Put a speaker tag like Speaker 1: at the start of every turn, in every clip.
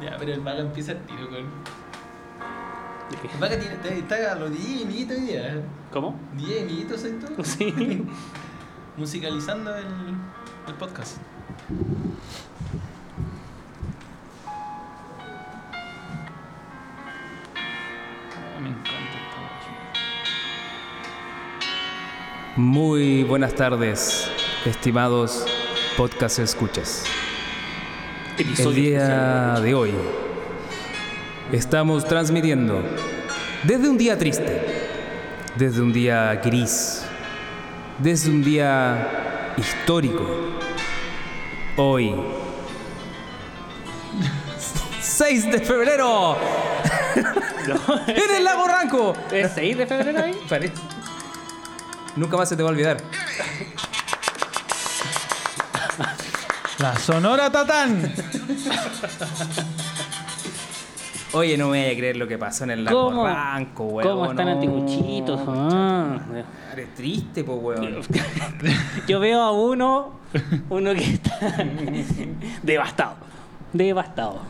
Speaker 1: Ya, pero el vaga empieza el tiro, weón. El vaga tiene, está, está a los 10 amiguitos hoy día. ¿eh?
Speaker 2: ¿Cómo?
Speaker 1: 10 amiguitos, ¿sabes tú?
Speaker 2: Sí.
Speaker 1: Musicalizando el, el podcast.
Speaker 2: Me encanta esta guacha.
Speaker 3: Muy buenas tardes, estimados podcast escuchas. El
Speaker 2: Episodio
Speaker 3: día
Speaker 2: especial.
Speaker 3: de hoy estamos transmitiendo desde un día triste, desde un día gris, desde un día histórico. Hoy, 6 de febrero, en el lago Ranco.
Speaker 2: ¿Es 6 de febrero ahí?
Speaker 3: Parece. Nunca más se te va a olvidar.
Speaker 4: La Sonora Tatán.
Speaker 3: Oye, no me voy a creer lo que pasó en el lago
Speaker 2: ¿Cómo?
Speaker 3: Ranco, weón.
Speaker 2: ¿Cómo están
Speaker 3: no.
Speaker 2: antiguchitos? Ah.
Speaker 3: Eres triste, po, weón.
Speaker 2: Yo veo a uno, uno que está devastado. Devastado.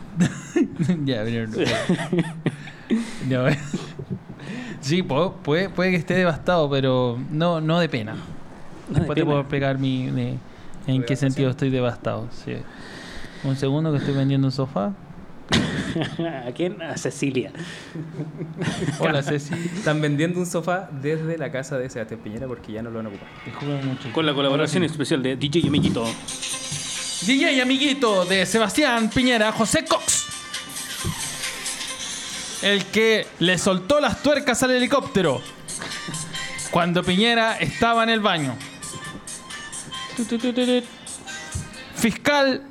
Speaker 1: ya, pero no.
Speaker 4: Ya, bueno. Sí, po- puede, puede que esté devastado, pero no, no de pena.
Speaker 2: No,
Speaker 4: Después
Speaker 2: de
Speaker 4: te puedo
Speaker 2: pena.
Speaker 4: explicar mi, de- en qué sentido estoy devastado. sí. Un segundo que estoy vendiendo un sofá.
Speaker 2: ¿A quién? A Cecilia.
Speaker 4: Hola, Ceci.
Speaker 3: Están vendiendo un sofá desde la casa de Sebastián Piñera porque ya no lo van a ocupar.
Speaker 4: Disculpen mucho.
Speaker 2: Con la colaboración especial de DJ Mequito.
Speaker 4: DJ amiguito de Sebastián Piñera, José Cox. El que le soltó las tuercas al helicóptero cuando Piñera estaba en el baño. Fiscal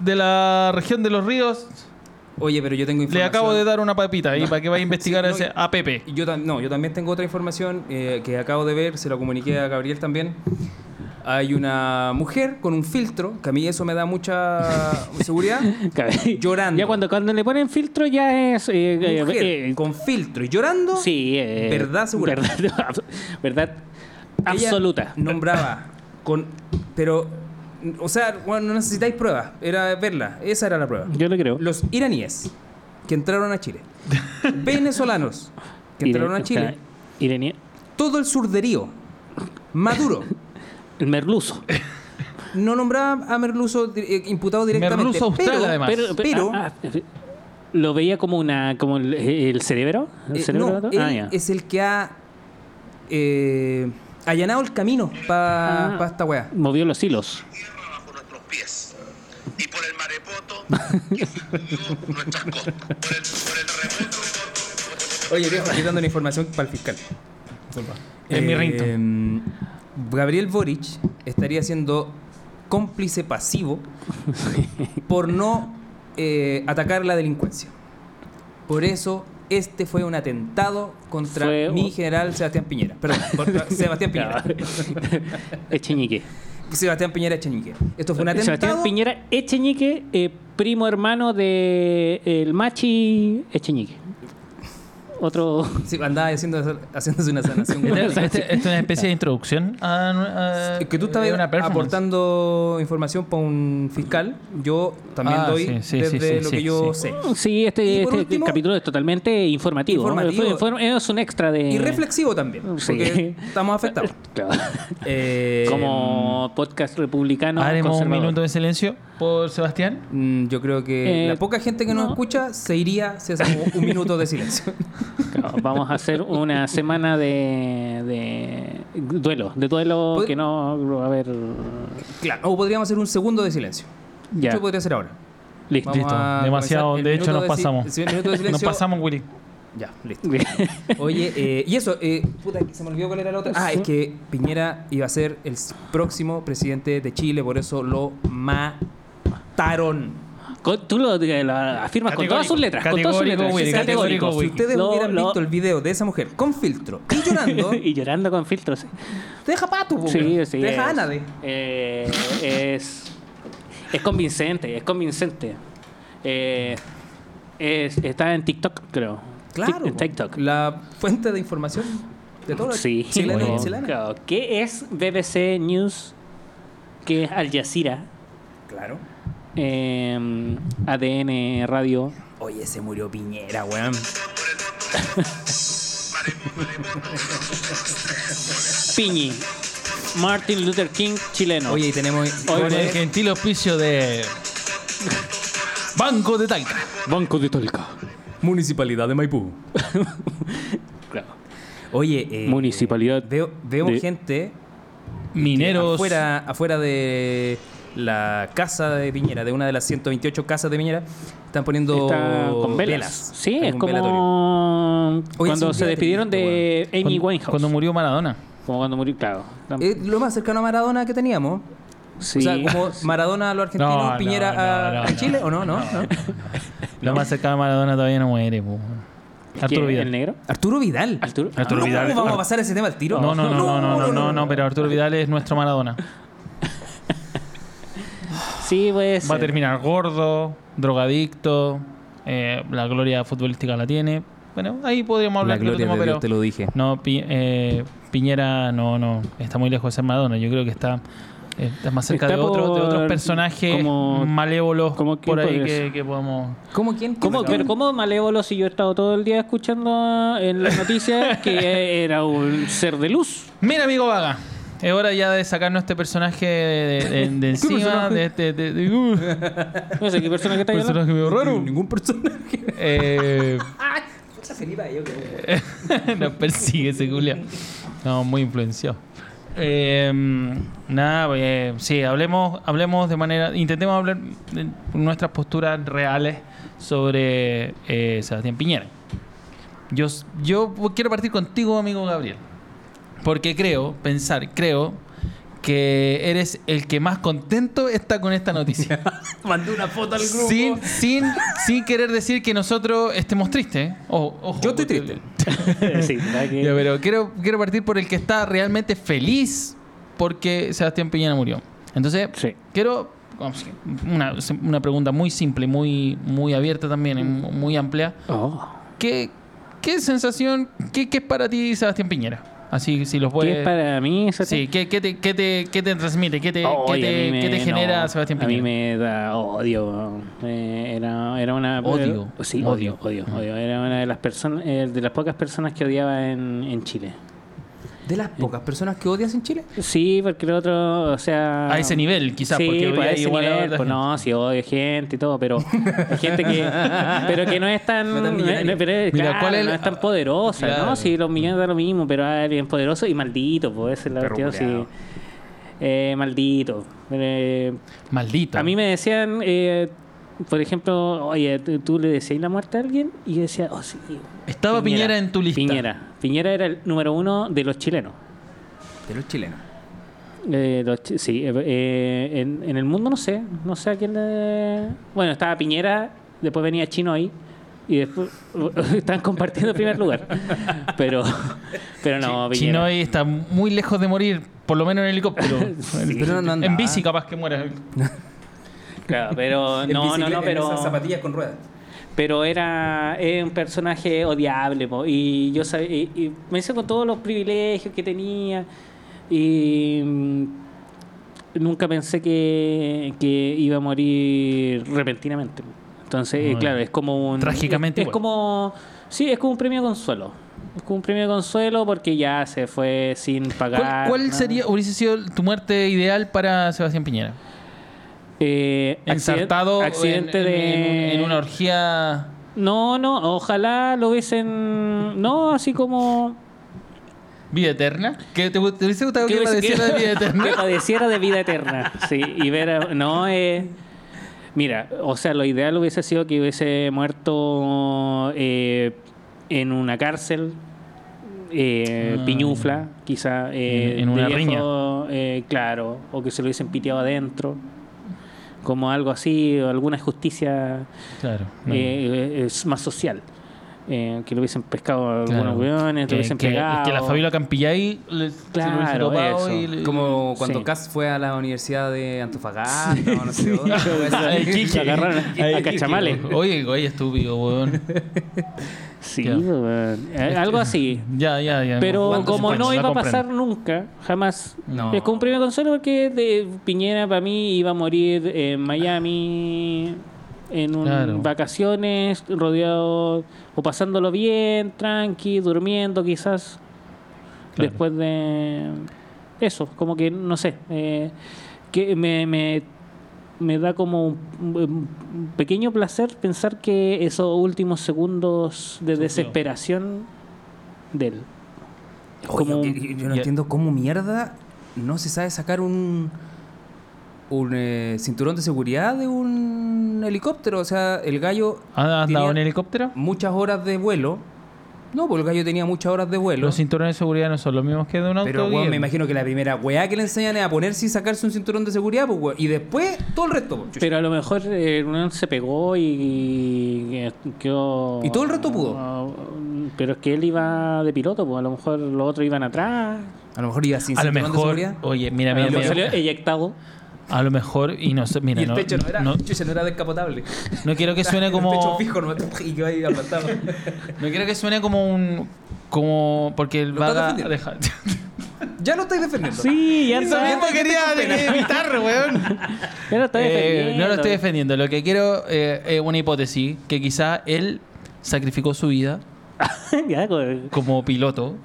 Speaker 4: de la región de los ríos,
Speaker 3: Oye, pero yo tengo
Speaker 4: le
Speaker 3: información.
Speaker 4: acabo de dar una papita ahí para que vaya a investigar
Speaker 3: Sí, no,
Speaker 4: ese, a Pepe.
Speaker 3: Yo tam- no, yo también tengo otra información eh, que acabo de ver, se la comuniqué a Gabriel también. Hay una mujer con un filtro, que a mí eso me da mucha seguridad, Llorando.
Speaker 2: Ya cuando, cuando le ponen filtro ya es... eh, eh,
Speaker 3: mujer
Speaker 2: eh,
Speaker 3: con filtro y llorando.
Speaker 2: sí, eh,
Speaker 3: Verdad segura.
Speaker 2: Verdad, verdad
Speaker 3: ella
Speaker 2: absoluta.
Speaker 3: Nombraba con, pero, o sea, bueno, no necesitáis pruebas, era verla, esa era la prueba.
Speaker 2: Yo lo creo.
Speaker 3: Los iraníes que entraron a Chile, venezolanos que entraron a Chile,
Speaker 2: Irene,
Speaker 3: todo el surderío, Maduro,
Speaker 2: el merluzo.
Speaker 3: no nombraba a Merluzo di- eh, imputado directamente.
Speaker 4: Merluzo Austral,
Speaker 3: pero,
Speaker 4: además.
Speaker 2: Pero,
Speaker 3: Pero-
Speaker 2: ah, ah, lo veía como una como el, el cerebro, el
Speaker 3: eh,
Speaker 2: cerebro
Speaker 3: no,
Speaker 2: gato?
Speaker 3: él
Speaker 2: Ah, ya.
Speaker 3: es el que ha eh, allanado el camino para
Speaker 2: Ah.
Speaker 3: esta weá.
Speaker 2: movió los hilos.
Speaker 5: tierra bajo nuestros pies y por el marepoto que sacudió nuestras costas. Por el, por el terremoto,
Speaker 3: Oye, viejo, estoy dando la información para el fiscal.
Speaker 4: Es mi ringtone.
Speaker 3: Eh, Gabriel Boric estaría siendo cómplice pasivo por no eh, atacar la delincuencia. Por eso este fue un atentado contra
Speaker 2: Fue
Speaker 3: mi
Speaker 2: un-
Speaker 3: general Sebastián Piñera. Perdón, contra Sebastián Piñera.
Speaker 2: Echeñique.
Speaker 3: Sebastián Piñera Echenique. Esto fue un atentado.
Speaker 2: Sebastián Piñera Echeñique, eh, primo hermano de el Machi Echeñique. Otro
Speaker 3: Sí, andaba haciendo, haciéndose una sanación.
Speaker 4: Esta es una especie de introducción a, a-
Speaker 3: Es Eh, que tú
Speaker 4: de
Speaker 3: estabas
Speaker 4: ah, Eh, una performance.
Speaker 3: aportando información para un fiscal. Yo también
Speaker 4: Ah,
Speaker 3: doy
Speaker 4: sí, sí,
Speaker 3: desde
Speaker 4: sí, sí,
Speaker 3: lo
Speaker 4: sí,
Speaker 3: que yo
Speaker 4: sí.
Speaker 3: sé.
Speaker 2: Sí, este,
Speaker 3: Y por
Speaker 2: este
Speaker 3: último-
Speaker 2: capítulo es totalmente informativo.
Speaker 3: Informativo.
Speaker 2: Fue- fue- es un extra de
Speaker 3: Y reflexivo también,
Speaker 2: Sí.
Speaker 3: porque estamos afectados.
Speaker 2: Claro.
Speaker 3: Eh,
Speaker 2: Como podcast republicano
Speaker 4: Haremos un
Speaker 2: conservador.
Speaker 4: minuto de silencio por Sebastián.
Speaker 3: mm, Yo creo que
Speaker 2: Eh,
Speaker 3: la poca gente que nos
Speaker 2: no.
Speaker 3: escucha se iría si hacemos un minuto de silencio.
Speaker 2: Claro, Vamos a hacer una semana de, de duelo, de duelo
Speaker 3: Pod-
Speaker 2: que no va a haber
Speaker 3: claro. O podríamos hacer un segundo de silencio.
Speaker 2: ya.
Speaker 3: Yo podría hacer ahora.
Speaker 2: Listo.
Speaker 3: Vamos a
Speaker 4: Demasiado,
Speaker 3: comenzar el
Speaker 4: de hecho,
Speaker 3: minuto
Speaker 4: nos
Speaker 3: si-
Speaker 4: pasamos.
Speaker 3: si- el minuto de
Speaker 4: Nos
Speaker 3: silencio-
Speaker 4: pasamos, Willy.
Speaker 3: Ya, listo. Oye, eh, y eso, eh, puta, se me olvidó cuál era la otra. Ah, es que Piñera iba a ser el próximo presidente de Chile, por eso lo mataron.
Speaker 2: Con- Tú lo, lo afirmas con
Speaker 4: Categórico,
Speaker 2: todas sus letras, con todas sus
Speaker 4: categórico,
Speaker 2: letras.
Speaker 4: Willy,
Speaker 2: Sí,
Speaker 4: categórico,
Speaker 2: categórico.
Speaker 3: Si
Speaker 4: Willy.
Speaker 3: ustedes
Speaker 2: Lo-
Speaker 3: hubieran
Speaker 2: lo-
Speaker 3: visto el video de esa mujer con filtro y llorando,
Speaker 2: y llorando con filtros. sí.
Speaker 3: te deja pato, po,
Speaker 2: Sí,
Speaker 3: weón.
Speaker 2: sí.
Speaker 3: Te deja
Speaker 2: es,
Speaker 3: ánade.
Speaker 2: eh, es, es convincente, es convincente. Eh, es- está en TikTok, creo.
Speaker 3: Claro.
Speaker 2: Tic- en
Speaker 3: po.
Speaker 2: TikTok.
Speaker 3: La fuente de información de todos los
Speaker 2: sí.
Speaker 3: chilenos
Speaker 2: Bueno,
Speaker 3: y chilenas.
Speaker 2: claro. ¿Qué es BBC News? ¿Qué es Al Jazeera?
Speaker 3: Claro.
Speaker 2: eh, ADN Radio.
Speaker 3: Oye, se murió Piñera, weón.
Speaker 2: Piñi. Martin Luther King chileno.
Speaker 3: Oye, y tenemos.
Speaker 2: Oye,
Speaker 4: Con
Speaker 3: tenemos-
Speaker 4: el gentil auspicio de Banco de Talca.
Speaker 2: Banco de Talca.
Speaker 3: eh, Municipalidad de Maipú.
Speaker 2: Claro.
Speaker 3: Oye, eh,
Speaker 2: Municipalidad
Speaker 3: Veo, veo
Speaker 2: de-
Speaker 3: gente
Speaker 4: Mineros.
Speaker 3: afuera, afuera de la casa de Piñera, de una de las 128 casas de Piñera, están poniendo
Speaker 2: Está con velas. Sí,
Speaker 3: Están
Speaker 2: es
Speaker 3: con velatorio.
Speaker 2: como
Speaker 3: es un
Speaker 2: cuando
Speaker 3: día
Speaker 2: se despidieron de
Speaker 3: triste,
Speaker 2: Amy
Speaker 4: Cuando-
Speaker 2: Winehouse.
Speaker 4: Cuando murió Maradona.
Speaker 2: como cuando murió, claro.
Speaker 3: Es lo más cercano a Maradona que teníamos.
Speaker 2: Sí.
Speaker 3: Eh, O sea, como Maradona a los argentinos,
Speaker 4: No,
Speaker 3: Piñera
Speaker 4: no,
Speaker 3: a,
Speaker 4: no, no,
Speaker 3: a Chile, ¿o no? ¿No?
Speaker 4: no.
Speaker 3: ¿No?
Speaker 4: Lo más cercano a Maradona todavía no muere. po. Arturo
Speaker 2: ¿Quién? ¿El
Speaker 4: Vidal.
Speaker 2: negro?
Speaker 3: Arturo Vidal.
Speaker 2: Arturo.
Speaker 4: Arturo.
Speaker 3: No,
Speaker 4: Vidal.
Speaker 3: vamos a pasar ese tema al tiro.
Speaker 4: No, no, no, no, no, no, no, no, pero Arturo Vidal es nuestro Maradona.
Speaker 2: Sí, pues.
Speaker 4: Va a terminar gordo, drogadicto, eh, la gloria futbolística la tiene. Bueno, ahí podríamos
Speaker 3: La
Speaker 4: hablar del
Speaker 3: gloria
Speaker 4: tema,
Speaker 3: de
Speaker 4: pero
Speaker 3: Dios, te lo dije.
Speaker 4: no, Pi- eh, Piñera no, no, está muy lejos de ser Maradona. Yo creo que está, eh, está más cerca
Speaker 2: Está
Speaker 4: de, otro- de
Speaker 2: por-
Speaker 4: otros personajes
Speaker 2: como-
Speaker 4: malévolos
Speaker 2: como que
Speaker 4: por ahí
Speaker 2: podría
Speaker 4: que,
Speaker 2: ser.
Speaker 4: que podemos...
Speaker 3: ¿Cómo quién?
Speaker 2: ¿Cómo, pero ¿Cómo malévolo si yo he estado todo el día escuchando en las noticias que era un ser de luz?
Speaker 4: Mira, amigo Vaga. Es hora ya de sacarnos este personaje de, de- de encima, de este... de- de- uh,
Speaker 2: No sé qué persona que está ahí. hablando.
Speaker 4: personaje medio raro.
Speaker 3: Ningún personaje.
Speaker 4: Eh,
Speaker 3: Puta, Felipa, yo creo.
Speaker 4: Nos persigue ese Julián. Estamos muy influenciados. Eh, nada, pues, eh, sí, hablemos, hablemos de manera. Intentemos hablar de nuestras posturas reales sobre eh, Sebastián Piñera. Yo, s- yo quiero partir contigo, amigo Gabriel. Porque creo, pensar, creo que eres el que más contento está con esta noticia.
Speaker 3: Mandé una foto al grupo.
Speaker 4: sin, sin, sin querer decir que nosotros estemos tristes. ¿eh? O- ojo,
Speaker 3: Yo estoy
Speaker 4: porque-
Speaker 3: triste.
Speaker 2: Sí, ¿verdad que-
Speaker 4: ya, pero quiero, quiero partir por el que está realmente feliz porque Sebastián Piñera murió. Entonces,
Speaker 2: Sí.
Speaker 4: quiero vamos, una, una pregunta muy simple, muy, muy abierta también, y
Speaker 2: Mm.
Speaker 4: mu- muy amplia.
Speaker 2: Oh.
Speaker 4: ¿Qué, qué sensación, qué, qué es para ti Sebastián Piñera? Así, si los
Speaker 2: ¿Qué
Speaker 4: puedes...
Speaker 2: es para mí? esa-
Speaker 4: Pues, Sí, ¿qué, qué te, qué te- qué te transmite? ¿Qué te,
Speaker 2: Oh,
Speaker 4: qué
Speaker 2: oye, a
Speaker 4: te-
Speaker 2: mí
Speaker 4: qué te
Speaker 2: me-
Speaker 4: genera
Speaker 2: no,
Speaker 4: Sebastián
Speaker 2: A mí
Speaker 4: Piñera?
Speaker 2: me da odio. eh, era, era una
Speaker 4: Odio.
Speaker 2: eh, sí, odio, odio, odio. Era una de las personas, eh, de las pocas personas que odiaba en, en Chile.
Speaker 3: De las pocas personas que odias en Chile.
Speaker 2: Sí, porque el otro, o sea.
Speaker 4: A ese nivel, quizás,
Speaker 2: Sí,
Speaker 4: porque
Speaker 2: pues,
Speaker 4: hoy
Speaker 2: a
Speaker 4: hay
Speaker 2: ese
Speaker 4: igual a
Speaker 2: nivel,
Speaker 4: otra
Speaker 2: pues,
Speaker 4: gente.
Speaker 2: no, sí odio gente y todo, pero hay gente que pero que no es tan,
Speaker 3: No tan
Speaker 2: no es-
Speaker 3: millonaria.
Speaker 2: pero es-
Speaker 4: Mira,
Speaker 2: claro,
Speaker 4: ¿cuál es
Speaker 2: no
Speaker 4: la-
Speaker 2: es tan poderosa,
Speaker 4: Claro.
Speaker 2: ¿no? Sí, los millones da lo mismo, pero es bien poderoso y maldito, pues esa es la
Speaker 3: Perro
Speaker 2: cuestión, sí.
Speaker 3: culiao.
Speaker 2: Eh, maldito. Eh,
Speaker 4: Maldito.
Speaker 2: a mí me decían, eh, por ejemplo, oye, ¿tú tú le deseas la muerte a alguien? Y yo decía, oh, sí.
Speaker 4: Estaba Piñera, en tu lista.
Speaker 2: Piñera. Piñera era el número uno de los chilenos.
Speaker 3: De los chilenos.
Speaker 2: Eh, los chi- sí, eh, eh, en, en el mundo no sé, no sé a quién le... Bueno, estaba Piñera, después venía Chino ahí y después están compartiendo el primer lugar. Pero, pero no, Piñera.
Speaker 4: Chinoy está muy lejos de morir, por lo menos en helicóptero.
Speaker 3: Pero no andaba.
Speaker 4: en bici capaz que muera.
Speaker 2: Claro, pero
Speaker 3: En
Speaker 2: no, no,
Speaker 3: bicicleta,
Speaker 2: no,
Speaker 3: en
Speaker 2: pero...
Speaker 3: esas zapatillas con ruedas.
Speaker 2: Pero era, era un personaje odiable, po, y yo sabía, y, y me hice con todos los privilegios que tenía, y mm, nunca pensé que, que iba a morir repentinamente. Entonces, eh,
Speaker 4: Ah.
Speaker 2: claro, es como un...
Speaker 4: Trágicamente
Speaker 2: Es, es
Speaker 4: igual.
Speaker 2: como... Sí, es como un premio de consuelo. Es como un premio de consuelo porque ya se fue sin pagar.
Speaker 4: ¿Cuál, cuál
Speaker 2: nada.
Speaker 4: sería, hubiese sido tu muerte ideal para Sebastián Piñera?
Speaker 2: Eh, accident-
Speaker 4: Ensartado en-
Speaker 2: accidente
Speaker 4: en,
Speaker 2: de...
Speaker 4: en- en una orgía.
Speaker 2: No, no, ojalá lo hubiesen... No, así como...
Speaker 4: ¿Vida eterna? ¿Qué te, te hubiese gustado que
Speaker 2: que, hubiese-
Speaker 4: padeciera de vida eterna?
Speaker 2: que padeciera de vida eterna. Sí, y ver a- No, eh, mira, o sea, lo ideal hubiese sido que hubiese muerto eh, en una cárcel, eh,
Speaker 4: Ah,
Speaker 2: piñufla, quizá. eh,
Speaker 4: En- en una
Speaker 2: de eh, claro, o que se lo hubiesen piteado adentro. Como algo así, o alguna justicia
Speaker 4: Claro. no.
Speaker 2: eh, eh, es más social. eh, que lo hubiesen pescado a
Speaker 4: Claro.
Speaker 2: algunos weones, lo
Speaker 4: que,
Speaker 2: hubiesen
Speaker 4: que-
Speaker 2: pegado.
Speaker 4: que la Fabiola Campillay le, se lo hubiese
Speaker 2: Claro,
Speaker 4: topado
Speaker 2: eso.
Speaker 4: y le-
Speaker 3: Como cuando
Speaker 2: Sí.
Speaker 3: Cass fue a la universidad de Antofagasta o no sé dónde. pues,
Speaker 4: Ah, el
Speaker 3: ahí-
Speaker 4: Quique.
Speaker 2: agarraron a-
Speaker 4: Ahí,
Speaker 2: a
Speaker 4: Quique,
Speaker 2: Cachamales.
Speaker 4: weón. Oye, oye, estúpido, weón.
Speaker 2: Sí,
Speaker 4: Ya.
Speaker 2: weón. Eh,
Speaker 4: Este-
Speaker 2: algo así.
Speaker 4: Ya, ya, ya.
Speaker 2: Pero
Speaker 4: ¿Cuánto se
Speaker 2: como
Speaker 4: puede?
Speaker 2: no
Speaker 4: La
Speaker 2: iba a
Speaker 4: comprendo.
Speaker 2: pasar nunca, jamás,
Speaker 3: No.
Speaker 2: es como un premio consuelo porque de Piñera para mí iba a morir en Miami en un-
Speaker 4: Claro.
Speaker 2: vacaciones, rodeado o pasándolo bien, tranqui, durmiendo quizás,
Speaker 4: Claro.
Speaker 2: después de eso, como que no sé, eh, que me, me, me da como un, un pequeño placer pensar que esos últimos segundos de desesperación de él.
Speaker 3: Oye,
Speaker 2: como-
Speaker 3: que- que yo no
Speaker 4: Ya.
Speaker 3: entiendo cómo mierda no se sabe sacar un un eh, cinturón de seguridad de un helicóptero. O sea, el gallo
Speaker 4: ¿Ha andado
Speaker 3: tenía
Speaker 4: en helicóptero?
Speaker 3: muchas horas de vuelo. No, porque el gallo tenía muchas horas de vuelo.
Speaker 4: Los cinturones de seguridad no son los mismos que de un auto.
Speaker 3: Pero, weón,
Speaker 4: Guille.
Speaker 3: me imagino que la primera weá que le enseñan es a ponerse y sacarse un cinturón de seguridad, pues, weón. Y después, todo el resto, pues.
Speaker 2: Pero a lo mejor eh, uno se pegó y, y eh, quedó.
Speaker 3: Y todo el resto pudo.
Speaker 2: Ah, Pero es que él iba de piloto, pues a lo mejor los otros iban atrás.
Speaker 3: A lo mejor iba sin
Speaker 4: A lo
Speaker 3: cinturón de
Speaker 4: mejor.
Speaker 3: seguridad.
Speaker 4: Oye, mira,
Speaker 2: a
Speaker 4: mira,
Speaker 2: lo mejor
Speaker 4: mira.
Speaker 2: salió eyectado.
Speaker 4: A lo mejor. Y no sé, mira,
Speaker 3: y el
Speaker 4: no,
Speaker 3: techo no era,
Speaker 4: no-
Speaker 3: chucha, no era descapotable.
Speaker 4: no quiero que suene como.
Speaker 3: El techo fijo, no, y que ahí aplastado.
Speaker 4: No quiero que suene como un. Como. Porque el
Speaker 3: Lo estás
Speaker 4: vaga.
Speaker 3: defendiendo.
Speaker 4: deja-
Speaker 3: ya lo estáis defendiendo.
Speaker 2: Sí, ya
Speaker 4: Eso
Speaker 2: está.
Speaker 4: mismo quería evitar, weón.
Speaker 2: Ya lo está
Speaker 4: Eh,
Speaker 2: defendiendo.
Speaker 4: no lo estoy defendiendo. Lo que quiero eh, es una hipótesis que quizá él sacrificó su vida
Speaker 2: Ya, pues. co-
Speaker 4: como piloto.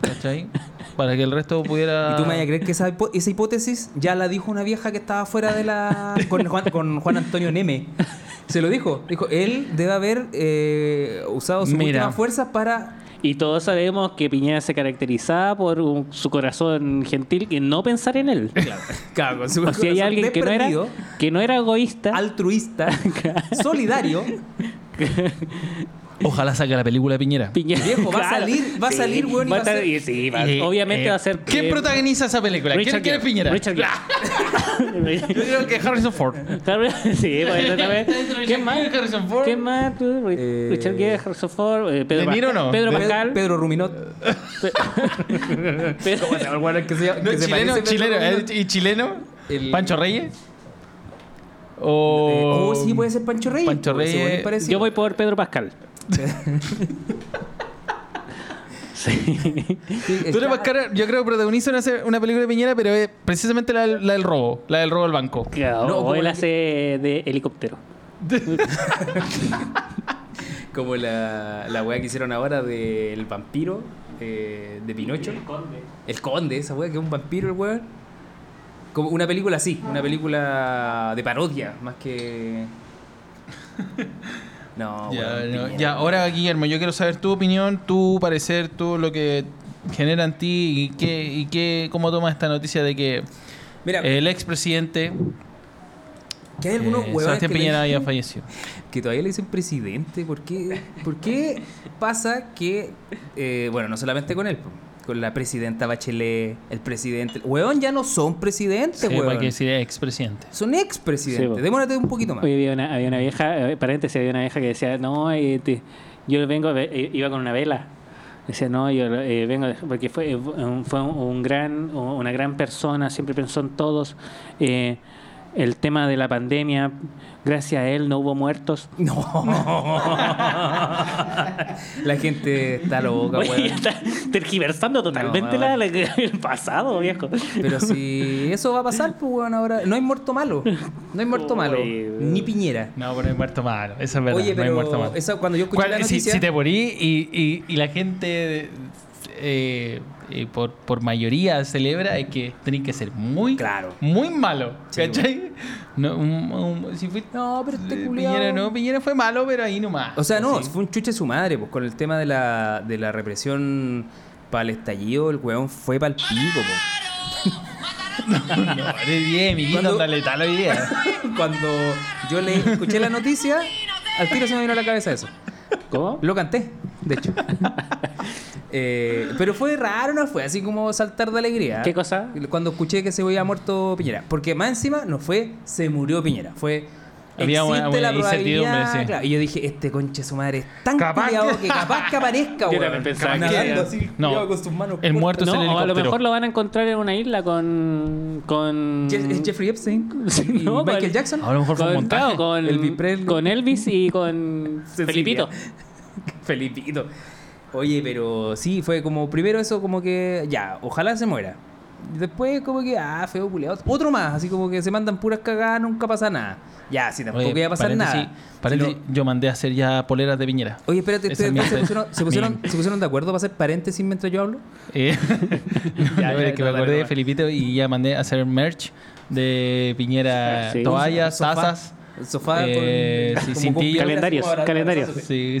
Speaker 4: ¿Cachai? Para que el resto pudiera.
Speaker 3: Y tú me vas a creer que esa, hipo- esa hipótesis ya la dijo una vieja que estaba fuera de la. con Juan, con Juan Antonio Neme. Se lo dijo. Dijo, él debe haber eh, usado sus
Speaker 4: Mira.
Speaker 3: últimas fuerzas para.
Speaker 2: Y todos sabemos que Piñera se caracterizaba por un- su corazón gentil y no pensar en él.
Speaker 3: Claro, con su
Speaker 2: O si hay
Speaker 3: corazón
Speaker 2: alguien que no, era,
Speaker 3: desprendido,
Speaker 2: que no era egoísta,
Speaker 3: altruista, solidario.
Speaker 4: Ojalá saque la película Piñera.
Speaker 2: Piñera.
Speaker 3: Viejo, va a salir- va a salir, weón, y
Speaker 2: va a
Speaker 3: va a
Speaker 2: estar-
Speaker 3: ser-
Speaker 2: y sí, va-
Speaker 4: Eh,
Speaker 2: obviamente
Speaker 4: eh,
Speaker 2: va a ser.
Speaker 4: ¿Quién
Speaker 2: eh,
Speaker 4: protagoniza esa película? ¿Quién, quién es
Speaker 2: Gere.
Speaker 4: Piñera?
Speaker 2: Richard Gere.
Speaker 4: Yo creo que Harrison Ford.
Speaker 2: Harry- sí, bueno, otra vez. ¿Quién más?
Speaker 4: Harrison Ford.
Speaker 2: ¿Quién más? tú? Ri-
Speaker 3: Eh,
Speaker 2: Richard Gere, Harrison Ford, eh, Pedro,
Speaker 4: ¿De Niro
Speaker 2: Pascal-
Speaker 4: no?
Speaker 2: Pedro
Speaker 3: Pe-
Speaker 2: Pascal.
Speaker 3: Pedro Ruminot.
Speaker 2: Pedro-
Speaker 3: El weón que se-
Speaker 4: No,
Speaker 3: que se
Speaker 4: chileno,
Speaker 3: parece a Pedro
Speaker 4: chileno. ¿eh?
Speaker 3: Ruminot.
Speaker 4: ¿Y chileno?
Speaker 3: El-
Speaker 4: ¿Pancho Reyes? O...
Speaker 2: Eh,
Speaker 3: Oh, sí, puede ser Pancho Reyes.
Speaker 4: Pancho
Speaker 3: pues, ese weón
Speaker 4: Reyes.
Speaker 3: es parecido.
Speaker 2: Yo voy por Pedro Pascal. sí.
Speaker 3: Sí,
Speaker 4: Tú eres
Speaker 3: está-
Speaker 4: más cara- yo creo que protagoniza una, se- una película de Piñera, pero es precisamente la, del- la del robo, la del robo al banco.
Speaker 2: Claro,
Speaker 3: No,
Speaker 2: o
Speaker 3: como
Speaker 2: él
Speaker 3: la-
Speaker 2: hace de helicóptero.
Speaker 3: Como la, la weá que hicieron ahora del vampiro eh, de Pinocho. El conde. esa weá que es un vampiro el weón. Como una película así, una película de parodia, más que. No,
Speaker 4: Ya,
Speaker 3: weón,
Speaker 4: no,
Speaker 3: Piñera.
Speaker 4: ya, ahora Guillermo, yo quiero saber tu opinión, tu parecer, tú lo que genera en ti y, qué, y qué, cómo tomas esta noticia de que
Speaker 3: Mira,
Speaker 4: el expresidente
Speaker 3: que hay algunos
Speaker 4: eh,
Speaker 3: huevones que,
Speaker 4: Sebastián Piñera
Speaker 3: le-
Speaker 4: ya falleció.
Speaker 3: que todavía le dicen presidente. ¿Por qué, por qué pasa que. eh, bueno, no solamente con él, con la presidenta Bachelet, el presidente. Weón, ya no son presidentes,
Speaker 4: Sí,
Speaker 3: weón.
Speaker 4: para que decir expresidente.
Speaker 3: Son
Speaker 2: Sí,
Speaker 3: expresidentes.
Speaker 2: po.
Speaker 3: Demórate un poquito más.
Speaker 2: Hoy había una, había una vieja, eh, paréntesis, había una vieja que decía, no, eh, te- yo vengo, de- eh, iba con una vela. Decía, no, yo eh, vengo, de- porque fue, eh, un- fue un, un gran, una gran persona, siempre pensó en todos. Eh, el tema de la pandemia, gracias a él no hubo muertos.
Speaker 3: No. la gente está loca,
Speaker 2: Oye,
Speaker 3: weón.
Speaker 2: está tergiversando totalmente la- la- el pasado, viejo.
Speaker 3: Pero si eso va a pasar, pues, weón, ahora. No hay muerto malo. No hay muerto malo.
Speaker 2: Oye, weón.
Speaker 3: Ni Piñera.
Speaker 4: No, pero hay muerto malo. Eso es verdad.
Speaker 3: Oye,
Speaker 4: no hay
Speaker 3: pero.
Speaker 4: muerto malo.
Speaker 3: esa- cuando yo escuché
Speaker 4: ¿Cuál-
Speaker 3: la
Speaker 4: si,
Speaker 3: noticia.
Speaker 4: si te morí y, y- y la gente eh, eh, por, por mayoría celebra, es que tenés que ser muy,
Speaker 3: Claro.
Speaker 4: muy malo.
Speaker 3: Sí,
Speaker 4: ¿Cachai? No, un- un- si fuiste-
Speaker 3: No, pero este
Speaker 4: eh,
Speaker 3: culiao-
Speaker 4: Piñera, no, Piñera fue malo, pero ahí nomás.
Speaker 3: O sea, no,
Speaker 4: Sí.
Speaker 3: fue un chuche su madre, pues con el tema de la, de la represión para el estallido, el weón fue para el pico, pues.
Speaker 4: No, de 10, mi
Speaker 3: Cuando-
Speaker 4: guito, dale tal idea.
Speaker 3: Cuando yo le escuché la noticia, al tiro se me vino a la cabeza eso.
Speaker 2: ¿Cómo?
Speaker 3: Lo canté, de hecho. Eh, pero fue raro, no fue así como saltar de alegría.
Speaker 2: ¿Qué cosa?
Speaker 3: Cuando escuché que se había muerto Piñera. Porque más encima no fue se murió Piñera. Fue
Speaker 4: Había una-
Speaker 3: existe
Speaker 4: una
Speaker 3: la probabilidad.
Speaker 4: incertidumbre, sí.
Speaker 3: claro. Y yo dije, este conche su madre es tan
Speaker 4: Capaz
Speaker 3: culiao
Speaker 4: que-
Speaker 3: que... capaz que aparezca,
Speaker 2: Yo
Speaker 3: weón.
Speaker 2: también pensaba Eh,
Speaker 3: Capaz
Speaker 4: que-
Speaker 3: nadando así,
Speaker 4: No.
Speaker 3: culiao, con sus manos
Speaker 4: El
Speaker 3: cortas.
Speaker 4: muerto es el
Speaker 2: No, o a lo
Speaker 4: helicóptero.
Speaker 2: mejor lo van a encontrar en una isla con. con
Speaker 3: Je- ¿Es Jeffrey Epstein?
Speaker 2: Sí,
Speaker 3: ¿Y
Speaker 2: no,
Speaker 3: Michael
Speaker 2: con-
Speaker 3: Jackson?
Speaker 4: A lo mejor fue un
Speaker 2: con, claro,
Speaker 4: montaje.
Speaker 2: con,
Speaker 3: El Viprel.
Speaker 2: con Elvis y con
Speaker 3: Cecilia.
Speaker 2: Felipito.
Speaker 3: Felipito. Oye, pero sí, fue como primero eso, como que ya, ojalá se muera. Después, como que, ah, feo culiado. Otro más, así como que se mandan puras cagadas, nunca pasa nada. Ya, si tampoco
Speaker 4: Oye,
Speaker 3: iba a pasar
Speaker 4: paréntesis,
Speaker 3: nada.
Speaker 4: paréntesis,
Speaker 3: Si no-
Speaker 4: Yo mandé a hacer ya poleras de Piñera.
Speaker 3: Oye, espérate,
Speaker 4: Esa
Speaker 3: ¿ustedes
Speaker 4: mía
Speaker 3: se
Speaker 4: es-
Speaker 3: pusieron, se, pusieron,
Speaker 4: mía.
Speaker 3: se pusieron de acuerdo para hacer paréntesis mientras yo hablo?
Speaker 4: Eh,
Speaker 3: Ya,
Speaker 4: no,
Speaker 3: ya,
Speaker 4: es que me
Speaker 3: no,
Speaker 4: acordé
Speaker 3: dale,
Speaker 4: de
Speaker 3: no.
Speaker 4: Felipito y ya mandé a hacer merch de Piñera
Speaker 2: Sí.
Speaker 4: toallas,
Speaker 3: Sofá-
Speaker 4: tazas.
Speaker 3: Sofá
Speaker 4: eh, sí,
Speaker 3: como
Speaker 4: cintillos.
Speaker 3: con-
Speaker 2: Calendarios,
Speaker 3: abra-
Speaker 2: calendarios.
Speaker 3: abrazándote.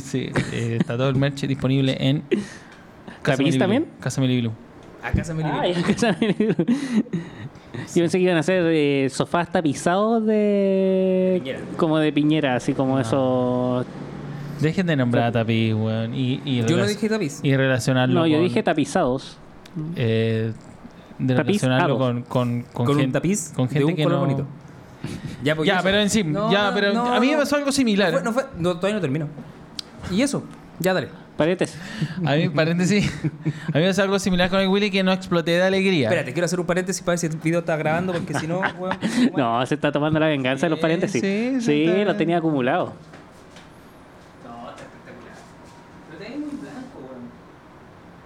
Speaker 4: Sí, sí. eh, está todo el merch disponible en Casa
Speaker 2: ¿Capiz
Speaker 4: Miliblue.
Speaker 2: también?
Speaker 4: Casa Miliblue.
Speaker 3: Acá se me
Speaker 2: Ah,
Speaker 3: libera.
Speaker 2: ya, Yo pensé que iban a hacer eh, sofás tapizados de.
Speaker 3: Piñera.
Speaker 2: como de piñera, así
Speaker 4: Ah.
Speaker 2: como esos.
Speaker 4: Dejen de nombrar a Tapiz, weón. Y, y
Speaker 3: Yo no
Speaker 4: relac-
Speaker 3: dije tapiz.
Speaker 4: Y relacionarlo
Speaker 2: No, yo
Speaker 4: con,
Speaker 2: dije tapizados.
Speaker 4: eh, de
Speaker 2: Tapiz,
Speaker 4: relacionarlo
Speaker 2: ah,
Speaker 4: con, con, con,
Speaker 3: Con, un
Speaker 4: gen-
Speaker 3: tapiz
Speaker 4: con gente
Speaker 3: de un
Speaker 4: que
Speaker 3: color
Speaker 4: no...
Speaker 3: bonito. Ya, pues, y
Speaker 4: Ya,
Speaker 3: eso.
Speaker 4: pero en sí,
Speaker 3: No,
Speaker 4: ya,
Speaker 3: no,
Speaker 4: pero
Speaker 3: no,
Speaker 4: a mí me
Speaker 3: no.
Speaker 4: pasó algo similar.
Speaker 3: No fue- no fue- no, todavía no termino. Y eso, ya dale.
Speaker 2: Paredes.
Speaker 4: A mí, paréntesis, a mí me pasó algo similar con el Willy que no exploté de alegría.
Speaker 3: Espérate, quiero hacer un paréntesis para ver si el video está grabando, porque si no, weón. bueno.
Speaker 2: No, se está tomando la venganza de los
Speaker 4: Sí,
Speaker 2: paréntesis.
Speaker 4: sí,
Speaker 2: Sí,
Speaker 4: sí, está-
Speaker 2: lo tenía acumulado.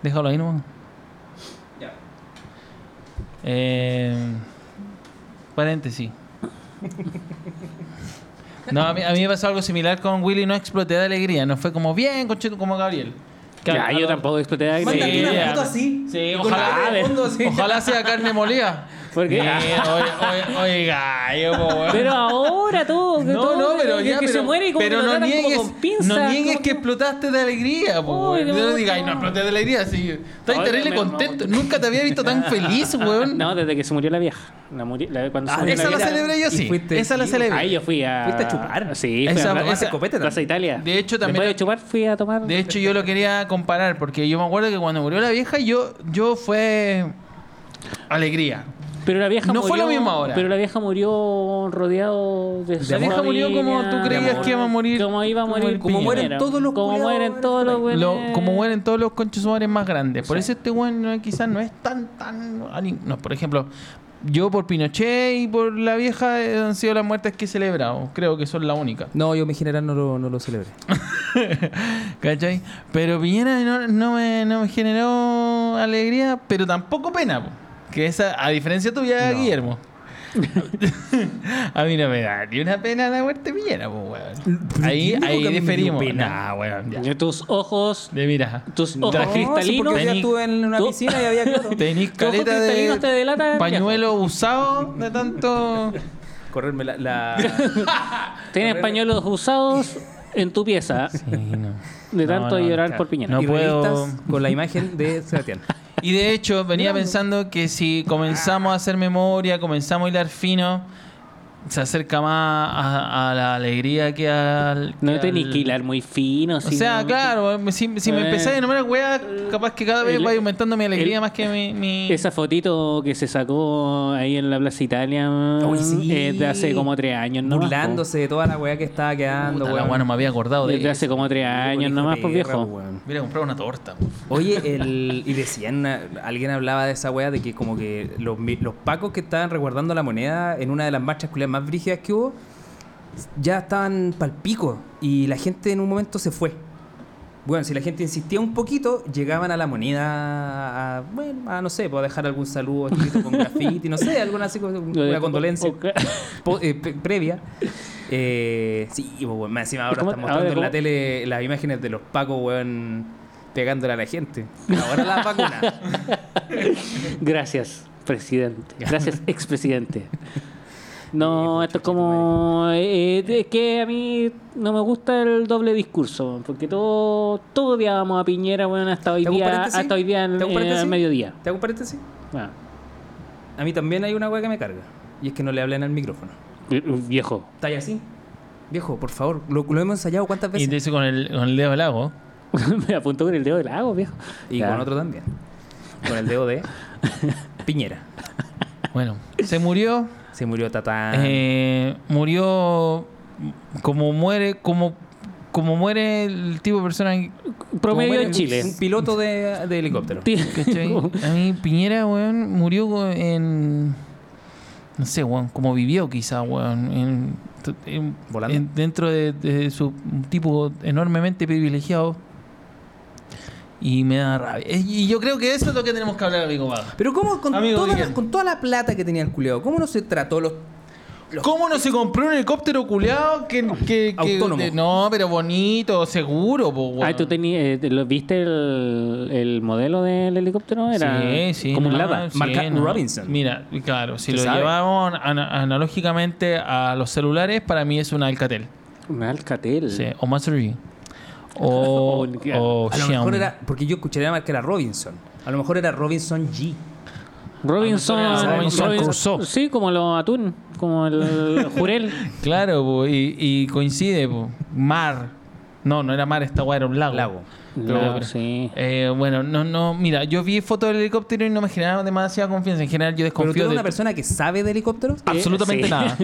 Speaker 4: Déjalo ahí nomás. Eh, paréntesis. No, a mí, a mí me pasó algo similar con Willy, no exploté de alegría. No fue como bien, conchito, como Gabriel. Que
Speaker 2: Ya,
Speaker 4: a-
Speaker 2: yo tampoco exploté de
Speaker 4: Sí,
Speaker 3: Mándate
Speaker 2: aire.
Speaker 3: una
Speaker 4: ya.
Speaker 3: foto así.
Speaker 4: Sí,
Speaker 3: y con la cara
Speaker 4: ojalá,
Speaker 3: de fondo así.
Speaker 4: ojalá sea carne molida.
Speaker 2: ¿Por qué? Ah.
Speaker 4: Eh, oye, oye, oiga, yo, po, weón.
Speaker 2: Pero ahora todo.
Speaker 4: No,
Speaker 2: todo,
Speaker 4: no, pero
Speaker 2: que,
Speaker 4: ya,
Speaker 2: que
Speaker 4: pero,
Speaker 2: se muere y como
Speaker 4: pero
Speaker 2: que lo
Speaker 4: no
Speaker 2: tratan
Speaker 4: niegues,
Speaker 2: como con pinzas.
Speaker 4: no niegues
Speaker 2: como
Speaker 4: que explotaste de alegría, po,
Speaker 2: Uy,
Speaker 4: weón. No,
Speaker 2: no,
Speaker 4: digas, "Ay, no
Speaker 2: no.
Speaker 4: exploté de alegría, sí. Estoy
Speaker 2: Oye,
Speaker 4: terrible
Speaker 2: me-
Speaker 4: contento. Nunca te había visto tan feliz, weón.
Speaker 2: No, desde que se murió la vieja. La muri- la- cuando se
Speaker 3: Ah,
Speaker 2: murió
Speaker 4: esa la
Speaker 2: vieja.
Speaker 4: celebré yo,
Speaker 3: Y
Speaker 4: sí.
Speaker 3: fuiste
Speaker 4: Esa la
Speaker 3: vivo.
Speaker 4: celebré.
Speaker 2: Ahí yo fui a.
Speaker 3: ¿Fuiste a chupar?
Speaker 2: Sí, fui
Speaker 4: Esa-
Speaker 2: a Plaza-
Speaker 4: esa-
Speaker 3: Copete también.
Speaker 2: Plaza Italia.
Speaker 4: De hecho, también-
Speaker 2: Después de chupar, fui a tomar.
Speaker 4: De hecho, yo lo quería comparar porque yo me acuerdo que cuando murió la vieja, yo, yo fue alegría.
Speaker 2: Pero la vieja
Speaker 4: No
Speaker 2: murió,
Speaker 4: fue la misma hora.
Speaker 2: Pero la vieja murió rodeado de su
Speaker 4: La vieja
Speaker 2: familia,
Speaker 4: murió como tú
Speaker 2: de
Speaker 4: creías
Speaker 2: amor,
Speaker 4: que iba a morir.
Speaker 2: Como iba a
Speaker 4: Como
Speaker 2: morir.
Speaker 4: el Como
Speaker 3: mueren
Speaker 2: Piñera.
Speaker 3: todos los
Speaker 2: Como
Speaker 3: culiados,
Speaker 2: mueren todos los
Speaker 3: weones.
Speaker 4: Lo-
Speaker 2: weones.
Speaker 4: como mueren todos los conchos sumares más grandes. Por eso este weón no- quizás no es tan, tan. ani- No, por ejemplo, yo por Pinochet y por la vieja eh, han sido las muertes que he celebrado. Creo que son la única.
Speaker 3: No, yo mi general no lo, no lo celebré.
Speaker 4: ¿Cachai? Pero Piñera no, no me, no me generó alegría, pero tampoco pena. po. Que esa, a diferencia tuya,
Speaker 3: No.
Speaker 4: Guillermo. a mí no me da ni una pena la muerte de Piñera, po, weón. Ahí,
Speaker 3: ¿Quién dijo
Speaker 4: ahí
Speaker 3: que a mí me dio
Speaker 4: diferimos.
Speaker 3: pena?
Speaker 4: Nah, weón, ya.
Speaker 2: Y Tus ojos.
Speaker 4: De mira.
Speaker 2: Tus
Speaker 4: No,
Speaker 2: ojos
Speaker 4: sí, porque
Speaker 2: cristalinos.
Speaker 3: porque yo
Speaker 4: Tení-
Speaker 3: estuve en una
Speaker 2: tú-
Speaker 3: piscina y había claro,
Speaker 4: Tenís
Speaker 2: Tus ojos
Speaker 4: caleta de
Speaker 2: cristalinos te delatan.
Speaker 4: pañuelo usado de tanto.
Speaker 3: correrme la, la-
Speaker 2: Tienes pañuelos usados en tu pieza. De tanto llorar por Piñera.
Speaker 4: No
Speaker 3: y
Speaker 4: puedo.
Speaker 3: revistas con la imagen de Sebastián.
Speaker 4: Y de hecho, venía pensando que si comenzamos a hacer memoria, comenzamos a hilar fino, se acerca más a, a la alegría que al. que
Speaker 2: No tenés
Speaker 4: al-
Speaker 2: que hilar muy fino.
Speaker 4: O sea, claro, si, si me
Speaker 2: Eh.
Speaker 4: empecé a enumerar weá, capaz que cada vez
Speaker 2: El-
Speaker 4: va aumentando mi alegría
Speaker 2: el-
Speaker 4: más que mi. mi-
Speaker 2: Esa fotito que se sacó ahí en la Plaza Italia mm,
Speaker 3: Uy, sí.
Speaker 2: es Eh, de hace como tres años, ¿no?
Speaker 3: burlándose de toda la weá que estaba quedando,
Speaker 4: Puta, la
Speaker 3: weón.
Speaker 4: weá no me había acordado de.
Speaker 2: Desde hace como tres años
Speaker 3: Hijo
Speaker 2: nomás,
Speaker 3: de
Speaker 2: pues
Speaker 3: perra,
Speaker 2: viejo.
Speaker 3: weón.
Speaker 4: Mira, comprar una torta. po.
Speaker 3: Oye, el, y decían, una- alguien hablaba de esa wea de que como que los, mi- los pacos que estaban resguardando la moneda en una de las marchas culiadas más brígidas que hubo, ya estaban pal pico y la gente en un momento se fue. Bueno, si la gente insistía un poquito, llegaban a la moneda a, bueno, a no sé, pues, a dejar algún saludo escrito con graffiti, no sé, alguna así, como
Speaker 2: Lo de-
Speaker 3: una condolencia
Speaker 2: o- o-
Speaker 3: po- eh, pe- previa. Eh, sí, pues, weón, más encima ahora
Speaker 2: ¿Cómo-
Speaker 3: están mostrando
Speaker 2: ahora
Speaker 3: en la
Speaker 2: cómo?
Speaker 3: tele las imágenes de los pacos, weón, pegándole a la gente. Ahora la vacuna.
Speaker 2: Gracias, presidente. Gracias, expresidente.
Speaker 3: pues,
Speaker 2: No, esto es como... eh, eh, es que a mí no me gusta el doble discurso, porque todo, todo odiábamos a Piñera, bueno, hasta hoy
Speaker 3: ¿Te hago un
Speaker 2: día,
Speaker 3: paréntesis?
Speaker 2: hasta hoy día en,
Speaker 3: ¿Te hago un
Speaker 2: eh,
Speaker 3: paréntesis?
Speaker 2: al mediodía.
Speaker 3: ¿Te hago un paréntesis?
Speaker 2: Ah,
Speaker 3: A mí también hay una weá que me carga. Y es que no le hablen al micrófono.
Speaker 2: eh, viejo.
Speaker 3: ¿Está ahí así? Viejo, por favor, lo, lo hemos ensayado cuántas
Speaker 4: Y te
Speaker 3: veces.
Speaker 4: hice con el, con el dedo del lago.
Speaker 2: me apuntó con el dedo del lago, viejo.
Speaker 3: Y,
Speaker 2: Ya.
Speaker 3: con otro también. Con el dedo de Piñera.
Speaker 4: Bueno, se murió.
Speaker 2: Ah. Eh,
Speaker 3: Se murió Tatán.
Speaker 4: Eh, murió como muere, como, como muere el tipo de persona que-
Speaker 2: Promedio
Speaker 3: Como
Speaker 2: en
Speaker 3: un-
Speaker 2: Chile.
Speaker 3: Un piloto de, de helicóptero.
Speaker 2: Ti-
Speaker 4: ¿Cachai? A mí Piñera, weón, murió weón, en... No sé, weón, como vivió quizá, weón. en- en-
Speaker 3: Volando.
Speaker 4: en- dentro de, de su un tipo enormemente privilegiado. Y me da rabia. Eh, Y yo creo que eso es lo que tenemos que hablar, amigo Vaga.
Speaker 3: Pero ¿cómo con,
Speaker 4: Amigo
Speaker 3: toda la,
Speaker 4: Guillermo.
Speaker 3: con toda la plata que tenía el culeado, cómo no se trató los...
Speaker 4: ¿Cómo no se compró un helicóptero culeado que... que- que-
Speaker 3: Autónomo.
Speaker 4: de- no, pero bonito, seguro, po, weón.
Speaker 2: Ah, ¿tú tenías, eh, te- lo- ¿viste el, el modelo del helicóptero? Era
Speaker 4: Sí, sí,
Speaker 2: como un
Speaker 4: no,
Speaker 2: lava.
Speaker 4: sí,
Speaker 3: Marca Robinson.
Speaker 4: Mira, claro, si
Speaker 3: Se
Speaker 4: lo
Speaker 3: sabe.
Speaker 4: llevamos ana- analógicamente a los celulares, para mí es un Alcatel.
Speaker 2: Un Alcatel.
Speaker 4: Sí, o Mastery. O, o,
Speaker 3: Oh, A lo
Speaker 4: Xiaomi.
Speaker 3: mejor era... Porque yo escuché la marca era Robinson. A lo mejor era Robinson G.
Speaker 2: Robinson,
Speaker 4: Ah, Robinson
Speaker 2: Robinson,
Speaker 4: Crusoe.
Speaker 2: Sí, como los atún, como el jurel.
Speaker 4: Claro, po, y, y coincide. po. Mar. No, no era mar, esta weá era un lago.
Speaker 3: Lago.
Speaker 4: Pero-
Speaker 2: Lago, sí.
Speaker 4: Eh, bueno, no, no. Mira, yo vi fotos del helicóptero y no me generaba demasiada confianza. En general, yo
Speaker 3: Pero tú
Speaker 4: desconfío
Speaker 3: eres
Speaker 4: de Ah,
Speaker 3: una persona que sabe de helicópteros.
Speaker 4: Absolutamente
Speaker 2: Sí.
Speaker 4: nada.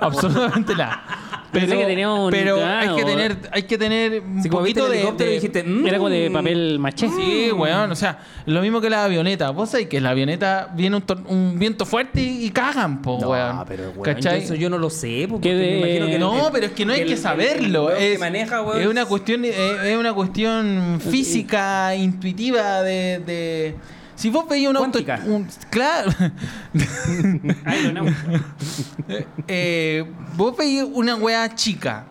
Speaker 4: Absolutamente nada.
Speaker 2: Pensé
Speaker 4: Pero,
Speaker 2: que tenía un-
Speaker 4: pero
Speaker 2: ah,
Speaker 4: hay que
Speaker 2: o-
Speaker 4: tener, hay que tener un
Speaker 3: Si como viste
Speaker 4: poquito
Speaker 3: el
Speaker 4: de,
Speaker 3: helicóptero
Speaker 4: de-
Speaker 3: dijiste... "Mm,
Speaker 2: Era como de papel maché.
Speaker 4: Sí, weón. O sea, lo mismo que la avioneta. Vos sabés que la avioneta viene un, tor- un viento fuerte y, y cagan, po,
Speaker 3: No,
Speaker 4: weón.
Speaker 3: pero weón,
Speaker 4: ¿Cachai?
Speaker 3: yo eso yo no lo sé, po, porque
Speaker 2: Que de-
Speaker 3: me imagino que el-
Speaker 4: No,
Speaker 3: el-
Speaker 4: pero es que no hay
Speaker 3: el-
Speaker 4: que
Speaker 3: el-
Speaker 4: saberlo.
Speaker 3: el weón que
Speaker 4: es,
Speaker 3: maneja, weón,
Speaker 4: es una cuestión, es, es una cuestión física, intuitiva de, de- Si vos veías un auto,
Speaker 3: Cuántica.
Speaker 4: un- claro,
Speaker 2: Aeronáutica.
Speaker 4: Eh, vos veías una weá chica,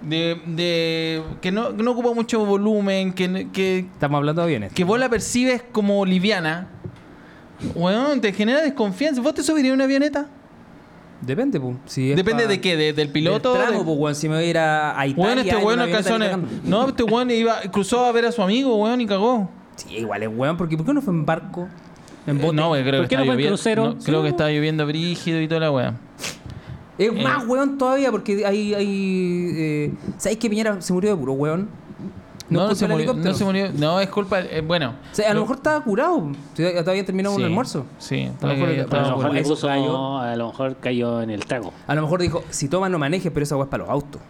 Speaker 4: de, de- que no, que no ocupa mucho volumen, que, no- que,
Speaker 3: Estamos hablando de aviones.
Speaker 4: que vos la percibes como liviana, weón, te genera desconfianza. ¿Vos te subirías a una avioneta?
Speaker 3: Depende, po. Si es
Speaker 4: Depende
Speaker 3: pa-
Speaker 4: de qué, de- del piloto.
Speaker 3: Del tramo, pues,
Speaker 4: de-
Speaker 3: po, weón. Si me voy a ir a, a Italia...
Speaker 4: Weón, este
Speaker 3: en
Speaker 4: weón
Speaker 3: una
Speaker 4: no
Speaker 3: avioneta
Speaker 4: alcanzó a-
Speaker 3: navegando.
Speaker 4: No, este weón iba, cruzó a ver a su amigo, weón, y cagó.
Speaker 3: Sí, igual es weón, porque ¿por qué no fue en barco? En
Speaker 4: Eh,
Speaker 3: bote.
Speaker 4: No, weón, creo
Speaker 2: ¿Por
Speaker 4: que
Speaker 2: qué
Speaker 4: estaba
Speaker 2: no fue en
Speaker 4: lloviendo.
Speaker 2: crucero?
Speaker 4: no, creo
Speaker 2: Sí,
Speaker 4: que
Speaker 2: no.
Speaker 4: estaba lloviendo brígido y toda la weá.
Speaker 3: Es
Speaker 4: eh.
Speaker 3: más weón todavía porque hay... hay eh, ¿Sabéis que Piñera se murió de puro weón?
Speaker 4: No, no
Speaker 3: es culpa
Speaker 4: se
Speaker 3: del
Speaker 4: murió,
Speaker 3: helicóptero.
Speaker 4: no se murió. No, es culpa. eh, bueno.
Speaker 3: O sea, a lo mejor estaba curado. Si Todavía terminó un
Speaker 4: Sí,
Speaker 3: almuerzo.
Speaker 4: Sí,
Speaker 3: A lo mejor-
Speaker 4: puede que
Speaker 3: a lo
Speaker 2: A
Speaker 4: estaba
Speaker 2: lo mejor
Speaker 4: ocupado.
Speaker 2: le
Speaker 3: Eso
Speaker 2: puso-
Speaker 3: cayó.
Speaker 2: a lo mejor cayó en el trago.
Speaker 3: A lo mejor dijo, si tomas no manejes, pero esa weá es para los autos.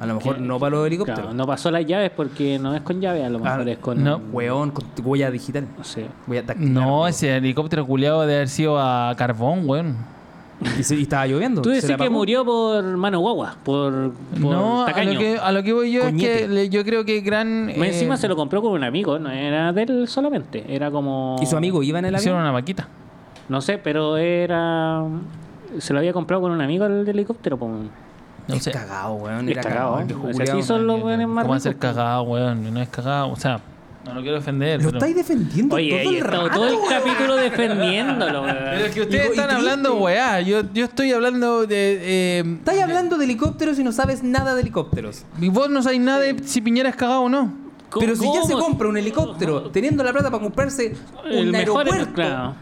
Speaker 3: A lo mejor
Speaker 2: Que-
Speaker 3: no para los helicópteros.
Speaker 2: Claro, no pasó las llaves porque no es con llave, a lo mejor
Speaker 3: Ah,
Speaker 2: es con.
Speaker 4: no.
Speaker 3: Weón, con tu huella digital.
Speaker 2: no sé.
Speaker 3: Huella táctil.
Speaker 4: No, ese helicóptero culeado debe haber sido a carbón, weón.
Speaker 3: Y, se- y estaba lloviendo.
Speaker 2: Tú
Speaker 3: se
Speaker 2: decís
Speaker 3: la
Speaker 2: que
Speaker 3: apagó.
Speaker 2: murió por mano guagua, por, por
Speaker 4: No, a
Speaker 2: tacaño.
Speaker 4: lo, que, a lo que voy yo es
Speaker 3: Coñete.
Speaker 4: que le- yo creo que gran.
Speaker 2: Más
Speaker 4: eh,
Speaker 2: Encima se
Speaker 3: Em.
Speaker 2: lo compró con un amigo, no era de él solamente, era como...
Speaker 3: ¿Y su amigo iba en el
Speaker 4: Hicieron
Speaker 3: avión?
Speaker 4: una vaquita.
Speaker 2: No sé, pero era... Se lo había comprado con un amigo el helicóptero. po.
Speaker 4: No
Speaker 3: Es
Speaker 4: sé.
Speaker 3: cagado, weón.
Speaker 2: Es
Speaker 3: Era
Speaker 2: cagado.
Speaker 3: cagado.
Speaker 2: ¿eh?
Speaker 3: el viejo
Speaker 2: O sea,
Speaker 3: culiao.
Speaker 2: Así son los buenos más
Speaker 4: ¿Cómo va a ser
Speaker 2: ricos, pues. po.
Speaker 4: cagado, weón? No es cagado. O sea, no lo quiero ofender.
Speaker 3: Lo
Speaker 4: pero-
Speaker 3: estáis defendiendo
Speaker 2: Oye,
Speaker 3: todo
Speaker 2: y he
Speaker 3: el
Speaker 2: estado
Speaker 3: rato.
Speaker 2: todo el
Speaker 3: weón.
Speaker 2: capítulo defendiéndolo. weón.
Speaker 4: Pero es que ustedes
Speaker 3: Y- y
Speaker 4: están
Speaker 3: triste.
Speaker 4: hablando, weá. Yo, yo estoy hablando de. eh,
Speaker 3: Estáis hablando de helicópteros y no sabes nada de helicópteros.
Speaker 4: y vos no sabés nada de si Piñera es cagado o no.
Speaker 2: ¿Cómo-
Speaker 3: Pero si ya se
Speaker 2: cómo?
Speaker 3: compra un helicóptero, teniendo la plata para comprarse
Speaker 2: El
Speaker 3: un
Speaker 2: mejor
Speaker 3: aeropuerto,
Speaker 2: claro.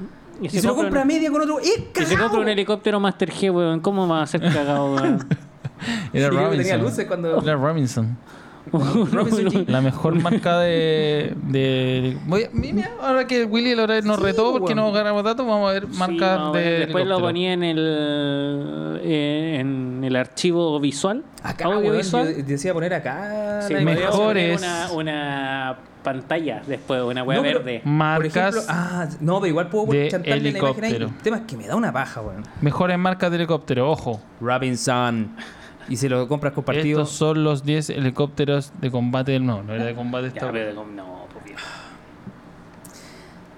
Speaker 3: y se, lo compra a
Speaker 2: un,
Speaker 3: media con otro, ¡es
Speaker 2: y
Speaker 3: cagado!
Speaker 2: se compra un helicóptero Master G, weón. ¿Cómo va a ser cagado, weón?
Speaker 4: Era
Speaker 3: Sí, yo creo que
Speaker 4: Robinson.
Speaker 3: tenía luces cuando-
Speaker 4: Era Robinson.
Speaker 3: Robinson G.
Speaker 4: La mejor marca de. de voy a- mira, ahora que Willy la otra vez nos
Speaker 3: Sí,
Speaker 4: retó porque
Speaker 3: weón.
Speaker 4: no ganamos datos, vamos a ver marcas
Speaker 2: Sí, no,
Speaker 4: de.
Speaker 2: bueno, después lo
Speaker 4: helicóptero.
Speaker 2: ponía en el eh, en el archivo visual
Speaker 3: Acá, weón, yo
Speaker 2: audiovisual
Speaker 3: decía poner acá.
Speaker 2: Sí, podía
Speaker 3: la imagen.
Speaker 4: mejores.
Speaker 2: poner una, una pantalla después una web
Speaker 3: No, pero-
Speaker 2: verde
Speaker 3: Por
Speaker 4: Marcas.
Speaker 3: ejemplo, ah, no, pero igual puedo
Speaker 4: de
Speaker 3: chantarle la imagen ahí.
Speaker 4: helicóptero.
Speaker 3: El tema es que me da una paja, weón.
Speaker 4: Mejores marcas de helicóptero, ojo.
Speaker 3: Robinson. Y se lo compras compartido.
Speaker 4: Estos son los 10 helicópteros de combate del. No, no era de combate
Speaker 2: Ya,
Speaker 4: esta.
Speaker 2: pero no, por Dios.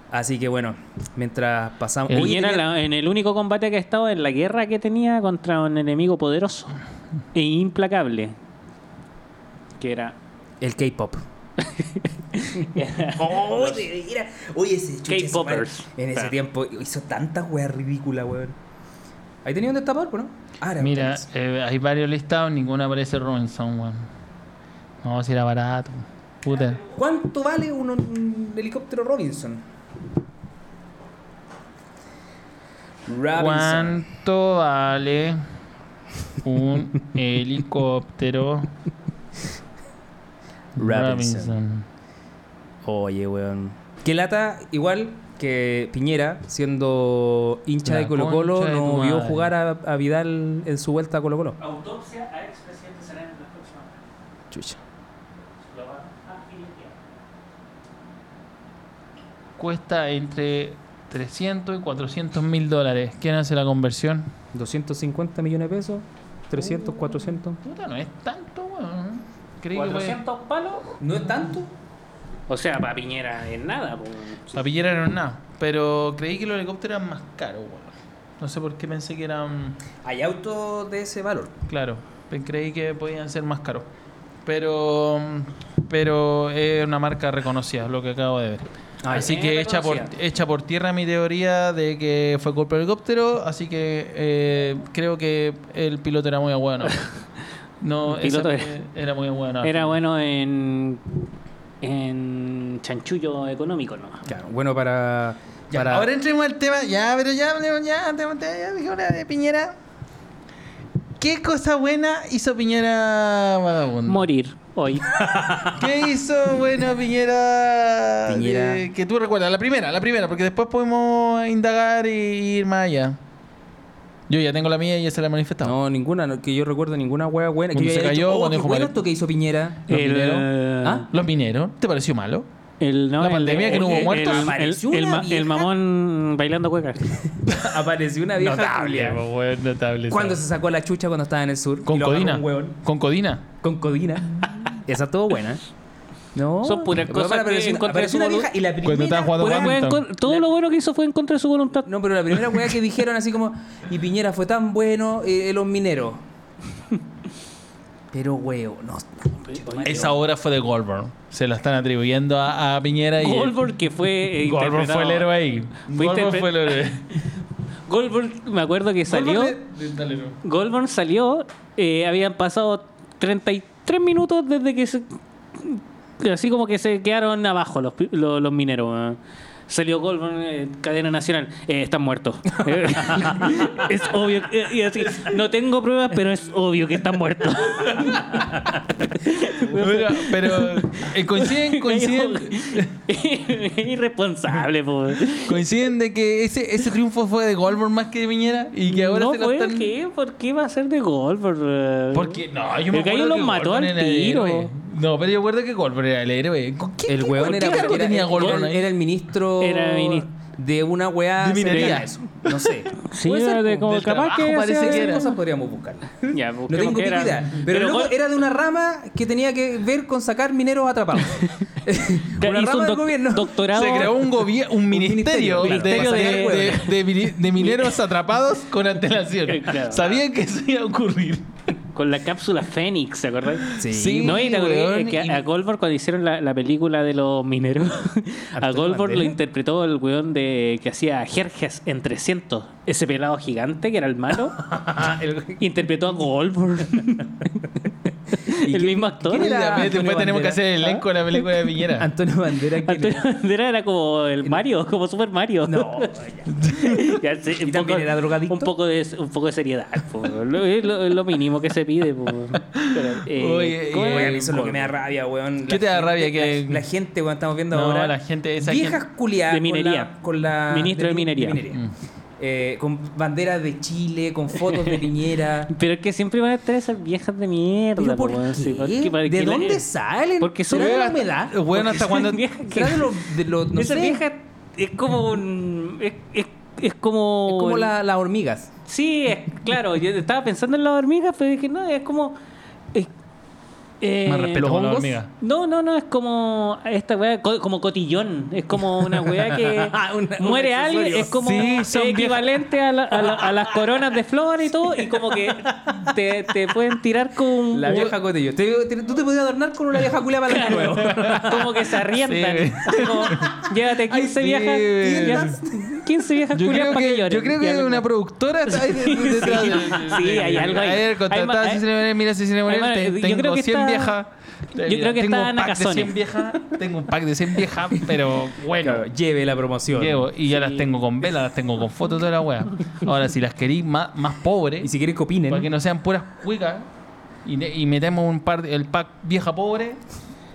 Speaker 3: Así que bueno, mientras pasamos.
Speaker 4: El-
Speaker 3: Oye,
Speaker 2: Y era
Speaker 3: tenía-
Speaker 2: la- en el único combate que ha estado en la guerra que tenía contra un enemigo poderoso e implacable que era
Speaker 3: El K-pop. Oh, de veras. Oye, ese chucha, ese
Speaker 2: K-popers.
Speaker 3: man, En ese
Speaker 2: Claro.
Speaker 3: tiempo hizo tantas weas ridículas, weón. Ahí tenía un destapador, po, ¿no? Ah, era
Speaker 4: Mira,
Speaker 3: tenés.
Speaker 4: eh, hay varios listados, ninguno aparece Robinson, weón. No, si era barato. Puta.
Speaker 3: ¿Cuánto vale un, un helicóptero Robinson? Robinson.
Speaker 4: ¿Cuánto vale un helicóptero
Speaker 3: Robinson. Oye, weón. Qué lata, igual, que Piñera, siendo hincha
Speaker 4: La
Speaker 3: de Colo Colo,
Speaker 4: concha de tu
Speaker 3: no vio
Speaker 4: madre.
Speaker 3: jugar a, a Vidal en su vuelta a Colo Colo.
Speaker 2: Autopsia a expresidente será en la próxima.
Speaker 3: Chucha.
Speaker 4: Cuesta entre 300 y 400 mil dólares. ¿Quién hace la conversión?
Speaker 3: 250 millones de pesos,
Speaker 2: Uh.
Speaker 3: 300, 400.
Speaker 4: Puta, no es tanto, weón. Creí que fue...
Speaker 2: 400 palos.
Speaker 3: ¿No es tanto?
Speaker 2: O sea, para Piñera es nada. po.
Speaker 4: La pillera no es nada. Pero creí que los helicópteros eran más caros, weón. No sé por qué pensé que eran...
Speaker 3: Hay autos de ese valor.
Speaker 4: Claro, pe- creí que podían ser más caros. Pero pero es una marca reconocida, lo que acabo de ver.
Speaker 2: Ah,
Speaker 4: así
Speaker 2: es
Speaker 4: que echa por,
Speaker 2: reconocida.
Speaker 4: echa por tierra mi teoría de que fue culpa del helicóptero, así que eh, creo que el piloto era muy bueno. No,
Speaker 2: El piloto
Speaker 4: esa-
Speaker 2: era-
Speaker 4: era muy bueno.
Speaker 2: Era bueno en. en chanchullo económico, ¿no?
Speaker 3: Claro, bueno para.
Speaker 4: Ya,
Speaker 3: para-
Speaker 4: Ahora entremos al tema. Ya, pero ya, ya, ya, ya, ya, ya, ya, de Piñera. ¿Qué cosa buena hizo Piñera vagabundo?
Speaker 2: Morir hoy.
Speaker 4: ¿Qué hizo, bueno, Piñera?
Speaker 3: Piñera.
Speaker 4: eh, que tú recuerdas, la primera, la primera, porque después podemos indagar y ir más allá. Yo ya tengo la mía y ya se la he manifestado.
Speaker 3: No, ninguna, no, que yo recuerdo ninguna hueá buena.
Speaker 4: Cuando
Speaker 3: que
Speaker 4: se
Speaker 3: yo haya dicho,
Speaker 4: cayó,
Speaker 3: "Oh,
Speaker 4: cuando
Speaker 3: qué
Speaker 4: dijo
Speaker 3: bueno
Speaker 4: Mario-
Speaker 3: esto que hizo Piñera.
Speaker 4: Los mineros.
Speaker 3: ¿Ah?
Speaker 4: Los mineros, ¿te pareció malo?
Speaker 2: El, no,
Speaker 4: La
Speaker 2: el-
Speaker 4: pandemia que no hubo
Speaker 2: el-
Speaker 4: muertos.
Speaker 2: el- El,
Speaker 3: Apareció
Speaker 2: el
Speaker 3: una
Speaker 2: ma-
Speaker 3: vieja.
Speaker 2: el mamón bailando cuecas.
Speaker 3: Apareció una vieja culia.
Speaker 4: po, weón, notable.
Speaker 3: Cuando se
Speaker 4: ¿sabes?
Speaker 3: sacó la chucha cuando estaba en el sur.
Speaker 4: Con
Speaker 3: y lo agarró
Speaker 4: Codina.
Speaker 3: un hueón.
Speaker 4: Con Codina.
Speaker 3: Con Codina. Esa estuvo buena. No.
Speaker 2: Son puras
Speaker 3: Pero
Speaker 2: cosas
Speaker 3: para-
Speaker 2: que
Speaker 3: apareció-
Speaker 2: encontré
Speaker 3: apareció
Speaker 2: en
Speaker 3: una
Speaker 2: su
Speaker 3: vieja y la
Speaker 4: Cuando estaba
Speaker 3: primera.
Speaker 4: jugando
Speaker 2: Pura wea en
Speaker 4: Badminton.
Speaker 2: con- todo lo bueno que hizo fue en contra de su voluntad.
Speaker 3: No, pero la primera hueá que dijeron así como. Y Piñera fue tan bueno, eh, los mineros. Pero huevo, no.
Speaker 4: Esa obra fue de Goldberg. Se la están atribuyendo a, a Piñera y.
Speaker 2: Goldberg que fue eh,
Speaker 4: Goldberg fue el
Speaker 2: interpretado-
Speaker 4: héroe ahí.
Speaker 2: Fue
Speaker 4: Goldberg
Speaker 2: interpre-
Speaker 4: fue el héroe.
Speaker 2: Goldberg, me acuerdo que salió.
Speaker 4: Goldberg-
Speaker 2: Goldberg salió, eh, habían pasado 33 minutos desde que se. Así como que se quedaron abajo los, pi- lo- los mineros. weón. Salió Goldberg, eh, cadena nacional. eh, están muertos. Eh, es obvio. eh, y así, no tengo pruebas, pero es obvio que están muertos.
Speaker 4: Pero, pero, eh, coinciden, coinciden,
Speaker 2: Irresponsable, po.
Speaker 4: coinciden de que ese, ese triunfo fue de Goldberg más que de Piñera y que ahora
Speaker 2: no
Speaker 4: se lo
Speaker 2: fue,
Speaker 4: están.
Speaker 2: ¿qué? ¿Por qué va a ser de Goldberg? weón?
Speaker 4: Porque no, yo me
Speaker 2: El gallo
Speaker 4: acuerdo
Speaker 2: los
Speaker 4: que
Speaker 2: mató
Speaker 4: Goldberg
Speaker 2: al
Speaker 4: era el
Speaker 2: tiro. eh.
Speaker 4: héroe. No, pero yo recuerdo que Goldberg era el héroe. ¿Con qué-
Speaker 3: El
Speaker 4: qué-
Speaker 3: hueón
Speaker 4: qué
Speaker 3: era
Speaker 4: cargo
Speaker 3: porque era,
Speaker 4: tenía Goldberg
Speaker 3: eh, era-
Speaker 4: ahí?
Speaker 3: era el ministro.
Speaker 2: Era minis-
Speaker 3: De una weá.
Speaker 4: De minería.
Speaker 3: cercana a eso. No sé.
Speaker 2: Sí,
Speaker 3: Puede
Speaker 2: era
Speaker 3: ser,
Speaker 2: de
Speaker 3: po.
Speaker 2: como
Speaker 4: del
Speaker 2: capaz que.
Speaker 4: trabajo parece que
Speaker 2: sea-
Speaker 3: Esas
Speaker 4: era.
Speaker 3: cosas podríamos buscarlas.
Speaker 2: Ya,
Speaker 3: No
Speaker 2: pues, busquemos
Speaker 3: tengo
Speaker 2: qué
Speaker 3: ni
Speaker 2: era.
Speaker 3: idea. Pero, el loco
Speaker 2: Gol-
Speaker 3: era de una rama que tenía que ver con sacar mineros atrapados.
Speaker 2: que
Speaker 3: una
Speaker 2: hizo un
Speaker 3: rama del
Speaker 2: doc-
Speaker 3: gobierno.
Speaker 2: doctorado.
Speaker 4: Se creó un, gobier- un ministerio, de-
Speaker 2: claro,
Speaker 3: ministerio,
Speaker 2: para sacar
Speaker 4: de,
Speaker 3: huevos.
Speaker 4: de- de mini- de mineros atrapados con antelación.
Speaker 2: Eh, claro.
Speaker 4: Sabían que eso iba a ocurrir.
Speaker 2: Con la cápsula Fénix, ¿se acordáis?
Speaker 3: Sí.
Speaker 2: No, y la
Speaker 4: weón,
Speaker 2: que
Speaker 4: y-
Speaker 2: a Goldberg cuando hicieron la, la película de los mineros, a
Speaker 3: Antonio
Speaker 2: Goldberg lo
Speaker 3: Banderas.
Speaker 2: interpretó el weón de que hacía Jerjes en 300, ese pelado gigante que era el malo, Ah, interpretó a Goldberg,
Speaker 3: ¿Y
Speaker 2: el
Speaker 3: quién-
Speaker 2: mismo actor.
Speaker 3: quién era?
Speaker 4: Ya, mira, después
Speaker 3: Antonio
Speaker 4: tenemos que
Speaker 3: Banderas.
Speaker 4: hacer el elenco de la película de Piñera.
Speaker 3: Antonio Bandera. ¿quién
Speaker 2: Antonio
Speaker 3: era?
Speaker 2: Banderas era como el Mario, como Super Mario.
Speaker 3: No,
Speaker 2: Ya sé, un
Speaker 3: ¿Y también era drogadicto?
Speaker 2: Un poco de, un poco de seriedad, po. lo, es lo- es lo mínimo que se pide. po. Pero, eh,
Speaker 4: Oye,
Speaker 2: ¿cómo
Speaker 4: y-
Speaker 2: era?
Speaker 3: Oye, a mí eso es lo que me da rabia, weón.
Speaker 4: ¿Qué
Speaker 3: La
Speaker 4: te da
Speaker 3: gente-
Speaker 4: rabia que-
Speaker 3: La, la gente, weón, estamos viendo
Speaker 4: No,
Speaker 3: ahora.
Speaker 4: la gente- esa
Speaker 3: Viejas
Speaker 4: gente-
Speaker 3: culiadas.
Speaker 2: De minería.
Speaker 3: Con la. con la-
Speaker 2: Ministro de
Speaker 3: mi-
Speaker 2: minería.
Speaker 3: Eh, con banderas de Chile, con fotos de Piñera.
Speaker 2: Pero es que siempre van a estar esas viejas de mierda.
Speaker 3: ¿Pero
Speaker 2: po,
Speaker 3: por
Speaker 2: weón.
Speaker 3: qué?
Speaker 2: Sí, porque- para
Speaker 3: ¿De
Speaker 2: que la-
Speaker 3: dónde salen?
Speaker 2: Porque son-
Speaker 3: ¿Será de la
Speaker 2: Weón,
Speaker 3: humedad?
Speaker 4: Bueno, hasta cuando.
Speaker 2: Vieja que-
Speaker 3: ¿Será de los. De los no
Speaker 2: Esa
Speaker 3: sé?
Speaker 2: vieja es como un. Es, es- es como.
Speaker 3: Es como la- las hormigas.
Speaker 2: Sí, es- claro. Yo estaba pensando en las hormigas, pero dije, no, es como. es- eh,
Speaker 4: Más respeto
Speaker 3: ¿los
Speaker 4: por la
Speaker 3: hongos?
Speaker 4: hormiga.
Speaker 2: No, no, no, es como esta weá, co- como cotillón. Es como una weá que
Speaker 3: Una- Ah, un
Speaker 2: muere alguien,
Speaker 3: accesorio.
Speaker 2: es como
Speaker 4: Sí,
Speaker 2: es
Speaker 4: son
Speaker 2: equivalente a, la- a la- a las coronas de flores y todo, y como que te, te pueden tirar con un-
Speaker 3: La vieja cotillo. Te- te- tú te podías adornar con una vieja culia para el año nuevo.
Speaker 2: como que se arrientan.
Speaker 4: Sí,
Speaker 2: Así como, llévate 15
Speaker 4: sí,
Speaker 2: viejas,
Speaker 4: güey.
Speaker 2: ya- 15 viejas
Speaker 4: Yo
Speaker 2: culiadas
Speaker 4: creo,
Speaker 2: para que,
Speaker 4: que,
Speaker 2: lloren.
Speaker 4: yo creo que
Speaker 2: Ya,
Speaker 4: una productora está ahí detrás
Speaker 2: Sí,
Speaker 4: de-
Speaker 2: sí,
Speaker 4: de-
Speaker 2: hay algo ahí.
Speaker 4: Ayer contrataba
Speaker 2: Hay
Speaker 4: a
Speaker 2: ma-
Speaker 4: Cecilia Morel, mira Cecilia Morel,
Speaker 2: hay ma-
Speaker 4: te-
Speaker 2: yo
Speaker 4: tengo
Speaker 2: creo que
Speaker 4: 100
Speaker 2: está-
Speaker 4: viejas.
Speaker 2: yo
Speaker 4: Mira,
Speaker 2: creo que
Speaker 4: tengo
Speaker 2: está
Speaker 4: un
Speaker 2: Ana
Speaker 4: pack de
Speaker 2: Cassone.
Speaker 4: 100 viejas, tengo un pack de 100 viejas, pero bueno.
Speaker 3: Claro, lleve la promoción.
Speaker 4: Llevo, y ya
Speaker 2: Sí.
Speaker 4: las tengo con vela, las tengo con fotos, toda la wea. Ahora, si las queréis más, más
Speaker 3: Y
Speaker 4: pobres,
Speaker 3: si quieres que opinen.
Speaker 4: para que no sean puras cuicas, y, ne- y metemos un par de- el pack vieja pobre,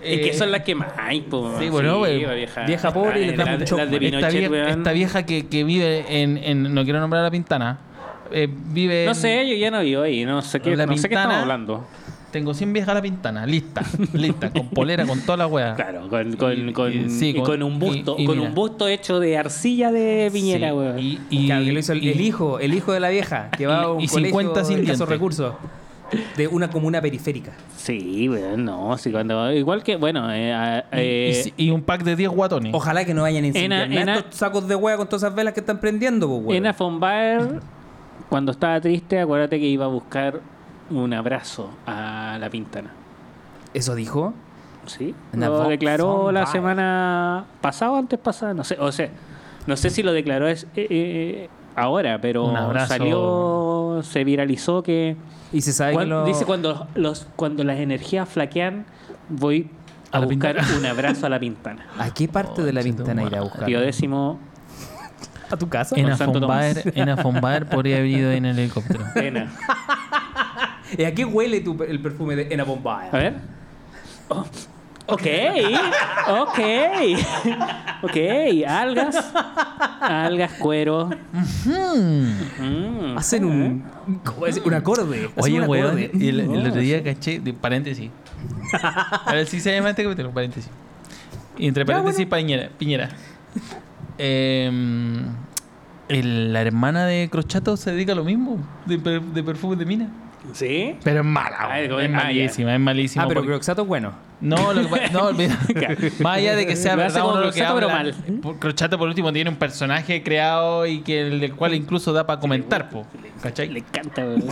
Speaker 4: eh,
Speaker 2: Es que son las que más hay, po.
Speaker 4: Sí, bueno,
Speaker 2: Sí,
Speaker 4: eh,
Speaker 2: la
Speaker 4: vieja,
Speaker 2: vieja.
Speaker 4: pobre y
Speaker 2: la,
Speaker 4: le estamos
Speaker 2: la-
Speaker 4: choc,
Speaker 2: las de
Speaker 4: esta
Speaker 2: Pinochet,
Speaker 4: vieja,
Speaker 2: weón.
Speaker 4: esta vieja que, que vive en, en- No quiero nombrar a la Pintana. eh, vive.
Speaker 2: No
Speaker 4: en-
Speaker 2: sé, yo ya no vivo ahí, no sé qué,
Speaker 4: La
Speaker 2: no sé qué
Speaker 4: Pintana.
Speaker 2: estamos hablando.
Speaker 4: Tengo 100 viejas a la Pintana, lista, lista, con polera, con toda la wea.
Speaker 2: Claro, con, con,
Speaker 4: Y-
Speaker 2: con,
Speaker 4: y- sí,
Speaker 2: y
Speaker 4: con-
Speaker 2: con un busto,
Speaker 4: y- y
Speaker 2: con
Speaker 4: mira.
Speaker 2: un busto hecho de arcilla de Piñera,
Speaker 4: Sí,
Speaker 2: weón.
Speaker 4: Y, y-
Speaker 3: Claro, que lo hizo el,
Speaker 4: y-
Speaker 3: el hijo, el hijo de la vieja, que va a un
Speaker 4: Y- y
Speaker 3: colegio
Speaker 4: 50 sin
Speaker 3: de escasos
Speaker 4: dientes.
Speaker 3: recursos de una comuna periférica.
Speaker 2: Sí, weón, no, sí, cuando igual que bueno, eh, a-
Speaker 4: y-
Speaker 2: eh,
Speaker 4: y si- y un pack de 10 guatones.
Speaker 3: Ojalá que no vayan a incendiar
Speaker 2: Ena-
Speaker 3: nada
Speaker 2: ena-
Speaker 3: estos sacos de hueá con todas esas velas que están prendiendo, pues, weón.
Speaker 2: Ena von Baer, cuando estaba triste, acuérdate que iba a buscar un abrazo a la pintana.
Speaker 3: Eso dijo.
Speaker 2: Sí,
Speaker 3: Ena
Speaker 2: lo
Speaker 3: von-
Speaker 2: declaró
Speaker 3: von
Speaker 2: la
Speaker 3: Baer.
Speaker 2: semana pasada o antes pasada, no sé, o sea, no sé si lo declaró es, eh, eh, ahora, pero
Speaker 4: Un abrazo.
Speaker 2: salió, se viralizó que
Speaker 3: Y se sabe que
Speaker 2: Cuan-
Speaker 3: lo...
Speaker 2: Dice cuando, los, cuando las energías flaquean, voy a,
Speaker 4: A la
Speaker 2: buscar
Speaker 4: pintana.
Speaker 2: un abrazo a la pintana.
Speaker 3: ¿A qué parte de la
Speaker 4: Conchetumare.
Speaker 3: ventana irá a buscar?
Speaker 2: Pío décimo,
Speaker 3: ¿A tu casa?
Speaker 4: Ena
Speaker 2: con Santo
Speaker 4: von
Speaker 2: Tomás.
Speaker 4: Baer- Ena von Baer podría haber ido en el helicóptero.
Speaker 2: pena.
Speaker 3: ¿Y Eh, a qué huele tu, el perfume de Ena Bombay?
Speaker 2: A ver. Oh, Ok, ok, ok, algas, algas, cuero. Mm.
Speaker 3: Hacen un, ¿cómo decir? un acorde. hacen
Speaker 4: Oye,
Speaker 3: un acorde.
Speaker 4: weón, y el, el otro día caché, de paréntesis. A ver si se llama este capítulo, paréntesis. Y entre paréntesis, Piñera. Piñera. Em, el- la hermana de Crochato se dedica a lo mismo, de, per- de perfume de mina.
Speaker 2: ¿Sí?
Speaker 4: Pero es mala,
Speaker 2: Ah,
Speaker 4: weón.
Speaker 2: es-
Speaker 4: es
Speaker 2: ah, ya.
Speaker 4: malísima, es malísima.
Speaker 3: Ah, pero
Speaker 4: porque-
Speaker 3: Croxato es bueno.
Speaker 4: No, lo que pa- no, olvida- más allá de que sea
Speaker 2: Lo hace
Speaker 4: verdad
Speaker 2: como
Speaker 4: o no lo que
Speaker 2: Crochato, pero
Speaker 4: hablan,
Speaker 2: mal.
Speaker 4: por- Crochato, por último, tiene un personaje creado y que el del cual incluso da para comentar, po, ¿cachai?
Speaker 2: Le encanta, weón.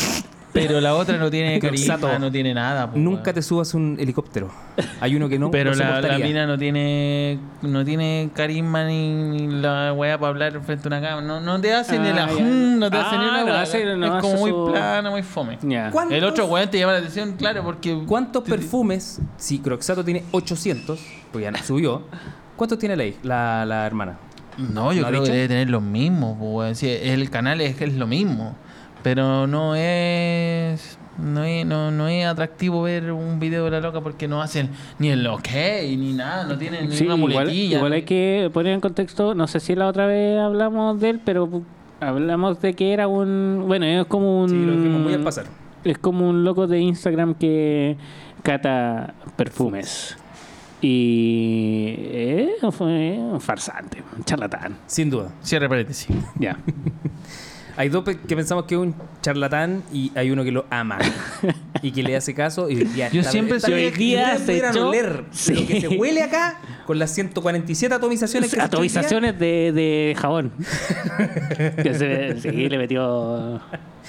Speaker 4: Pero la otra no tiene carisma,
Speaker 3: Exacto.
Speaker 4: no tiene nada. po,
Speaker 3: Nunca te
Speaker 4: Oh, weón.
Speaker 3: subas a un helicóptero. Hay uno que no
Speaker 4: Pero
Speaker 3: no
Speaker 4: la, la
Speaker 3: soportaría.
Speaker 4: mina no tiene no tiene carisma ni, ni la weá para hablar frente a una cámara. No, no te hace ni
Speaker 2: Ah,
Speaker 4: la...
Speaker 2: ya.
Speaker 4: "Mm", No te hace
Speaker 2: Ah,
Speaker 4: ni una
Speaker 2: no
Speaker 4: weá.
Speaker 2: hace- no
Speaker 4: es
Speaker 2: hace
Speaker 4: como muy
Speaker 2: su-
Speaker 4: plana, muy fome.
Speaker 2: Ya.
Speaker 3: ¿Cuántos-
Speaker 4: El otro weón te llama la atención, claro, porque...
Speaker 3: ¿Cuántos perfumes, si Croxato tiene 800, pues ya no subió, ¿cuántos tiene la, hij- la, la hermana?
Speaker 4: No, yo
Speaker 3: ¿No ha
Speaker 4: creo que
Speaker 3: dicho?
Speaker 4: debe tener los mismos, po, weón. Sí, el canal es, es lo mismo. Pero no es. No es, no, no es atractivo ver un video de la loca porque no hacen ni el ok ni nada, no tienen ni
Speaker 2: Sí,
Speaker 4: una
Speaker 2: igual,
Speaker 4: muletilla.
Speaker 2: igual hay que poner en contexto, no sé si la otra vez hablamos de él, pero hablamos de que era un... Bueno, es como un...
Speaker 3: Sí, lo dijimos muy al pasar.
Speaker 2: Es como un loco de Instagram que cata perfumes. Y eh, fue un farsante, un charlatán.
Speaker 3: Sin duda.
Speaker 4: Cierre paréntesis.
Speaker 2: Ya.
Speaker 3: Hay dos pe- que pensamos que es un charlatán y hay uno que lo ama y que le hace caso. Y ya
Speaker 4: Yo siempre
Speaker 3: está-
Speaker 4: soy-
Speaker 2: hoy día
Speaker 3: Ustedes
Speaker 2: se
Speaker 3: pudieran
Speaker 2: echó-
Speaker 3: oler
Speaker 2: Sí.
Speaker 3: lo que se huele acá con las 147 atomizaciones. que se echó hoy día.
Speaker 2: Atomizaciones de, de jabón. Que se- sí, le metió...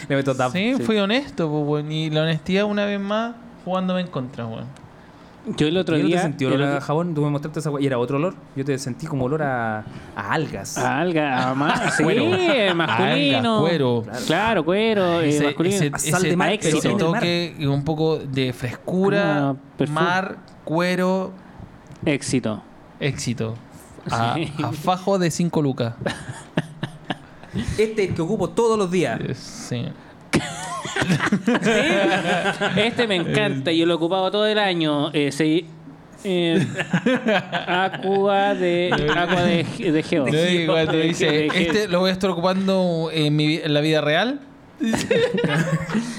Speaker 3: Le meto tap.
Speaker 4: Sí, fui honesto, po, weón, y la honestidad una vez más jugándome en contra, weón.
Speaker 2: Yo el otro
Speaker 3: Yo no
Speaker 2: día...
Speaker 3: te sentí
Speaker 2: el
Speaker 3: olor
Speaker 2: otro-
Speaker 3: a jabón, tú me mostraste esa hue- y era otro olor. Yo te sentí como olor a, a algas.
Speaker 2: A Alga, a ma- sí,
Speaker 4: Ah, Cuero.
Speaker 2: eh, masculino.
Speaker 4: Alga, cuero.
Speaker 2: Claro, cuero, eh, masculino.
Speaker 3: A sal de mar,
Speaker 4: ese
Speaker 2: pero no de
Speaker 4: toque y un poco de frescura,
Speaker 2: Ah, perfume.
Speaker 4: mar, cuero,
Speaker 2: Éxito.
Speaker 4: éxito. A,
Speaker 2: Sí.
Speaker 4: a fajo de 5 lucas.
Speaker 3: Este es el que ocupo todos los días.
Speaker 4: Sí.
Speaker 2: Este me encanta, yo lo he ocupado todo el año. Eh, sí, eh, Aqua de Aqua de, de Geo.
Speaker 4: No, igual te
Speaker 2: De- de-
Speaker 4: dice,
Speaker 2: de-
Speaker 4: este lo voy a estar ocupando en, mi, vi- en la vida real.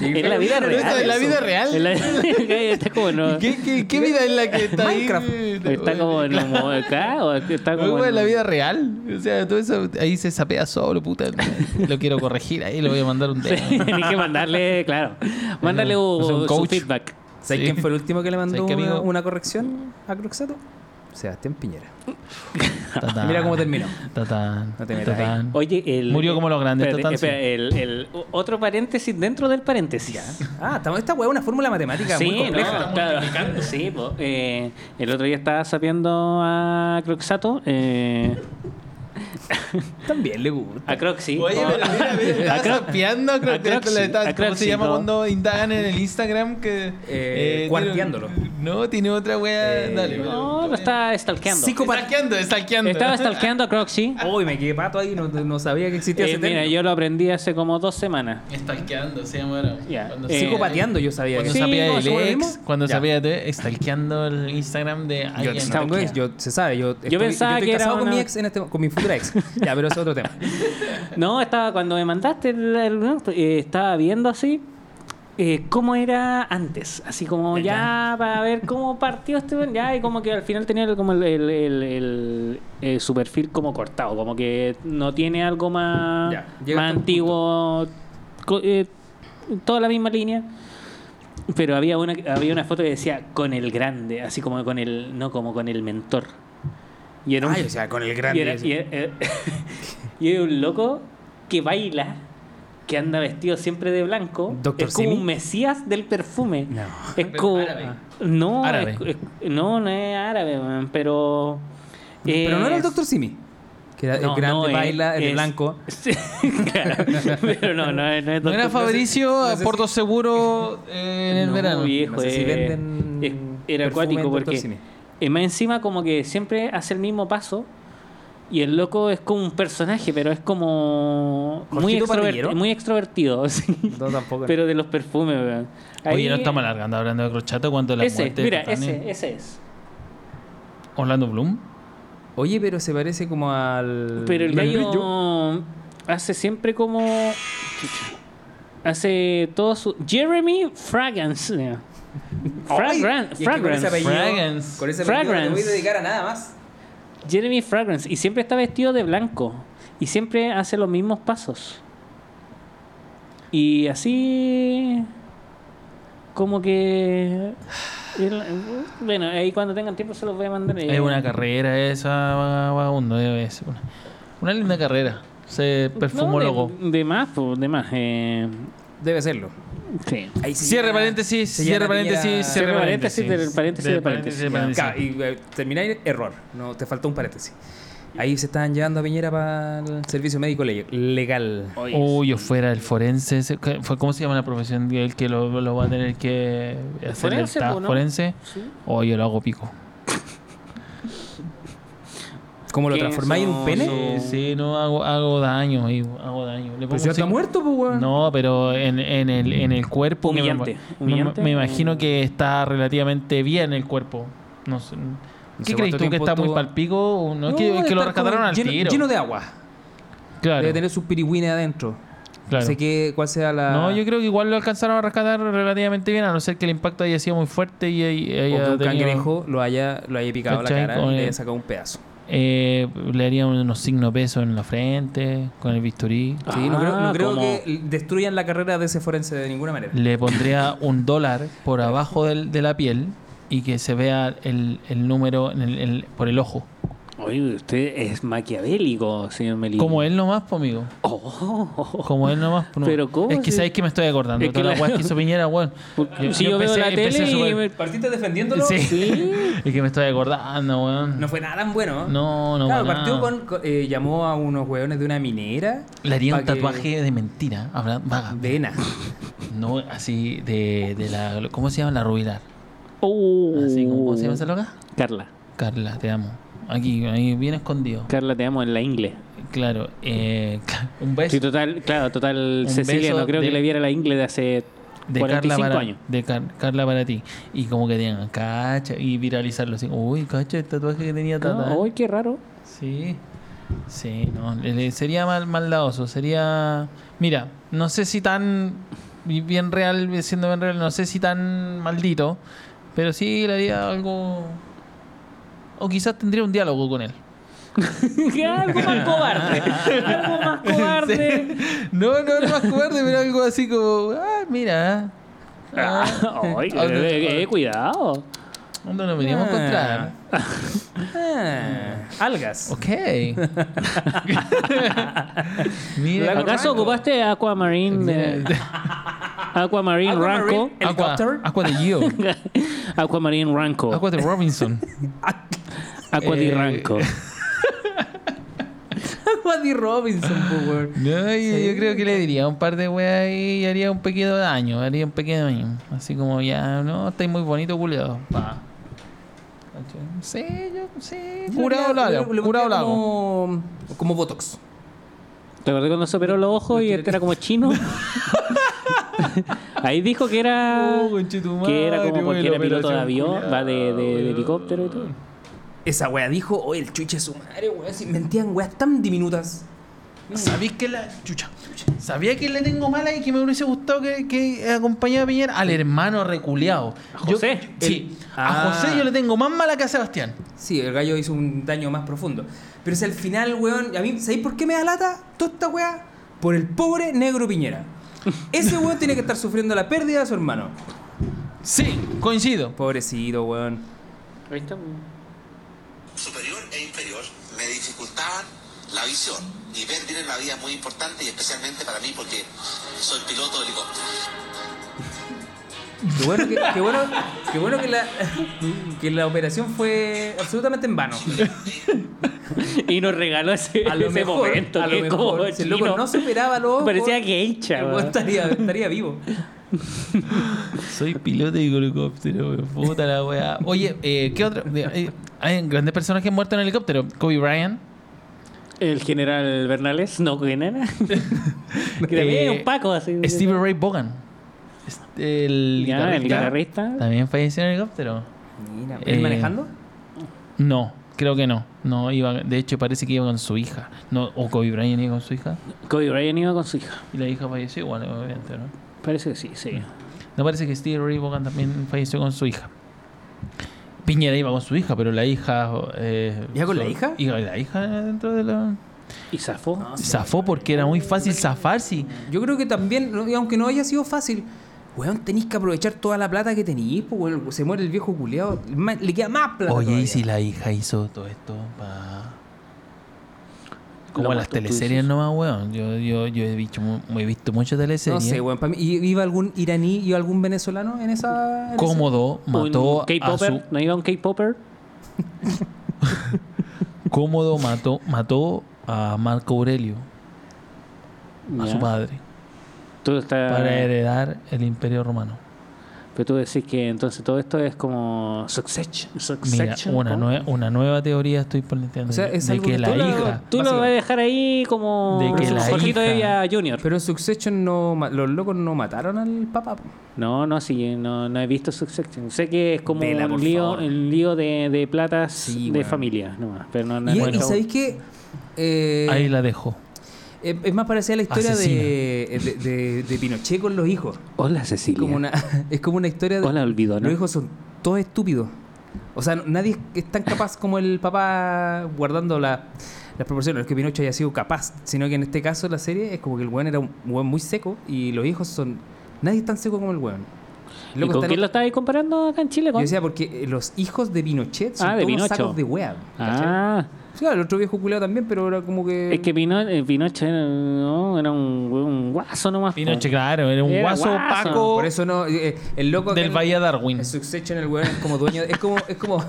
Speaker 2: en la vida
Speaker 4: Pero esto
Speaker 2: real.
Speaker 4: es la
Speaker 2: eso.
Speaker 4: vida real.
Speaker 2: En la- está como no.
Speaker 4: ¿Qué, qué, qué vida es la que está ahí?
Speaker 2: Está como en un modo acá o está
Speaker 4: Lo
Speaker 2: como
Speaker 4: ocupa en la vida real. O sea, todo eso ahí se sapea solo, puta. Lo quiero corregir ahí, le voy a mandar un dedo.
Speaker 2: Tienes que mandarle, claro. Mándale
Speaker 4: No sé, un
Speaker 2: un, su
Speaker 4: coach.
Speaker 2: feedback.
Speaker 3: ¿Sabes
Speaker 4: Sí.
Speaker 3: quién fue el último que le mandó
Speaker 4: ¿Sabes qué,
Speaker 3: una,
Speaker 4: amigo?
Speaker 3: una corrección a Croxato? Sebastián Piñera.
Speaker 4: Tatán.
Speaker 3: Mira cómo terminó.
Speaker 4: Tatán.
Speaker 3: No te metas
Speaker 4: tatán.
Speaker 2: Oye, el,
Speaker 4: Murió como los grandes,
Speaker 2: espérate,
Speaker 4: total, sí.
Speaker 2: espera, el, el- otro paréntesis dentro del paréntesis.
Speaker 3: Ah, estamos- esta hueá es una fórmula matemática muy
Speaker 2: Sí,
Speaker 3: compleja.
Speaker 2: no, claro. Sí, po. Eh, el otro día estaba sapeando a Croxato. eh,
Speaker 3: También le gusta.
Speaker 2: A Croc sí.
Speaker 1: Oye, pero mira, mira,
Speaker 2: A
Speaker 1: estás
Speaker 2: Croc-
Speaker 1: sapeando a Croc-
Speaker 2: a Croc
Speaker 1: le
Speaker 2: sí,
Speaker 1: estás-
Speaker 2: a
Speaker 1: ¿Cómo
Speaker 2: Croc
Speaker 1: se
Speaker 2: sí,
Speaker 1: llama
Speaker 2: no.
Speaker 1: cuando indagan en el Instagram? que
Speaker 4: Eh,
Speaker 1: tiene-
Speaker 3: cuarteándolo.
Speaker 1: No, tiene otra wea.
Speaker 3: Eh,
Speaker 1: Dale,
Speaker 2: No, lo está stalkeando.
Speaker 3: Psico-
Speaker 1: Stalkeando, stalkeando.
Speaker 2: Estaba stalkeando a Croc, sí.
Speaker 1: Ah,
Speaker 3: Uy, me quedé pato ahí, no, no sabía que existía
Speaker 2: Eh,
Speaker 3: ese
Speaker 2: mira,
Speaker 3: término.
Speaker 2: yo lo aprendí hace como dos semanas.
Speaker 1: Stalkeando, se llama ahora.
Speaker 2: Ya.
Speaker 1: Cuando
Speaker 2: Eh,
Speaker 1: se-
Speaker 3: Psicopateando yo sabía.
Speaker 4: Cuando
Speaker 3: que-
Speaker 2: Sí,
Speaker 4: sabía
Speaker 2: ¿no?
Speaker 4: del
Speaker 2: ¿Eso lo
Speaker 4: ex,
Speaker 2: mismo?
Speaker 4: cuando
Speaker 3: Ya.
Speaker 4: sabía de stalkeando el Instagram de
Speaker 3: Yo,
Speaker 4: alguien.
Speaker 3: tengo ex, yo se sabe, yo, estoy,
Speaker 2: pensaba
Speaker 3: estoy
Speaker 2: que era
Speaker 3: casado con
Speaker 2: una-
Speaker 3: mi ex en este con mi futura ex. ya, pero ese es otro tema.
Speaker 2: No, estaba cuando me mandaste el, el- eh, estaba viendo así eh, cómo era antes, así como ya para ver cómo partió este weón, ya y como que al final tenía el- como el, el, el- el- eh, su perfil como cortado, como que no tiene algo más,
Speaker 3: Ya, llega
Speaker 2: más
Speaker 3: hasta un
Speaker 2: antiguo, co- eh, toda la misma línea. Pero había una había una foto que decía con el grande, así como con el no como con el mentor. Y era un
Speaker 3: Ay, o sea, con Ah, el
Speaker 2: y
Speaker 3: grande.
Speaker 2: era,
Speaker 3: ese.
Speaker 2: y era- eh, y era un loco que baila, que anda vestido siempre de blanco.
Speaker 3: ¿Dr.
Speaker 2: Es como
Speaker 3: Simi?
Speaker 2: un mesías del perfume.
Speaker 3: No.
Speaker 2: Es como.
Speaker 1: árabe.
Speaker 2: No,
Speaker 4: Árabe.
Speaker 2: es- es- no, no es árabe, weón, pero.
Speaker 3: Pero no era el
Speaker 2: es-
Speaker 3: Dr. Simi. Que era
Speaker 2: no,
Speaker 3: el grande,
Speaker 2: no es-
Speaker 3: baila, el de
Speaker 2: es-
Speaker 3: blanco.
Speaker 2: Sí, claro, pero no, no, es- no es
Speaker 4: ¿No era
Speaker 2: Dr. Simi.
Speaker 4: Fabricio
Speaker 3: no
Speaker 4: a
Speaker 3: sé
Speaker 4: Porto Seguro eh, en el
Speaker 2: No,
Speaker 4: verano?
Speaker 2: viejo,
Speaker 3: No sé si
Speaker 2: eh,
Speaker 3: venden
Speaker 2: es- era
Speaker 3: perfume
Speaker 2: acuático
Speaker 3: Dr.
Speaker 2: porque
Speaker 3: Simi.
Speaker 2: y más encima como que siempre hace el mismo paso y el loco es como un personaje, pero es como muy,
Speaker 3: ¿Jorgito
Speaker 2: extrovert-
Speaker 3: Parrillero?
Speaker 2: muy extrovertido, sí.
Speaker 3: No, tampoco.
Speaker 2: pero de los perfumes. weón. Ahí-
Speaker 4: Oye, no estamos alargando hablando de Crochato, cuánto la
Speaker 2: Ese,
Speaker 4: muerte.
Speaker 2: mira,
Speaker 4: de Titanic.
Speaker 2: ese, ese es.
Speaker 4: Orlando Bloom.
Speaker 3: Oye, pero se parece como al.
Speaker 2: Pero el
Speaker 3: Membrillo.
Speaker 2: gallo hace siempre como... Hace todo su... Jeremy Fragrance.
Speaker 3: Ay,
Speaker 2: Fragran-
Speaker 3: y es que Con
Speaker 2: Fragrance.
Speaker 3: ese apellido,
Speaker 4: Fragrance.
Speaker 3: Con ese apellido no te voy
Speaker 2: Fragrance.
Speaker 3: a dedicar a nada más.
Speaker 2: Jeremy Fragrance. Y siempre está vestido de blanco. Y siempre hace los mismos pasos. Y así. Como que. Bueno, ahí cuando tengan tiempo se los voy a mandar. eh.
Speaker 4: Es una carrera esa, vagabundo. debe ser Una, una linda carrera. Se perfumólogo.
Speaker 2: No, de, de más, pues, de más. eh,
Speaker 3: Debe serlo.
Speaker 2: sí.
Speaker 3: Ahí sí
Speaker 4: Cierre
Speaker 3: llena-
Speaker 4: paréntesis,
Speaker 3: se
Speaker 4: cierre
Speaker 3: llena
Speaker 4: paréntesis,
Speaker 3: piñera-
Speaker 4: cierre
Speaker 2: Cierre paréntesis,
Speaker 4: paréntesis.
Speaker 2: del paréntesis,
Speaker 4: Del
Speaker 2: del
Speaker 4: paréntesis, del
Speaker 2: paréntesis.
Speaker 4: paréntesis.
Speaker 3: Ca- Y eh, termináis error. No, te faltó un paréntesis. Ahí se estaban llevando a Piñera para el servicio médico le- legal.
Speaker 2: Oye,
Speaker 4: Uy, yo fuera el forense. ese- ¿qué- fue- ¿Cómo se llama la profesión de él que lo, lo va a tener que hacer
Speaker 2: Forense, pues,
Speaker 4: el ta-
Speaker 2: ¿no?
Speaker 4: forense?
Speaker 2: sí.
Speaker 4: O yo lo hago pico.
Speaker 3: ¿Cómo lo
Speaker 2: ¿Qué
Speaker 3: transformáis en un
Speaker 2: son
Speaker 3: pene?
Speaker 2: sus-
Speaker 4: Sí,
Speaker 2: Oh.
Speaker 4: sí, no hago, hago daño, ahí, hago daño. Le pongo
Speaker 3: Pues ya está
Speaker 4: cinco-
Speaker 3: muerto, pues, weón.
Speaker 4: No, pero en, en el, en el cuerpo. que me-
Speaker 2: Humillante,
Speaker 4: Me,
Speaker 2: humillante.
Speaker 4: me imagino que está relativamente bien el cuerpo. No sé. ¿Qué
Speaker 3: sé
Speaker 4: crees
Speaker 3: cuánto
Speaker 4: tú que
Speaker 3: tiempo
Speaker 4: está muy
Speaker 3: estuvo-
Speaker 4: palpico? ¿O No, que,
Speaker 3: debe
Speaker 4: que lo
Speaker 3: estar como
Speaker 4: rescataron al
Speaker 3: lleno,
Speaker 4: tiro.
Speaker 3: Lleno de agua.
Speaker 4: claro.
Speaker 3: Debe tener sus pirigüines adentro.
Speaker 4: claro.
Speaker 3: No sé qué, cuál sea la.
Speaker 2: Ah.
Speaker 4: No, yo creo que igual lo alcanzaron a rescatar relativamente bien, a no ser que el impacto haya sido muy fuerte y ahí-
Speaker 3: O
Speaker 4: ahí
Speaker 3: que
Speaker 4: haya
Speaker 3: un
Speaker 4: tenido-
Speaker 3: cangrejo lo haya, lo haya picado
Speaker 4: ¿Cachai?
Speaker 3: la cara
Speaker 4: Con
Speaker 3: y le
Speaker 4: el-
Speaker 3: haya sacado un pedazo.
Speaker 4: Eh, le haría unos signos pesos en la frente, con el bisturí.
Speaker 3: Sí, no creo, no
Speaker 2: Ah,
Speaker 3: creo
Speaker 2: como-
Speaker 3: que destruyan la carrera de ese forense de ninguna manera.
Speaker 4: Le pondría un dólar por abajo del- de la piel y que se vea el, el número en el- el- por el ojo.
Speaker 2: Oye, usted es maquiavélico, señor Oh. Melito.
Speaker 4: Como él nomás, po, amigo. Como él nomás. po, no.
Speaker 2: Pero ¿cómo
Speaker 4: Es que
Speaker 2: se-
Speaker 4: sabéis que me estoy acordando.
Speaker 2: Es que
Speaker 4: Toda la
Speaker 2: la-
Speaker 4: weá que hizo Piñera, weón.
Speaker 2: si yo, veo la
Speaker 4: empecé
Speaker 2: tele y
Speaker 4: súper-
Speaker 2: me-
Speaker 3: ¿Partiste defendiéndolo?
Speaker 4: Sí. es que me estoy acordando, weón.
Speaker 3: No fue nada tan bueno.
Speaker 4: No, no,
Speaker 3: Claro,
Speaker 4: para
Speaker 3: partió
Speaker 4: nada.
Speaker 3: con. con- eh, llamó a unos hueones de una minera.
Speaker 4: Le haría un
Speaker 3: pa' que-
Speaker 4: tatuaje de mentira, habla- vaga.
Speaker 3: Vena.
Speaker 4: No, así de, de la. ¿Cómo se llama? La rubilar.
Speaker 2: Oh.
Speaker 4: Así, como- ¿Cómo se llama esa loca?
Speaker 2: Carla.
Speaker 4: Carla, te amo. Aquí, ahí bien escondido.
Speaker 2: Carla, te amo en la ingle.
Speaker 4: Claro, eh, un beso
Speaker 2: Sí, total, claro, total.
Speaker 4: Un
Speaker 2: Cecilia
Speaker 4: beso
Speaker 2: no creo
Speaker 4: de-
Speaker 2: que le viera la ingle de hace
Speaker 4: de Carla
Speaker 2: 45
Speaker 4: para,
Speaker 2: años.
Speaker 4: De Car- Carla para ti. Y como que digan, cacha, y viralizarlo así. Uy, cacha, el tatuaje que tenía Tata.
Speaker 2: Uy, qué raro.
Speaker 4: Sí, sí, no, le- le- sería mal, maldadoso, sería... Mira, no sé si tan bi- bien real, siendo bien real, no sé si tan maldito, pero sí le haría algo... O quizás tendría un diálogo con él.
Speaker 2: algo más cobarde. Algo más cobarde.
Speaker 4: No, no, no más cobarde, pero algo así como... Ah, mira. Ah,
Speaker 2: Ay,
Speaker 4: ah, no,
Speaker 2: eh, eh, cuidado.
Speaker 4: ¿Dónde nos venimos a encontrar?
Speaker 3: Ah, algas.
Speaker 4: Ok. mira,
Speaker 3: Lago
Speaker 2: ¿Acaso
Speaker 3: Ranco.
Speaker 2: ocupaste Aquamarine? eh?
Speaker 4: eh,
Speaker 2: de- Aquamarine
Speaker 3: Aquamarine.
Speaker 2: Ranco.
Speaker 4: Aqua,
Speaker 3: Helicóptero.
Speaker 4: Aqua de Gio.
Speaker 2: Aquamarine Ranco.
Speaker 4: Aqua de Robinson.
Speaker 2: Aqua di
Speaker 4: Eh,
Speaker 2: Ranco.
Speaker 3: Buddy Robinson, po, weón.
Speaker 4: No, yo,
Speaker 3: Sí.
Speaker 4: yo creo que le diría un par de weas ahí y haría un pequeño daño, haría un pequeño daño. Así como ya, no, estáis muy bonito, culiado. Pa. ¿Cachai? Sí, yo, sí. Curado lo hago,
Speaker 3: Le pondría
Speaker 4: curado lo hago.
Speaker 3: como, como Botox.
Speaker 2: ¿Te acordás cuando se operó los ojos y este era como chino? Ahí dijo que era.
Speaker 4: Oh, conchetumadre,
Speaker 2: que era como porque
Speaker 4: bueno,
Speaker 2: era piloto de
Speaker 4: operación
Speaker 2: avión,
Speaker 4: culiao,
Speaker 2: va de, de- de
Speaker 4: weón.
Speaker 2: helicóptero y todo.
Speaker 3: Esa wea dijo, oye, el chuche su madre, weón. Si mentían weas tan diminutas.
Speaker 4: ¿Sabéis que la. Chucha. Sabía que le tengo mala y que me hubiese gustado que, que acompañara a Piñera al hermano reculeado. Yo-
Speaker 2: José?
Speaker 4: sí.
Speaker 3: Ah.
Speaker 4: A José yo le tengo más mala que a Sebastián.
Speaker 3: Sí, el gallo hizo un daño más profundo. Pero si al final, weón, a mí, ¿sabéis por qué me da lata toda esta weá? Por el pobre negro Piñera. Ese weón tiene que estar sufriendo la pérdida de su hermano.
Speaker 4: Sí, coincido.
Speaker 3: Pobrecito, weón.
Speaker 2: Ahí está.
Speaker 5: superior e inferior me dificultaban la visión y ver bien en la vida es muy importante y especialmente para mí porque soy piloto de helicóptero.
Speaker 3: Qué bueno que, qué bueno, qué bueno que, la, que la operación fue absolutamente en vano.
Speaker 2: Y nos regaló ese,
Speaker 3: A lo
Speaker 2: ese
Speaker 3: mejor,
Speaker 2: momento.
Speaker 3: a lo
Speaker 2: que es
Speaker 3: mejor,
Speaker 2: como
Speaker 3: si el loco
Speaker 2: chino.
Speaker 3: no superaba los ojos,
Speaker 2: Parecía geisha,
Speaker 3: el weón
Speaker 2: weón.
Speaker 3: estaría, estaría vivo.
Speaker 4: Soy piloto de helicóptero, weón. Puta la weá. Oye, eh, ¿qué otro? Eh, hay grandes personajes muertos en helicóptero. Kobe Bryant.
Speaker 2: El general Bernales, no, que nada. que también
Speaker 4: Eh,
Speaker 2: es un paco así.
Speaker 4: Steve Ray Vaughan. Este, El
Speaker 2: Ya, el guitarrista.
Speaker 4: También falleció en helicóptero.
Speaker 3: Mira, ¿él
Speaker 4: Eh,
Speaker 3: manejando?
Speaker 4: No, creo que no. No iba, de hecho parece que iba con su hija. No, o Kobe Bryant iba con su hija.
Speaker 2: Kobe Bryant iba con su hija.
Speaker 4: Y la hija falleció igual, obviamente, ¿no?
Speaker 2: Parece que sí, sí.
Speaker 4: No parece que Steve Ray Vaughan también falleció con su hija. Piñera iba con su hija, pero la hija... eh,
Speaker 3: ¿Iba con la
Speaker 4: su-
Speaker 3: hija?
Speaker 4: Iba con la hija dentro de la...
Speaker 2: Y zafó.
Speaker 3: Ah,
Speaker 4: Zafó porque era muy fácil zafar, sí.
Speaker 3: Yo creo que también, no- y aunque no haya sido fácil, weón, tenéis que aprovechar toda la plata que tenéis, pues, weón, se muere el viejo culeado, le queda más plata.
Speaker 4: Oye,
Speaker 3: todavía.
Speaker 4: ¿y si la hija hizo todo esto pa- Como
Speaker 2: Lo
Speaker 4: las
Speaker 2: que tú
Speaker 4: teleseries
Speaker 2: dices.
Speaker 4: nomás, weón. Yo, yo, yo he, visto, mu- he visto muchas
Speaker 3: No
Speaker 4: teleseries.
Speaker 3: sé, weón, pa' mí, ¿y- ¿iba algún iraní y algún venezolano en esa...? en
Speaker 4: Cómodo mató
Speaker 2: un
Speaker 4: a
Speaker 2: K-Popper.
Speaker 4: su...
Speaker 2: ¿No iba un K-Popper?
Speaker 4: Cómodo mató, mató a Marco Aurelio, a
Speaker 2: Ya. Ah.
Speaker 4: su padre,
Speaker 2: Tú estás-
Speaker 4: para heredar el imperio romano.
Speaker 2: Pero tú decís que entonces todo esto es como Succession.
Speaker 4: Mira,
Speaker 2: Succession,
Speaker 4: una,
Speaker 2: ¿cómo?
Speaker 4: nue- una nueva teoría estoy planteando.
Speaker 3: O sea,
Speaker 4: de-
Speaker 3: es
Speaker 4: de
Speaker 3: algo
Speaker 4: que
Speaker 3: que
Speaker 4: la
Speaker 3: tú lo-
Speaker 4: hija...
Speaker 2: Tú lo vas a
Speaker 3: Básicamente.
Speaker 2: dejar ahí como
Speaker 4: De que la
Speaker 2: Jorgito
Speaker 4: hija-
Speaker 2: Evia
Speaker 3: ese-
Speaker 2: Junior.
Speaker 3: Pero en Succession no, ma- los locos no mataron al papá. po.
Speaker 2: No, no, sí, no, no he visto Succession. Sé que es como
Speaker 3: Vela, por
Speaker 2: un lío,
Speaker 3: favor.
Speaker 2: un lío de, de platas
Speaker 3: Sí,
Speaker 2: de
Speaker 3: weón.
Speaker 2: familia nomás. Pero no, no
Speaker 3: y,
Speaker 2: he
Speaker 3: y
Speaker 2: visto-
Speaker 3: ¿sabéis qué? Eh,
Speaker 4: Ahí la dejó.
Speaker 3: es es más parecida a la historia
Speaker 4: Asesina.
Speaker 3: de, de, de- de Pinochet con los hijos.
Speaker 2: Hola, Cecilia.
Speaker 3: Como una, es como una historia de...
Speaker 2: Hola, olvido, ¿no?
Speaker 3: Los hijos son todos estúpidos. O sea, no- nadie es tan capaz como el papá guardando la- las proporciones. No es que Pinocho haya sido capaz, sino que en este caso la serie es como que el weón era un weón muy seco y los hijos son. Nadie es tan seco como el weón.
Speaker 2: ¿Y
Speaker 3: Loco,
Speaker 2: con
Speaker 3: está en
Speaker 2: quién lo
Speaker 3: otro-
Speaker 2: estabas comparando acá en Chile?
Speaker 3: Yo
Speaker 2: Con?
Speaker 3: decía, porque eh, los hijos de Pinochet son
Speaker 2: Ah, de
Speaker 3: todos
Speaker 2: Pinocho.
Speaker 3: sacos de weón.
Speaker 2: ah,
Speaker 3: Claro, el otro viejo culeado también, pero era como que.
Speaker 2: es que Pino- eh, Pinocho era, no, era un, un guaso nomás. po.
Speaker 4: Pinochet, claro, era un
Speaker 2: Era
Speaker 4: guaso
Speaker 2: guaso.
Speaker 4: opaco
Speaker 3: Por eso no. eh, eh, el loco. acá
Speaker 4: del
Speaker 3: en-
Speaker 4: Valle de Darwin.
Speaker 3: En Succession, el weón es como dueño. Es como. Es como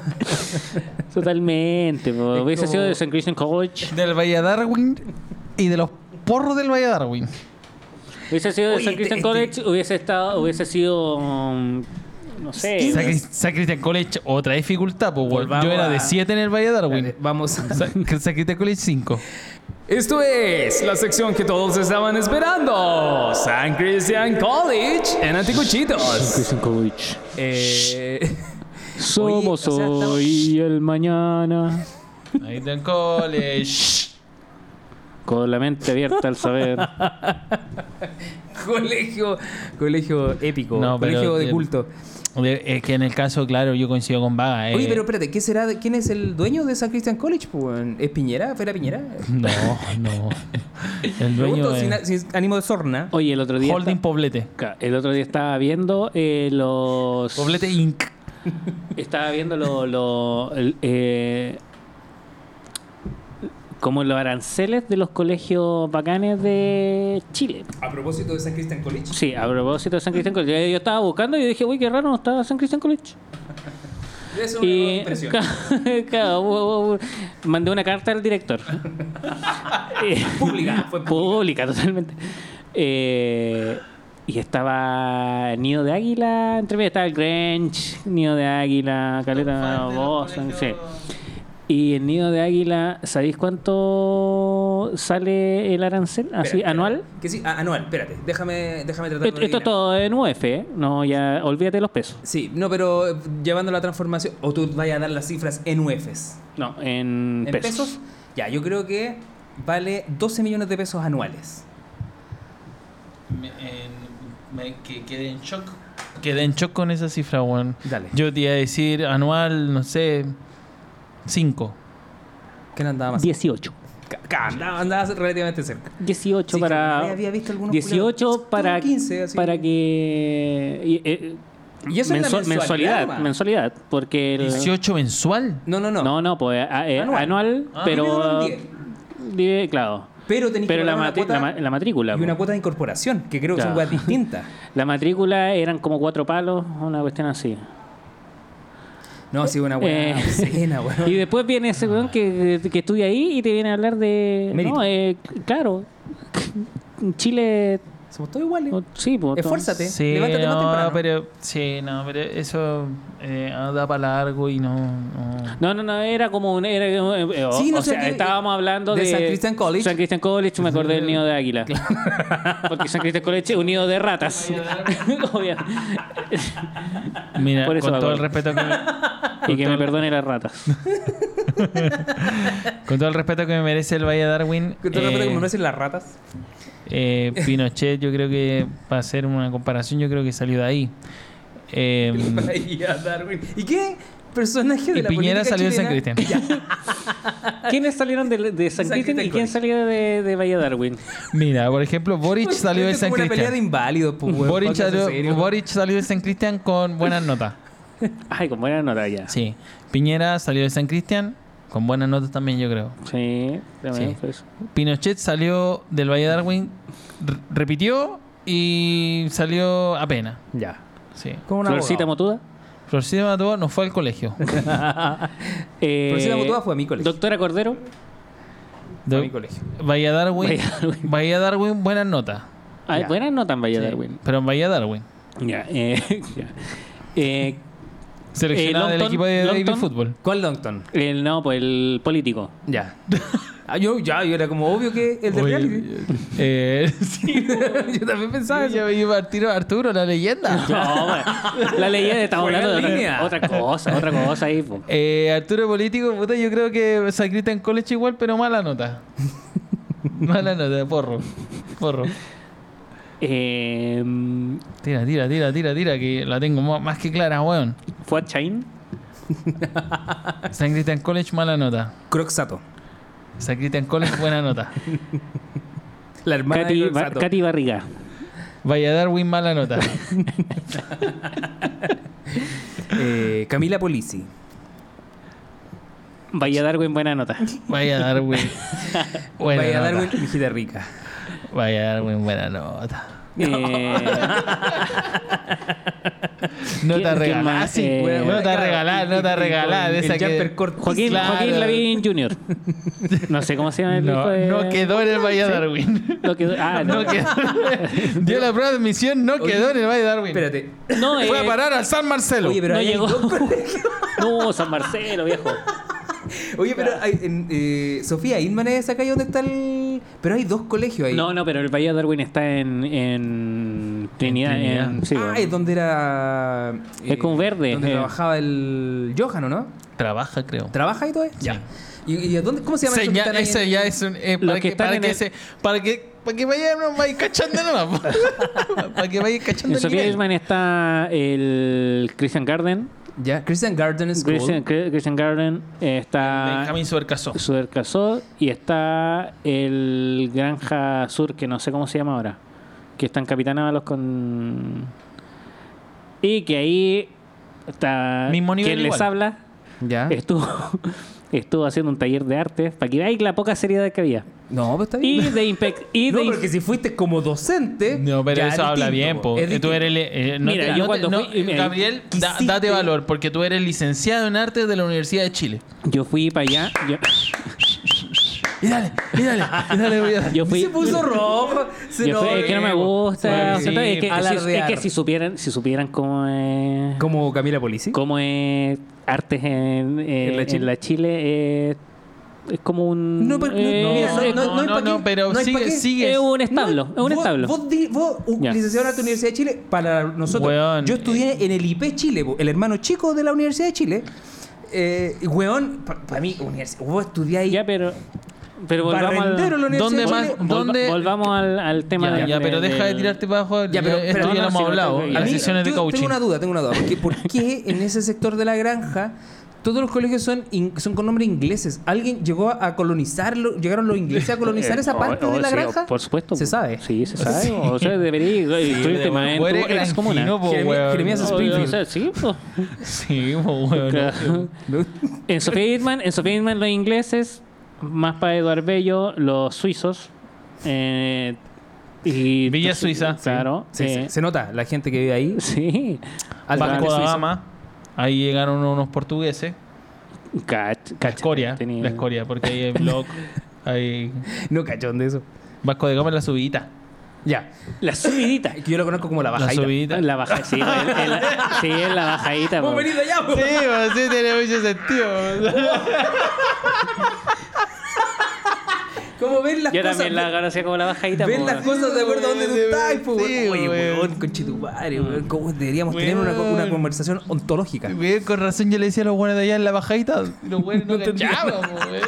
Speaker 2: Totalmente. po.
Speaker 3: Es
Speaker 2: Hubiese
Speaker 3: como-
Speaker 2: sido de San Christian College.
Speaker 4: Del Valle de Darwin y de los porros del Valle de Darwin.
Speaker 2: Hubiese sido de
Speaker 3: Oye,
Speaker 2: San
Speaker 3: este-
Speaker 2: Christian
Speaker 3: este-
Speaker 2: College. Hubiese estado, hubiese sido, um, no sé.
Speaker 4: Sacri- Sacristian College, otra dificultad, pues, weón.
Speaker 3: Volvamos
Speaker 4: Yo era
Speaker 3: a-
Speaker 4: de 7 en el Valle de Darwin.
Speaker 3: vamos a.
Speaker 4: Sa- Sacristian College 5.
Speaker 3: Esto es la sección que todos estaban esperando. San Christian College en Anticuchitos.
Speaker 2: Christian College.
Speaker 3: Eh,
Speaker 2: Somos
Speaker 3: o sea, estamos-
Speaker 2: hoy y el mañana.
Speaker 4: Sacristian College.
Speaker 2: Con la mente abierta al saber.
Speaker 3: colegio, colegio épico,
Speaker 4: No, pero
Speaker 3: colegio de
Speaker 4: que-
Speaker 3: culto.
Speaker 4: Eh, Es que en el caso, claro, yo coincido con Vaga. eh.
Speaker 3: Oye, pero espérate, ¿qué será de- ¿quién es el dueño de San Christian College? po, weón? ¿Es Piñera? ¿Fuera Piñera?
Speaker 4: No, no. El dueño
Speaker 3: Pregunto
Speaker 4: es
Speaker 3: sin, a- sin ánimo de sorna.
Speaker 2: Oye, el otro día.
Speaker 4: Holding Poblete.
Speaker 2: esta- el otro día estaba viendo eh, los.
Speaker 4: Poblete Inc.
Speaker 2: Estaba viendo lo, lo- el, eh, como los aranceles de los colegios bacanes de Chile.
Speaker 3: A propósito de San Christian College.
Speaker 2: Sí, a propósito de San Cristian College. Yo estaba buscando y dije, uy, qué raro, no estaba San Cristian College.
Speaker 3: Eso es una nueva
Speaker 2: Y
Speaker 3: impresión.
Speaker 2: claro, u- u- u- mandé una carta al director. Eh,
Speaker 3: Pública, fue
Speaker 2: pública totalmente. Eh, y estaba Nido de Águila, entre medio estaba el Grange, Nido de Águila, Caleta Boston, sí. Y el Nido de Águila, ¿sabéis cuánto sale el arancel? Así,
Speaker 3: Espera,
Speaker 2: anual.
Speaker 3: espera. Que sí, a- anual, espérate, déjame, déjame tratar de
Speaker 2: Esto, esto
Speaker 3: adivinar.
Speaker 2: es todo en UF, ¿eh? No, ya, olvídate de los pesos.
Speaker 3: Sí, no, pero eh, llevando la transformación, o tú vayas a dar las cifras en UFs.
Speaker 2: No, en,
Speaker 3: ¿En pesos? Ya, yo creo que vale 12 millones de pesos anuales.
Speaker 4: Me, en- me- que quedé en shock. Quedé en shock con esa cifra, weón.
Speaker 3: Dale.
Speaker 4: Yo te iba a decir anual, no sé, 5.
Speaker 3: ¿Qué no andaba más?
Speaker 2: 18.
Speaker 3: Ca- ca- Andaba, andaba relativamente cerca.
Speaker 2: 18
Speaker 3: Sí,
Speaker 2: para.
Speaker 3: había- había visto algunos
Speaker 2: 18
Speaker 3: culiados.
Speaker 2: para,
Speaker 3: Como 15, así.
Speaker 2: para que. y, eh,
Speaker 3: Y eso es la
Speaker 2: mensu-
Speaker 3: mensualidad,
Speaker 2: mensualidad.
Speaker 3: nomás.
Speaker 2: Mensualidad.
Speaker 3: Eh.
Speaker 2: Porque. el-
Speaker 4: ¿18 mensual?
Speaker 3: No, no, Ah, no.
Speaker 2: no. no, pues a- eh,
Speaker 3: Anual.
Speaker 2: anual,
Speaker 3: Ah.
Speaker 2: pero.
Speaker 3: Dividido en
Speaker 2: Divi- claro.
Speaker 3: Pero tenés
Speaker 2: Pero
Speaker 3: que
Speaker 2: la,
Speaker 3: pagar
Speaker 2: matri-
Speaker 3: una
Speaker 2: la, ma-
Speaker 3: cuota
Speaker 2: la matrícula.
Speaker 3: y una
Speaker 2: po.
Speaker 3: cuota de incorporación, que creo que son
Speaker 2: Claro.
Speaker 3: cosas distintas.
Speaker 2: La matrícula eran como cuatro palos, una cuestión así.
Speaker 3: No, sí, una buena
Speaker 2: Eh,
Speaker 3: cena, weón.
Speaker 2: Y después viene ese weón que, que estudia ahí y te viene a hablar de.
Speaker 3: Mérito.
Speaker 2: No, eh, c- claro. Chile.
Speaker 3: Somos todos iguales.
Speaker 2: o- Sí, po, todo.
Speaker 3: Esfuérzate,
Speaker 4: Sí,
Speaker 3: levántate más
Speaker 4: no,
Speaker 3: temprano.
Speaker 4: pero, sí, no, pero eso eh, da para largo y no. no.
Speaker 2: No, no, no, era como un. Era, eh, eh, o-
Speaker 3: Sí, no
Speaker 2: o
Speaker 3: sé
Speaker 2: sea,
Speaker 3: qué-
Speaker 2: estábamos hablando
Speaker 3: eh, de
Speaker 2: de.
Speaker 3: San Cristian College.
Speaker 2: San Cristian College, me acordé del nido de águila. Porque San Cristian College es un nido de ratas. Obvio.
Speaker 4: Mira,
Speaker 2: Por eso
Speaker 4: con
Speaker 2: me
Speaker 4: todo el
Speaker 2: acuerdo.
Speaker 4: respeto que me-
Speaker 2: y que me perdone las ratas.
Speaker 4: con todo el respeto que me merece el Valle Darwin.
Speaker 3: Que todo el rato
Speaker 4: eh,
Speaker 3: que me parecen las ratas.
Speaker 4: eh, Pinochet, yo creo que para hacer una comparación, yo creo que salió de ahí. Eh,
Speaker 2: Mm.
Speaker 3: Vaya, Darwin. ¿Y qué personaje de
Speaker 4: Y
Speaker 3: la
Speaker 4: Piñera
Speaker 3: política
Speaker 4: salió de San
Speaker 3: chilena?
Speaker 4: Cristian.
Speaker 3: Ya.
Speaker 2: ¿Quiénes salieron de, de San
Speaker 3: San
Speaker 2: Cristian y quién
Speaker 3: Cristian College.
Speaker 2: salió de, de Valle Darwin?
Speaker 4: mira, por ejemplo, Boric salió de
Speaker 3: Esto
Speaker 4: San
Speaker 3: Pues, es como una pelea de
Speaker 4: Cristian.
Speaker 3: inválidos, pues, weón.
Speaker 4: Boric
Speaker 3: Póngase
Speaker 4: salió,
Speaker 3: serio.
Speaker 4: Boric salió de San Cristian con buenas notas.
Speaker 2: Ay, con buena nota ya. Sí,
Speaker 4: Sí. Piñera salió de San Cristian con buenas notas también, yo creo.
Speaker 2: también
Speaker 4: Sí.
Speaker 2: fue eso.
Speaker 4: Pinochet salió del Valle Darwin, r- repitió y salió apenas.
Speaker 3: Ya.
Speaker 4: Sí.
Speaker 3: Como una
Speaker 2: Florcita
Speaker 3: abogada.
Speaker 2: Motuda.
Speaker 4: Florcida Matúa no fue al colegio.
Speaker 2: Eh,
Speaker 3: Florcita Motuda fue a mi colegio.
Speaker 2: Doctora Cordero.
Speaker 3: Fue a
Speaker 4: De-
Speaker 3: mi colegio.
Speaker 4: Valle Darwin,
Speaker 2: Valle Darwin.
Speaker 4: Valle Darwin, buenas notas.
Speaker 2: Ay,
Speaker 3: Ya.
Speaker 2: buena nota en Valle
Speaker 4: Sí,
Speaker 2: Darwin.
Speaker 4: Pero en Valle Darwin.
Speaker 2: Ya. Eh, ya. Eh,
Speaker 4: Seleccionado del
Speaker 2: Longton,
Speaker 4: equipo de David
Speaker 2: Longton.
Speaker 4: Fútbol.
Speaker 3: Con Longton.
Speaker 2: el- no, pues el político.
Speaker 3: Ya. Ah, yo, ya, yo era como obvio que el de
Speaker 4: Oye,
Speaker 3: reality.
Speaker 4: eh, sí,
Speaker 3: yo también pensaba eso.
Speaker 4: ya me iba a tiro a Arturo, la leyenda.
Speaker 2: No, bueno, la leyenda estamos
Speaker 3: Fuera
Speaker 2: hablando de
Speaker 3: de
Speaker 2: otra-
Speaker 3: línea.
Speaker 2: otra, cosa, otra cosa ahí. pues. po.
Speaker 4: Eh, Arturo Político, puta, yo creo que San Cristian College igual, pero mala nota. mala nota, porro. Porro.
Speaker 2: Eh, mm,
Speaker 4: Tira, tira, tira, tira, tira, que la tengo mo- más que clara, weón.
Speaker 2: Fuad Chain,
Speaker 4: San Cristian College, mala nota.
Speaker 3: Croxato.
Speaker 4: San Cristian College, buena nota.
Speaker 3: La hermana
Speaker 2: Katy,
Speaker 3: de
Speaker 2: Ba-
Speaker 3: Croxato.
Speaker 2: Katy Barriga.
Speaker 4: Vaya Darwin, mala nota.
Speaker 3: Eh, Camila Polisi.
Speaker 2: Vaya Darwin, buena nota.
Speaker 4: Vaya Darwin. Buena
Speaker 3: Vaya
Speaker 4: nota.
Speaker 3: Darwin, hijita rica.
Speaker 4: Vaya Darwin, buena nota.
Speaker 2: Eh,
Speaker 4: Nota
Speaker 2: ¿Quién
Speaker 4: regalada,
Speaker 2: más?
Speaker 4: sí.
Speaker 2: Eh,
Speaker 4: buena- Nota
Speaker 3: claro,
Speaker 4: regalada,
Speaker 3: y-
Speaker 4: nota
Speaker 3: y-
Speaker 4: regalada.
Speaker 3: y
Speaker 4: de
Speaker 3: con
Speaker 4: esa
Speaker 3: el
Speaker 4: que-
Speaker 3: jumper corto.
Speaker 2: Joaquín,
Speaker 4: Claro.
Speaker 2: Joaquín Lavín Jr. No sé cómo se llama el hijo
Speaker 4: No,
Speaker 2: de...
Speaker 4: no quedó en el Valle Darwin.
Speaker 2: Lo quedó- ah, no.
Speaker 4: No quedó. Dio la prueba de admisión, no quedó en el Valle Darwin.
Speaker 3: Espérate.
Speaker 2: No, eh,
Speaker 4: Fue a parar al San Marcelo.
Speaker 3: Oye, pero
Speaker 2: no
Speaker 3: ahí hay
Speaker 2: llegó.
Speaker 3: dos-
Speaker 2: No, San Marcelo, viejo.
Speaker 3: Oye, pero hay, en, eh, Sofía Inman es acá donde está el. Pero hay dos colegios ahí.
Speaker 2: No, no, pero el Valle Darwin está en, en Trinidad. En
Speaker 4: Trinidad.
Speaker 2: sí,
Speaker 3: ah,
Speaker 2: bueno.
Speaker 3: es donde era.
Speaker 2: Es con verde,
Speaker 3: Donde
Speaker 2: eh.
Speaker 3: trabajaba el Johan, ¿o no?
Speaker 4: Trabaja, creo.
Speaker 3: ¿Trabaja ahí todavía? Ya. ¿Y, y a dónde, cómo se llama esos que
Speaker 4: Señal-
Speaker 3: están ahí
Speaker 4: ese
Speaker 3: en-
Speaker 4: ya es un. eh,
Speaker 2: Los
Speaker 4: para,
Speaker 2: que
Speaker 4: que,
Speaker 2: están
Speaker 4: para,
Speaker 2: en
Speaker 4: que
Speaker 2: el-
Speaker 4: se- para que para que vayan vayan cachando nomás. para que vayan cachando
Speaker 2: En
Speaker 4: el
Speaker 2: Sofía
Speaker 4: nivel.
Speaker 2: Isman está el Christian Garden.
Speaker 3: Ya, Christian Garden School.
Speaker 2: Christian, Christian Garden eh, está
Speaker 4: Benjamín Suercazó.
Speaker 2: Sudercazó y está el Granja Sur, que no sé cómo se llama ahora, que está en Capitán Ábalos con... Y que ahí está
Speaker 4: Mismo nivel
Speaker 2: quien les
Speaker 4: igual.
Speaker 2: habla,
Speaker 3: Ya.
Speaker 2: estuvo estuvo haciendo un taller de arte para que veáis la poca seriedad que había.
Speaker 3: No, pues está
Speaker 2: Y
Speaker 3: bien.
Speaker 2: de impec- y
Speaker 3: no,
Speaker 2: de
Speaker 3: porque si fuiste como docente.
Speaker 4: No, pero
Speaker 3: Eh, ya
Speaker 4: eso
Speaker 3: es
Speaker 4: habla
Speaker 3: distinto,
Speaker 4: bien, po.
Speaker 3: es
Speaker 4: Eh, Tú
Speaker 3: distinto.
Speaker 4: eres. li- eh, no
Speaker 2: Mira,
Speaker 4: te-
Speaker 2: yo
Speaker 4: no te-
Speaker 2: cuando
Speaker 4: no,
Speaker 2: fui-
Speaker 4: eh, Gabriel, da-
Speaker 3: quisiste-
Speaker 4: date valor, porque tú eres licenciado en arte de la Universidad de Chile.
Speaker 2: Yo fui para allá. Yo,
Speaker 4: Y dale, y dale,
Speaker 2: Ah.
Speaker 4: y dale, voy a-
Speaker 2: yo fui.
Speaker 3: Se puso rojo. Se
Speaker 2: yo fui-
Speaker 3: lo-
Speaker 2: es que no me
Speaker 4: Bueno,
Speaker 2: gusta. o sea,
Speaker 4: sí,
Speaker 2: es, que, si, es
Speaker 3: alardear.
Speaker 2: que si supieran, si supieran cómo es,
Speaker 3: Eh, Como Camila Polisi.
Speaker 2: cómo es artes en, eh,
Speaker 3: ¿En la
Speaker 2: en
Speaker 3: Chile?
Speaker 2: la Chile, eh, es como un.
Speaker 3: No, pero- no,
Speaker 2: eh,
Speaker 3: mira,
Speaker 2: es-
Speaker 3: no,
Speaker 2: es
Speaker 3: no,
Speaker 2: como-
Speaker 3: hay
Speaker 4: no,
Speaker 3: pa'
Speaker 4: no,
Speaker 3: qué,
Speaker 4: pero
Speaker 3: no hay pa'
Speaker 4: sigue,
Speaker 3: qué.
Speaker 4: sigue.
Speaker 2: es un establo, es un
Speaker 3: vos,
Speaker 2: establo.
Speaker 3: Vos, di- vos, un
Speaker 2: Ya.
Speaker 3: licenciado en la Universidad de Chile, para nosotros.
Speaker 4: Weón,
Speaker 3: yo estudié en el IP Chile, po, el hermano chico de la Universidad de Chile. Eh, weón, para mí, univers- vos estudiáis
Speaker 2: Ya, pero. Pero volvamos al,
Speaker 3: barrendero en la Universidad
Speaker 4: ¿Dónde
Speaker 3: de
Speaker 4: más?
Speaker 3: Chile.
Speaker 2: volva-
Speaker 4: ¿Dónde-
Speaker 2: volvamos al, al tema
Speaker 4: Ya,
Speaker 2: de.
Speaker 4: ya, pero
Speaker 2: de-
Speaker 4: deja de
Speaker 2: del-
Speaker 4: tirarte para abajo. eh,
Speaker 3: Ya, pero-
Speaker 4: Ya,
Speaker 3: pero-
Speaker 4: esto ya
Speaker 2: no, no,
Speaker 4: lo
Speaker 2: sí,
Speaker 4: hemos
Speaker 2: no
Speaker 4: hablado.
Speaker 2: tengo
Speaker 4: en
Speaker 2: idea.
Speaker 3: A
Speaker 4: Las
Speaker 3: mí,
Speaker 4: sesiones de
Speaker 3: yo
Speaker 4: coaching.
Speaker 3: Tengo una duda, tengo una duda. Porque, ¿Por qué en ese sector de la granja todos los colegios son, in- son con nombres ingleses? ¿Alguien llegó a, a colonizarlo? ¿Llegaron los ingleses a colonizar
Speaker 2: Eh,
Speaker 3: esa
Speaker 2: o-
Speaker 3: parte
Speaker 2: o
Speaker 3: de la
Speaker 2: sí, o-
Speaker 3: granja?
Speaker 2: Por supuesto.
Speaker 3: Se sabe.
Speaker 2: Sí, se sabe. O sea, debería incluirte más en
Speaker 4: Vos
Speaker 2: tu
Speaker 4: eres
Speaker 2: ex comuna.
Speaker 4: granjino, po,
Speaker 3: Jeremías-
Speaker 4: weón.
Speaker 3: Jeremías
Speaker 2: No,
Speaker 3: Springfield.
Speaker 2: o sea, sí, pues. po.
Speaker 4: Sí, po, weón.
Speaker 2: Claro. En Sofía Hitman, en Sofía Hitman los ingleses, más para Eduardo Bello, los suizos. eh, y,
Speaker 4: Villa Suiza.
Speaker 2: Claro.
Speaker 3: Sí,
Speaker 2: eh,
Speaker 3: se, se nota, la gente que vive ahí.
Speaker 2: sí.
Speaker 3: altamente
Speaker 4: Vasco da
Speaker 3: suiza.
Speaker 4: Gama. Ahí llegaron unos portugueses.
Speaker 2: Cach-
Speaker 4: La
Speaker 2: cacha,
Speaker 4: escoria.
Speaker 2: tenía-
Speaker 4: La escoria, porque ahí hay blog. Hay
Speaker 3: No cachón de eso.
Speaker 4: Vasco de Gama en la subidita.
Speaker 3: Ya.
Speaker 2: La subidita.
Speaker 3: Es que Yo lo conozco como la
Speaker 4: La
Speaker 3: bajadita.
Speaker 4: subidita.
Speaker 2: La baja, sí, en- en la- sí, en la bajadita. po.
Speaker 3: Vos venís de allá, po.
Speaker 4: Sí, pues, sí, tiene mucho sentido.
Speaker 3: Como ven las
Speaker 2: Yo
Speaker 3: cosas.
Speaker 2: también la conocía como la bajadita.
Speaker 3: Ven
Speaker 2: po,
Speaker 3: las
Speaker 2: weón.
Speaker 3: cosas de acuerdo a donde tú estás, po,
Speaker 4: Sí,
Speaker 3: weón. Oye,
Speaker 4: weón.
Speaker 3: weón, conchetumare, weón. ¿Cómo deberíamos tener una, co- una
Speaker 4: Weón.
Speaker 3: conversación ontológica?
Speaker 4: Güey, con razón yo le decía a los buenos de allá en la bajadita. y Los buenos no,
Speaker 3: No entendía.
Speaker 4: cachaban, po, güey.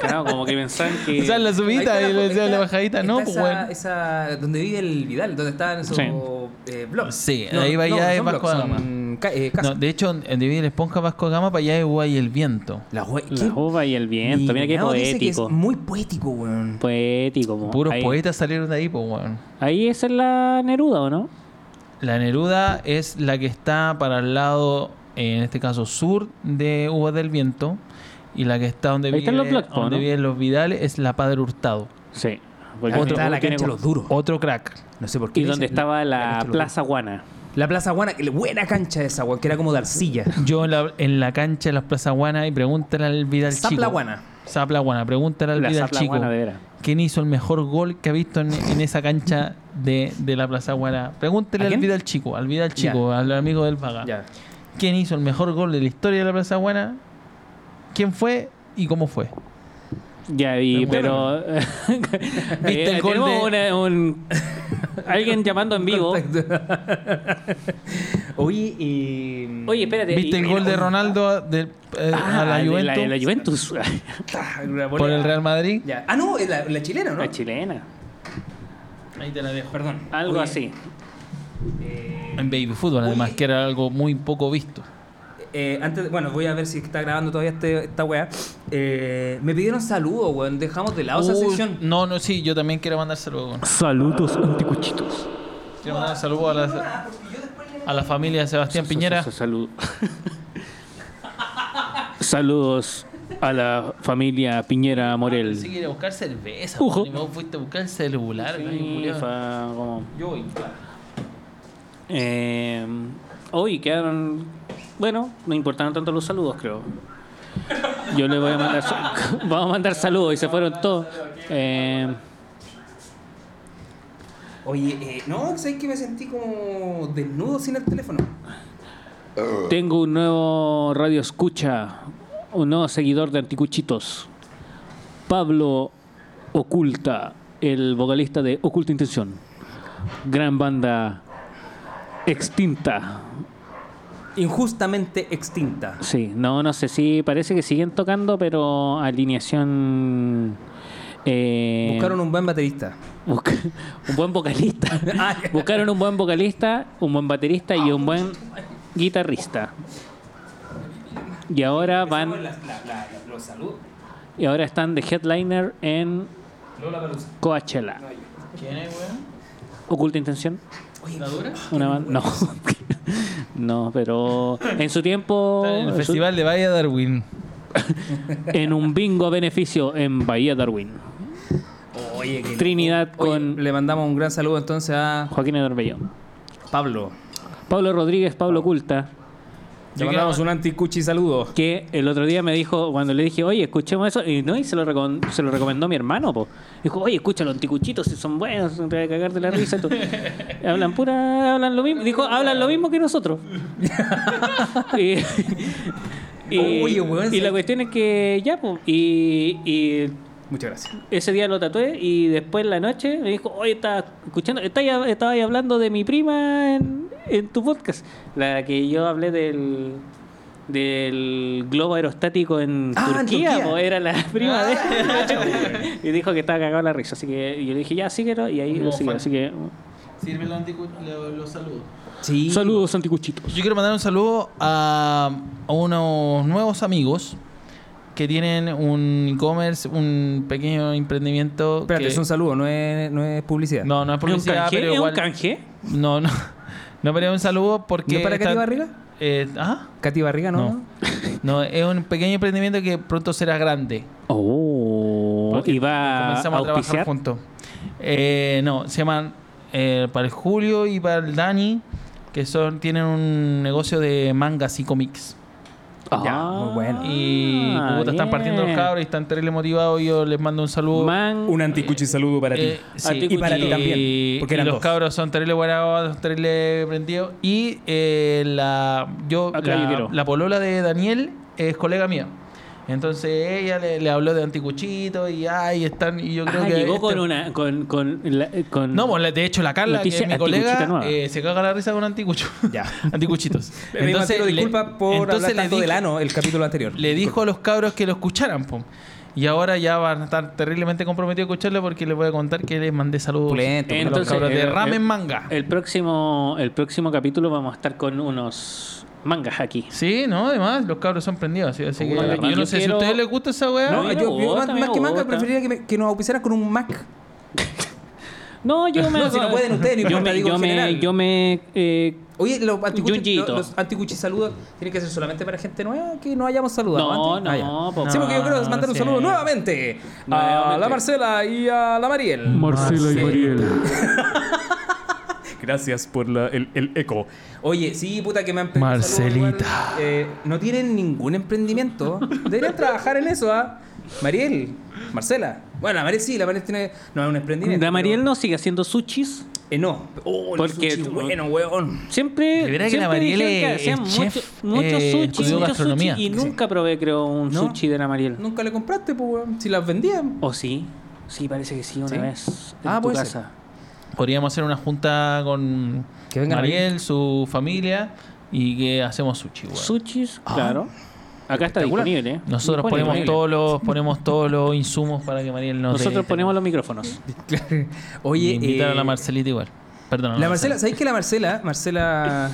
Speaker 2: Claro, como que pensaban que.
Speaker 4: O sea, en la subidita
Speaker 3: Ahí
Speaker 4: y
Speaker 3: está
Speaker 4: le decía en la
Speaker 3: está-
Speaker 4: bajadita. No,
Speaker 3: está
Speaker 4: pues,
Speaker 3: esa,
Speaker 4: bueno.
Speaker 3: esa- donde vive el Vidal, donde están esos
Speaker 2: Sí.
Speaker 3: eh, blogs.
Speaker 4: Sí, ahí va ya
Speaker 3: no
Speaker 4: es
Speaker 3: son
Speaker 4: Vasco
Speaker 3: blogs,
Speaker 4: da
Speaker 3: son ca- eh,
Speaker 4: No,
Speaker 3: casas.
Speaker 4: de hecho, en David el Esponja Vasco Gama para allá es Guay el viento.
Speaker 3: La hue- ¿qué?
Speaker 2: La uva y el viento. Mira qué
Speaker 3: Minao dice que
Speaker 2: poético.
Speaker 3: es muy poético, weón.
Speaker 2: Poético. po.
Speaker 4: Puros
Speaker 2: ahí,
Speaker 4: poetas salieron de ahí, pues, weón.
Speaker 2: Ahí esa es la Neruda, ¿o no?
Speaker 4: La Neruda es la que está para el lado, eh, en este caso, sur de Uvas del Viento. Y la que está donde,
Speaker 2: Ahí
Speaker 4: vive,
Speaker 2: están los Black Poe,
Speaker 4: donde
Speaker 2: ¿no?
Speaker 4: viven los Vidales es la Padre Hurtado.
Speaker 2: Sí.
Speaker 3: Ahí está la
Speaker 2: tiene
Speaker 3: cancha de
Speaker 2: como-
Speaker 3: los duros.
Speaker 4: Otro crack.
Speaker 3: No sé por qué.
Speaker 2: Y
Speaker 3: le
Speaker 2: donde
Speaker 3: dicen
Speaker 2: estaba
Speaker 3: cancha de
Speaker 2: la
Speaker 3: los duros.
Speaker 2: Plaza Guana.
Speaker 3: La Plaza Guana, que buena cancha esa, weón, que era como de arcilla.
Speaker 4: Yo en la, en la cancha de las Plaza Guana y pregúntale al Vidal Chico.
Speaker 3: Zapla Guana.
Speaker 4: Zapla Guana, pregúntale al
Speaker 2: La
Speaker 4: Vidal
Speaker 2: Zapla
Speaker 4: Chico.
Speaker 2: Guana, de veras.
Speaker 4: ¿Quién hizo el mejor gol que ha visto en, en esa cancha de, de la Plaza Guana? Pregúntele
Speaker 3: ¿A
Speaker 4: al
Speaker 3: quién?
Speaker 4: Vidal Chico, al Vidal Chico, al amigo del Vaga.
Speaker 3: Ya.
Speaker 4: ¿Quién hizo el mejor gol de la historia de la Plaza Guana? ¿Quién fue y cómo fue?
Speaker 2: Ya, y, pero.
Speaker 4: ¿Viste el
Speaker 2: Eh,
Speaker 4: gol
Speaker 2: tenemos
Speaker 4: de-
Speaker 2: una- un- Alguien llamando en vivo.
Speaker 3: Oye, y.
Speaker 2: Oye, espérate.
Speaker 4: ¿Viste
Speaker 2: y-
Speaker 4: el gol de Ronaldo a, de- eh,
Speaker 2: Ah,
Speaker 4: a la
Speaker 2: de
Speaker 4: Juventus?
Speaker 2: La, de la Juventus.
Speaker 4: por el Real Madrid.
Speaker 3: ah, Ya. Ah, no, es la, la chilena, ¿no?
Speaker 2: La chilena.
Speaker 4: Ahí te la dejo.
Speaker 3: Perdón.
Speaker 2: Algo
Speaker 3: Oye,
Speaker 2: así.
Speaker 4: En Baby Fútbol, además,
Speaker 3: Oye.
Speaker 4: que era algo muy poco visto.
Speaker 3: Eh, antes, bueno, voy a ver si está grabando todavía este- esta weá. Eh, me pidieron saludos, weón. Dejamos de lado esa
Speaker 4: Uy,
Speaker 3: sección.
Speaker 4: No, no, sí, yo también quiero mandar saludos. weón.
Speaker 2: Saludos anticuchitos.
Speaker 4: Quiero mandar saludos a la, a la familia de Sebastián Piñera.
Speaker 2: Saludos. Saludos a la familia Piñera Morel.
Speaker 4: Sí, que ir a buscar cerveza.
Speaker 2: Ujú.
Speaker 4: weón, y vos fuiste a buscar el celular.
Speaker 2: Sí,
Speaker 4: weón, culiao.
Speaker 2: fue como-
Speaker 4: Yo voy.
Speaker 2: Eh, hoy quedaron. Bueno, no importaron tanto los saludos, creo. Yo le voy a mandar. sa- Vamos a mandar saludos y se fueron todos. Eh,
Speaker 3: Oye, eh, no, ¿sabes que me sentí como desnudo sin el teléfono?
Speaker 2: tengo un nuevo radio escucha, un nuevo seguidor de Anticuchitos. Pablo Oculta, el vocalista de Oculta Intención. Gran banda extinta.
Speaker 3: Injustamente extinta.
Speaker 2: Sí, no, no sé si parece que siguen tocando, pero alineación. eh,
Speaker 3: Buscaron un buen baterista.
Speaker 2: busca- un buen vocalista.
Speaker 3: Ah, ya.
Speaker 2: Buscaron un buen vocalista, un buen baterista y un buen guitarrista. Y ahora van.
Speaker 3: los saludos.
Speaker 2: Y ahora están de headliner en Coachella.
Speaker 4: ¿Quién es, weón?
Speaker 2: Oculta intención.
Speaker 3: Oye,
Speaker 4: ¿La dura?
Speaker 2: Una banda. No. no, pero en su tiempo.
Speaker 4: Está en
Speaker 2: en
Speaker 4: el
Speaker 2: su-
Speaker 4: Festival de Valle Darwin.
Speaker 2: en un bingo a beneficio en Bahía Darwin.
Speaker 3: Oye, que
Speaker 2: Trinidad
Speaker 3: Oye,
Speaker 2: con
Speaker 3: Le mandamos un gran saludo entonces a
Speaker 2: Joaquín Edarbello.
Speaker 3: Pablo.
Speaker 2: Pablo Rodríguez, Pablo Culta,
Speaker 3: Le
Speaker 4: Yo
Speaker 3: mandamos
Speaker 4: quiero-
Speaker 3: un anticuchi saludo.
Speaker 2: que el otro día me dijo, cuando le dije, oye, escuchemos eso, y no, y se lo, recom- se lo recomendó mi hermano, po. Dijo, oye, escúchalo, anticuchitos, si son buenos, te vas a cagar de la risa. tú". hablan pura, hablan lo mismo, dijo, hablan lo mismo que nosotros. y, y-
Speaker 3: Oye, weón,
Speaker 2: y la
Speaker 3: se-
Speaker 2: cuestión es que ya, po, y- y
Speaker 3: Muchas gracias.
Speaker 2: Ese día lo tatué y después en la noche me dijo, oye, estaba escuchando, estaba, estaba ahí hablando de mi prima en, en tu podcast. La que yo hablé del del globo aerostático en
Speaker 3: Ah, en
Speaker 2: Turquía,
Speaker 3: Turquía. Ah,
Speaker 2: po, era la prima de
Speaker 4: Ah.
Speaker 2: y dijo que estaba cagado la risa así que yo le dije ya síguelo y ahí lo
Speaker 4: Como
Speaker 2: siguió
Speaker 4: fan.
Speaker 2: así que
Speaker 1: Sirve los anticu- lo- los saludos.
Speaker 3: Sí.
Speaker 2: saludos anticuchitos
Speaker 4: Pues Yo quiero mandar un saludo a, a unos nuevos amigos que tienen un e-commerce, un pequeño emprendimiento.
Speaker 3: Espérate,
Speaker 4: que-
Speaker 3: es un saludo, no es, no es publicidad.
Speaker 4: No, no es
Speaker 2: ¿Es un
Speaker 4: publicidad,
Speaker 2: canje?
Speaker 4: pero
Speaker 2: ¿Es un
Speaker 4: igual...
Speaker 2: canje?
Speaker 4: No, no. No, pero es un saludo porque...
Speaker 3: ¿No es para Katy
Speaker 4: están-
Speaker 3: Barriga?
Speaker 4: Eh, ¿ah?
Speaker 3: Katy Barriga, ¿no?
Speaker 4: No. No, es un pequeño emprendimiento que pronto será grande.
Speaker 2: Oh,
Speaker 4: Porque
Speaker 2: y va a
Speaker 4: comenzamos a trabajar
Speaker 2: auspiciar
Speaker 4: juntos. Eh, no, se llaman eh, para el Julio y para el Dani, que son tienen un negocio de mangas y cómics.
Speaker 3: Ya, muy bueno.
Speaker 4: Ah, Y
Speaker 2: Ah,
Speaker 4: puta, están partiendo los
Speaker 2: bien.
Speaker 4: cabros y están terrible motivados. y Yo les mando un saludo.
Speaker 2: Man-
Speaker 3: Un anticuchi saludo para
Speaker 4: Eh, sí.
Speaker 2: ti, Y para ti
Speaker 3: también,
Speaker 4: Y,
Speaker 3: porque eran
Speaker 4: los
Speaker 3: dos.
Speaker 4: cabros son terrible buenos, terrible prendidos. Y eh, la, yo,
Speaker 2: Acá yo
Speaker 4: la,
Speaker 2: quiero.
Speaker 4: la polola de Daniel es colega mía. Entonces ella le, le habló de anticuchito y ay, están. Y yo creo
Speaker 2: Ah,
Speaker 4: que
Speaker 2: llegó
Speaker 4: este-
Speaker 2: con una. Con, con, la- con-
Speaker 4: No, pues, de hecho la Carla,
Speaker 2: Noticia
Speaker 4: que es mi colega,
Speaker 2: anticuchita nueva.
Speaker 4: eh, se caga la risa con anticucho.
Speaker 3: Ya.
Speaker 4: Anticuchitos.
Speaker 3: Le pedimos entero
Speaker 4: le-
Speaker 3: disculpas por
Speaker 4: entonces
Speaker 3: hablar tanto
Speaker 4: dije-
Speaker 3: del ano el capítulo anterior.
Speaker 4: Le dijo a los cabros que lo escucharan, pum. Y ahora ya van a estar terriblemente comprometidos a escucharlo porque les voy a contar que les mandé saludos
Speaker 3: Pulento,
Speaker 4: a los
Speaker 2: Entonces,
Speaker 4: cabros de
Speaker 2: eh,
Speaker 4: Ramen
Speaker 2: eh,
Speaker 4: Manga.
Speaker 2: El próximo, el próximo capítulo vamos a estar con unos mangas aquí.
Speaker 4: Sí, no, además los cabros son prendidos. Así, así que
Speaker 2: Puta,
Speaker 4: yo
Speaker 2: yo
Speaker 4: no sé si
Speaker 2: quiero-
Speaker 4: a ustedes les gusta esa weá.
Speaker 2: No,
Speaker 3: No,
Speaker 2: a mí
Speaker 3: yo,
Speaker 2: me
Speaker 3: yo
Speaker 2: gusta,
Speaker 3: más,
Speaker 2: a mí
Speaker 3: más
Speaker 2: me
Speaker 3: que manga
Speaker 2: gusta.
Speaker 3: preferiría que, me- que nos auspiciaran con un Mac.
Speaker 2: No, yo me.
Speaker 3: No, si no pueden ustedes, no
Speaker 2: yo
Speaker 3: importa,
Speaker 2: me,
Speaker 3: digo
Speaker 2: yo
Speaker 3: en
Speaker 2: me,
Speaker 3: general.
Speaker 2: yo me, eh,
Speaker 3: Oye, los anticuchi,
Speaker 2: Yuyito.
Speaker 3: lo- los anticuchi saludos tienen que ser solamente para gente nueva que no hayamos saludado.
Speaker 2: No,
Speaker 3: antes. Ah,
Speaker 2: no,
Speaker 3: ya.
Speaker 2: po-
Speaker 3: sí, porque yo quiero
Speaker 4: no,
Speaker 3: mandar un
Speaker 4: sí.
Speaker 3: saludo nuevamente a
Speaker 2: Nuevamente.
Speaker 3: la Marcela y a la Mariel.
Speaker 4: Marcela y Mariel.
Speaker 3: Gracias por el, eco. Oye, sí, puta que me han pedido
Speaker 4: Marcelita.
Speaker 3: saludos, igual, eh, no tienen ningún emprendimiento. Deberían trabajar en eso, ¿ah? Mariel, Marcela. Bueno, la Mariel sí, la Mariel tiene. No es un emprendimiento.
Speaker 2: la Mariel
Speaker 3: pero-
Speaker 2: no sigue haciendo sushis.
Speaker 3: Eh, no. Oh, el
Speaker 2: Porque-
Speaker 3: sushi bueno, weón.
Speaker 2: Siempre.
Speaker 4: De verdad que
Speaker 2: siempre
Speaker 4: la Mariel
Speaker 2: dijeron
Speaker 4: es-
Speaker 2: hacían
Speaker 4: es
Speaker 2: mucho-
Speaker 4: chef,
Speaker 2: mucho
Speaker 4: eh,
Speaker 2: sushi,
Speaker 4: estudió
Speaker 2: mucho
Speaker 4: gastronomía.
Speaker 2: sushi. Y
Speaker 4: Sí.
Speaker 2: nunca probé, creo, un
Speaker 3: No.
Speaker 2: sushi de la Mariel.
Speaker 3: Nunca le compraste, pues, weón. Si las vendían.
Speaker 2: ¿O sí? Sí, parece que sí, una
Speaker 3: ¿Sí?
Speaker 2: vez. En
Speaker 3: Ah,
Speaker 2: tu
Speaker 3: puede ser.
Speaker 2: casa.
Speaker 4: Podríamos hacer una junta con
Speaker 3: Que vengan
Speaker 4: Mariel, su familia y que hacemos sushi, weón.
Speaker 2: Sushis, claro. Acá está
Speaker 3: espectacular.
Speaker 2: disponible. ¿eh?
Speaker 4: Ah. Nosotros
Speaker 2: Disponible.
Speaker 4: ponemos todos los ponemos todos los insumos para que Mariel nos dé-
Speaker 2: Nosotros ponemos los micrófonos.
Speaker 3: Claro.
Speaker 4: y
Speaker 3: Oye,
Speaker 4: invitar a
Speaker 3: eh,
Speaker 4: la Marcelita igual. Perdón. a
Speaker 3: La Marcela, ¿sabéis que la Marcela, Marcela,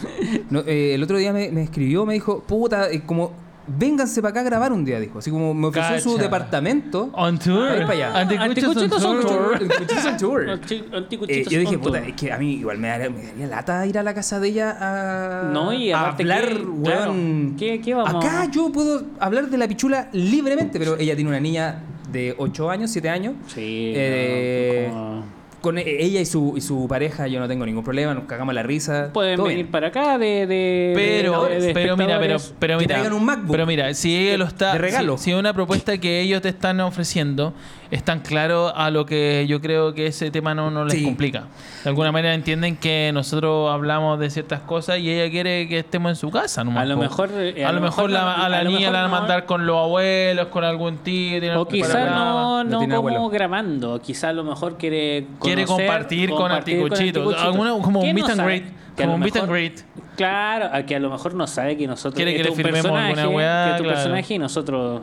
Speaker 3: no, eh, el otro día me, me escribió, me dijo, puta, eh, como, vénganse para acá a grabar un día, dijo. Así como me ofreció su
Speaker 4: Cacha.
Speaker 3: departamento.
Speaker 4: On tour.
Speaker 3: Ahí para allá.
Speaker 4: Anticuchos
Speaker 2: Anticuchos
Speaker 4: on
Speaker 2: on
Speaker 4: tour.
Speaker 2: tour.
Speaker 3: Which is on tour. Eh,
Speaker 2: Anticuchitos
Speaker 3: yo dije,
Speaker 2: on
Speaker 3: puta,
Speaker 2: tour.
Speaker 3: es que a mí igual me daría, me daría lata ir a la casa de ella a,
Speaker 2: No, y
Speaker 3: a
Speaker 2: aparte
Speaker 3: hablar,
Speaker 2: que-
Speaker 3: weón.
Speaker 2: claro, ¿qué- qué vamos a-
Speaker 3: Acá yo puedo hablar de la pichula libremente, pero ella tiene una niña de 8 años, 7 años.
Speaker 2: Sí.
Speaker 3: Eh,
Speaker 2: no,
Speaker 3: Con e- ella y su, y su pareja yo no tengo ningún problema, nos cagamos la risa.
Speaker 2: como- Pueden
Speaker 3: todo
Speaker 2: venir
Speaker 3: bien.
Speaker 2: para acá de. de
Speaker 4: Pero,
Speaker 2: de- de
Speaker 4: pero mira, pero,
Speaker 2: espectadores.
Speaker 4: pero
Speaker 3: Que
Speaker 4: mira.
Speaker 3: traigan un MacBook.
Speaker 4: Pero mira, si ella lo está.
Speaker 3: de regalo.
Speaker 4: Si, si una propuesta que ellos te están ofreciendo es tan claro a lo que yo creo que ese tema no, no les
Speaker 3: Sí.
Speaker 4: complica. De alguna manera entienden que nosotros hablamos de ciertas cosas y ella quiere que estemos en su casa nomás,
Speaker 2: A lo
Speaker 4: po.
Speaker 2: mejor, eh,
Speaker 4: a, lo mejor la- a la
Speaker 2: a lo
Speaker 4: niña
Speaker 2: mejor
Speaker 4: la van a
Speaker 2: no- ¿eh?
Speaker 4: mandar con los abuelos, con algún tío. tiene
Speaker 2: O
Speaker 4: algún
Speaker 2: quizás
Speaker 4: programa.
Speaker 2: no,
Speaker 3: No
Speaker 2: no,
Speaker 3: tiene
Speaker 2: como
Speaker 3: abuelo.
Speaker 2: grabando, quizás a lo mejor quiere
Speaker 4: Quiere
Speaker 2: conocer,
Speaker 4: compartir con anticuchitos. Alguna- como un
Speaker 2: ¿Quién
Speaker 4: meet
Speaker 2: no
Speaker 4: and
Speaker 2: sabe?
Speaker 4: greet,
Speaker 2: Que
Speaker 4: como
Speaker 2: a lo
Speaker 4: un meet and
Speaker 2: mejor-
Speaker 4: greet.
Speaker 2: Claro, a que a lo mejor no sabe que nosotros
Speaker 4: Quiere que
Speaker 2: este
Speaker 4: le
Speaker 2: es un
Speaker 4: firmemos alguna
Speaker 2: personaje,
Speaker 4: weá,
Speaker 2: que es tu
Speaker 4: claro.
Speaker 2: personaje y nosotros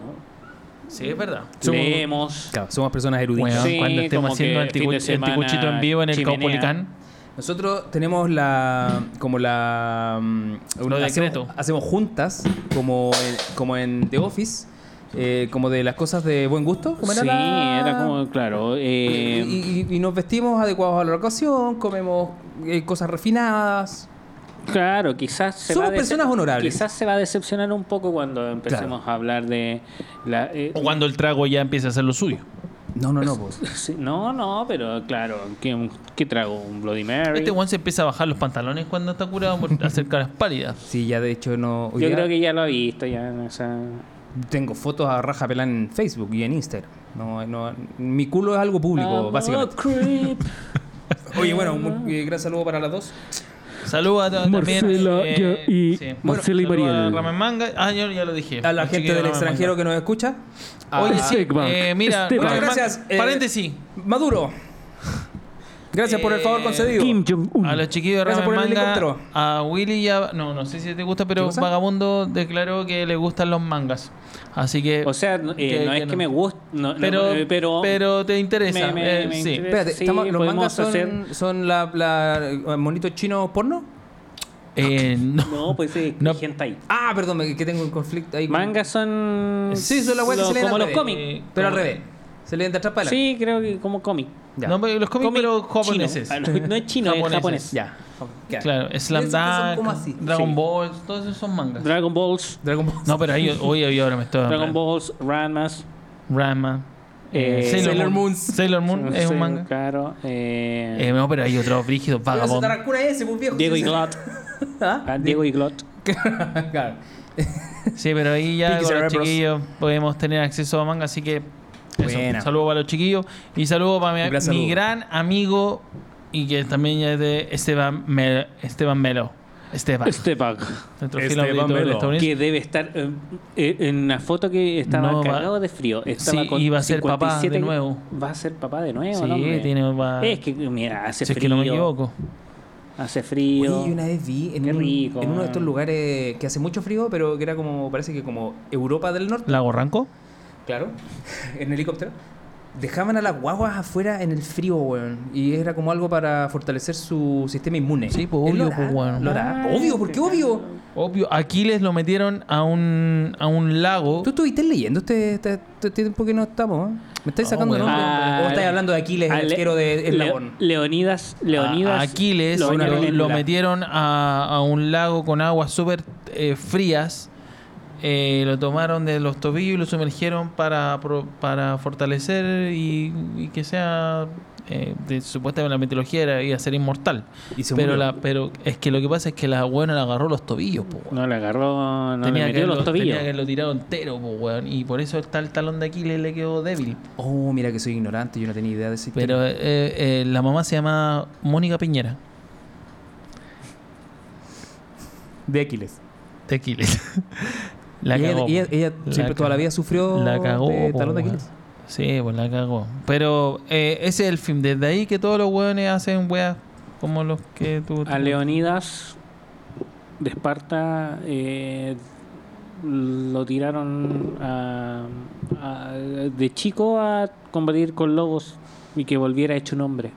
Speaker 4: Sí, es verdad.
Speaker 3: Somos-
Speaker 2: leemos.
Speaker 3: Claro, somos personas eruditas.
Speaker 4: Weón,
Speaker 2: Sí,
Speaker 4: cuando estemos
Speaker 2: como
Speaker 4: haciendo
Speaker 2: que fin de
Speaker 4: anticuch-
Speaker 2: semana,
Speaker 4: anticuchito en vivo en el
Speaker 2: chimenea.
Speaker 4: Caupolicán.
Speaker 3: Nosotros tenemos la. como la. mm,
Speaker 4: Lo decreto.
Speaker 3: Hacemos, hacemos juntas, como en, como en The Office, eh, como de las cosas de buen gusto. como era
Speaker 2: sí,
Speaker 3: la-
Speaker 2: era como, claro.
Speaker 3: Y,
Speaker 2: eh,
Speaker 3: y- y nos vestimos adecuados a la ocasión, comemos eh, cosas refinadas.
Speaker 2: Claro, quizás se
Speaker 3: Somos
Speaker 2: va a decep-
Speaker 3: personas honorables.
Speaker 2: Quizás se va a decepcionar un poco cuando empecemos a hablar de la. eh,
Speaker 4: O cuando el trago ya empieza a hacer lo suyo.
Speaker 3: No, no, pues. no. po.
Speaker 2: sí, no, no, pero claro, ¿qué, qué trago? ¿Un Bloody Mary?
Speaker 4: Este one se empieza a bajar los pantalones cuando está curado por hacer caras pálidas.
Speaker 3: Sí, ya de hecho no. hoy
Speaker 2: Yo
Speaker 3: día
Speaker 2: creo que ya lo ha visto, ya. O sea,
Speaker 3: Tengo fotos a raja pelán en Facebook y en Instagram. No, no, mi culo es algo público,
Speaker 2: I'm
Speaker 3: básicamente.
Speaker 2: a creep.
Speaker 3: Oye,
Speaker 2: Ah,
Speaker 3: bueno, un eh, gran saludo para las dos.
Speaker 4: Saludos a ta- también. eh,
Speaker 2: Marcela, ya, y Marcela y
Speaker 4: saludo a
Speaker 2: Mariel.
Speaker 4: Ramen Manga. Ah, yo ya lo dije.
Speaker 3: A la
Speaker 4: Así
Speaker 3: gente
Speaker 4: que
Speaker 3: del
Speaker 4: Ramen
Speaker 3: extranjero
Speaker 4: Manga.
Speaker 3: que nos escucha. A-
Speaker 4: Oye,
Speaker 3: a-
Speaker 4: sí,
Speaker 2: Sigma,
Speaker 4: eh, mira,
Speaker 2: Esteban.
Speaker 4: Ramen Manga-
Speaker 3: Gracias, eh,
Speaker 4: paréntesis.
Speaker 3: Maduro. Gracias por el favor
Speaker 4: Eh,
Speaker 3: concedido.
Speaker 2: Kim Jong-un.
Speaker 4: A los chiquillos de
Speaker 3: Gracias
Speaker 4: Ramen
Speaker 3: por el
Speaker 4: Manga,
Speaker 3: helicóptero.
Speaker 4: a Willy ya... No, no sé si te gusta,
Speaker 3: ¿Qué
Speaker 4: pero
Speaker 3: cosa?
Speaker 4: Vagabundo declaró que le gustan los mangas. Así que...
Speaker 2: O sea, no, eh,
Speaker 4: que-
Speaker 2: no
Speaker 4: que
Speaker 2: es que
Speaker 4: no.
Speaker 2: me guste. no- no,
Speaker 4: pero,
Speaker 2: eh, pero,
Speaker 4: pero te interesa.
Speaker 2: Me- me-
Speaker 4: eh,
Speaker 2: me
Speaker 4: sí.
Speaker 2: interesa.
Speaker 3: Espérate,
Speaker 2: Sí,
Speaker 3: estamos- ¿los
Speaker 2: podemos
Speaker 3: mangas son,
Speaker 2: hacer-
Speaker 3: son la, la- monitos chinos porno?
Speaker 4: Eh, no.
Speaker 2: No, pues eh,
Speaker 4: No.
Speaker 2: gente ahí.
Speaker 3: Ah, perdón, me- que tengo un conflicto ahí. con-
Speaker 2: Mangas son.
Speaker 3: Sí, son las weas que
Speaker 2: lo-
Speaker 3: se leen
Speaker 2: Como
Speaker 3: al Eh,
Speaker 2: los
Speaker 3: revés.
Speaker 2: cómics.
Speaker 3: Pero al revés. Se leen de atrás para adelante.
Speaker 2: Sí, creo que como cómic.
Speaker 3: Ya.
Speaker 4: No, pero los cómics,
Speaker 2: Cómic
Speaker 4: pero
Speaker 2: chino.
Speaker 4: japoneses.
Speaker 2: Ah, No no es chino,
Speaker 4: Japoneses.
Speaker 2: es japonés.
Speaker 3: Ya. Ya.
Speaker 4: Claro, Slam
Speaker 3: Esos que son como
Speaker 4: Dunk,
Speaker 3: así.
Speaker 4: Dragon
Speaker 2: Sí.
Speaker 4: Ball, todos esos son mangas.
Speaker 2: Dragon Balls,
Speaker 3: Dragon Ball.
Speaker 4: no, pero ahí, hoy, hoy ahora me estoy...
Speaker 2: Dragon Balls, Ranmas.
Speaker 4: Rama.
Speaker 2: Eh,
Speaker 3: Sailor Moon.
Speaker 4: Sailor Moon es un manga.
Speaker 2: Claro. eh,
Speaker 4: Eh, no, pero hay otro brígido,
Speaker 3: Pero ese
Speaker 4: vagabundo.
Speaker 3: Tarracuna ese, pues viejo.
Speaker 2: Diego
Speaker 3: Sí, sí.
Speaker 2: Iglot.
Speaker 3: ¿Ah?
Speaker 2: Ah, Diego Iglot.
Speaker 3: claro.
Speaker 4: Sí, pero ahí ya
Speaker 3: Pinky
Speaker 4: con los
Speaker 3: Cerebros.
Speaker 4: chiquillos podemos tener acceso a manga, así que
Speaker 3: Buena.
Speaker 4: eso, saludo para los chiquillos y saludo para mi,
Speaker 3: Un gran
Speaker 4: mi
Speaker 3: saludo.
Speaker 4: gran amigo y que también ya es de Esteban Melo. Esteban Melo. Esteban.
Speaker 2: Esteban.
Speaker 4: nuestro
Speaker 3: Esteban
Speaker 4: fiel auditor
Speaker 3: Melo.
Speaker 4: estadounidense.
Speaker 2: Este Que debe estar eh, eh, en una foto que estaba
Speaker 4: No, va-
Speaker 2: cagado de frío. Estaba
Speaker 4: Sí,
Speaker 2: con
Speaker 4: y va a ser papá de
Speaker 2: 57
Speaker 4: nuevo.
Speaker 2: Va a ser papá de nuevo,
Speaker 4: Sí,
Speaker 2: ¿no, hombre?
Speaker 4: tiene va-
Speaker 2: Es que, mira, hace
Speaker 4: si es
Speaker 2: frío.
Speaker 4: que no me equivoco.
Speaker 2: Hace
Speaker 3: Oye,
Speaker 2: frío.
Speaker 3: yo una vez vi en,
Speaker 2: Qué
Speaker 3: un-
Speaker 2: rico,
Speaker 3: en uno de estos
Speaker 2: man.
Speaker 3: lugares que hace mucho frío, pero que era como, parece que como Europa del Norte,
Speaker 4: ¿Lago Ranco?
Speaker 3: claro, en helicóptero. Dejaban a las guaguas afuera en el frío, weón. Y era como algo para fortalecer su sistema inmune.
Speaker 4: Sí, pues,
Speaker 3: ¿Es
Speaker 4: obvio,
Speaker 3: lo hará?
Speaker 4: pues, weón.
Speaker 3: ¿Lo hará?
Speaker 2: Ay,
Speaker 3: Obvio, ¿por qué obvio?
Speaker 4: Obvio, Aquiles lo metieron a un, a un lago.
Speaker 3: Tú estuviste leyendo este, este- este tiempo que no estamos, ¿eh? Me estáis
Speaker 4: Oh,
Speaker 3: sacando
Speaker 4: weón.
Speaker 3: nombre.
Speaker 2: Ah,
Speaker 3: o estáis hablando de Aquiles,
Speaker 2: Ah,
Speaker 3: el
Speaker 2: Le-
Speaker 3: arquero de
Speaker 2: Leo-
Speaker 3: Eslabón.
Speaker 2: Leonidas. Leonidas.
Speaker 4: a Aquiles
Speaker 2: lo-
Speaker 4: lo,
Speaker 3: una película.
Speaker 4: lo metieron a, a un lago con aguas súper eh, frías. eh, lo tomaron de los tobillos y lo sumergieron para, pro- para fortalecer y, y que sea. eh, de- supuestamente la mitología era iba a ser inmortal.
Speaker 3: Y se
Speaker 4: pero,
Speaker 3: murió.
Speaker 4: la, pero es que lo que pasa es que la buena le agarró los tobillos, po, weón.
Speaker 2: No le agarró. No le metió
Speaker 4: haberlo-
Speaker 2: los tobillos.
Speaker 4: tenía que lo tirado entero, po, weón. Y por eso está el talón de Aquiles le quedó débil.
Speaker 3: Oh, mira que soy ignorante, yo no tenía idea de ese
Speaker 4: Pero eh, eh, la mamá se llama Mónica Piñera.
Speaker 3: De Aquiles.
Speaker 4: de Aquiles. La
Speaker 3: y ella,
Speaker 4: cagó.
Speaker 3: ella- ella
Speaker 4: La
Speaker 3: siempre toda la
Speaker 4: cagó.
Speaker 3: vida sufrió
Speaker 4: La cagó.
Speaker 3: de
Speaker 4: po,
Speaker 3: talón de
Speaker 4: weón.
Speaker 3: Aquiles.
Speaker 4: Sí, pues la cagó. Pero eh, ese es el film. Desde ahí que todos los hueones hacen weas como los que tú.
Speaker 2: A Leonidas de Esparta eh, lo tiraron a- a- de chico a combatir con lobos y que volviera hecho un hombre.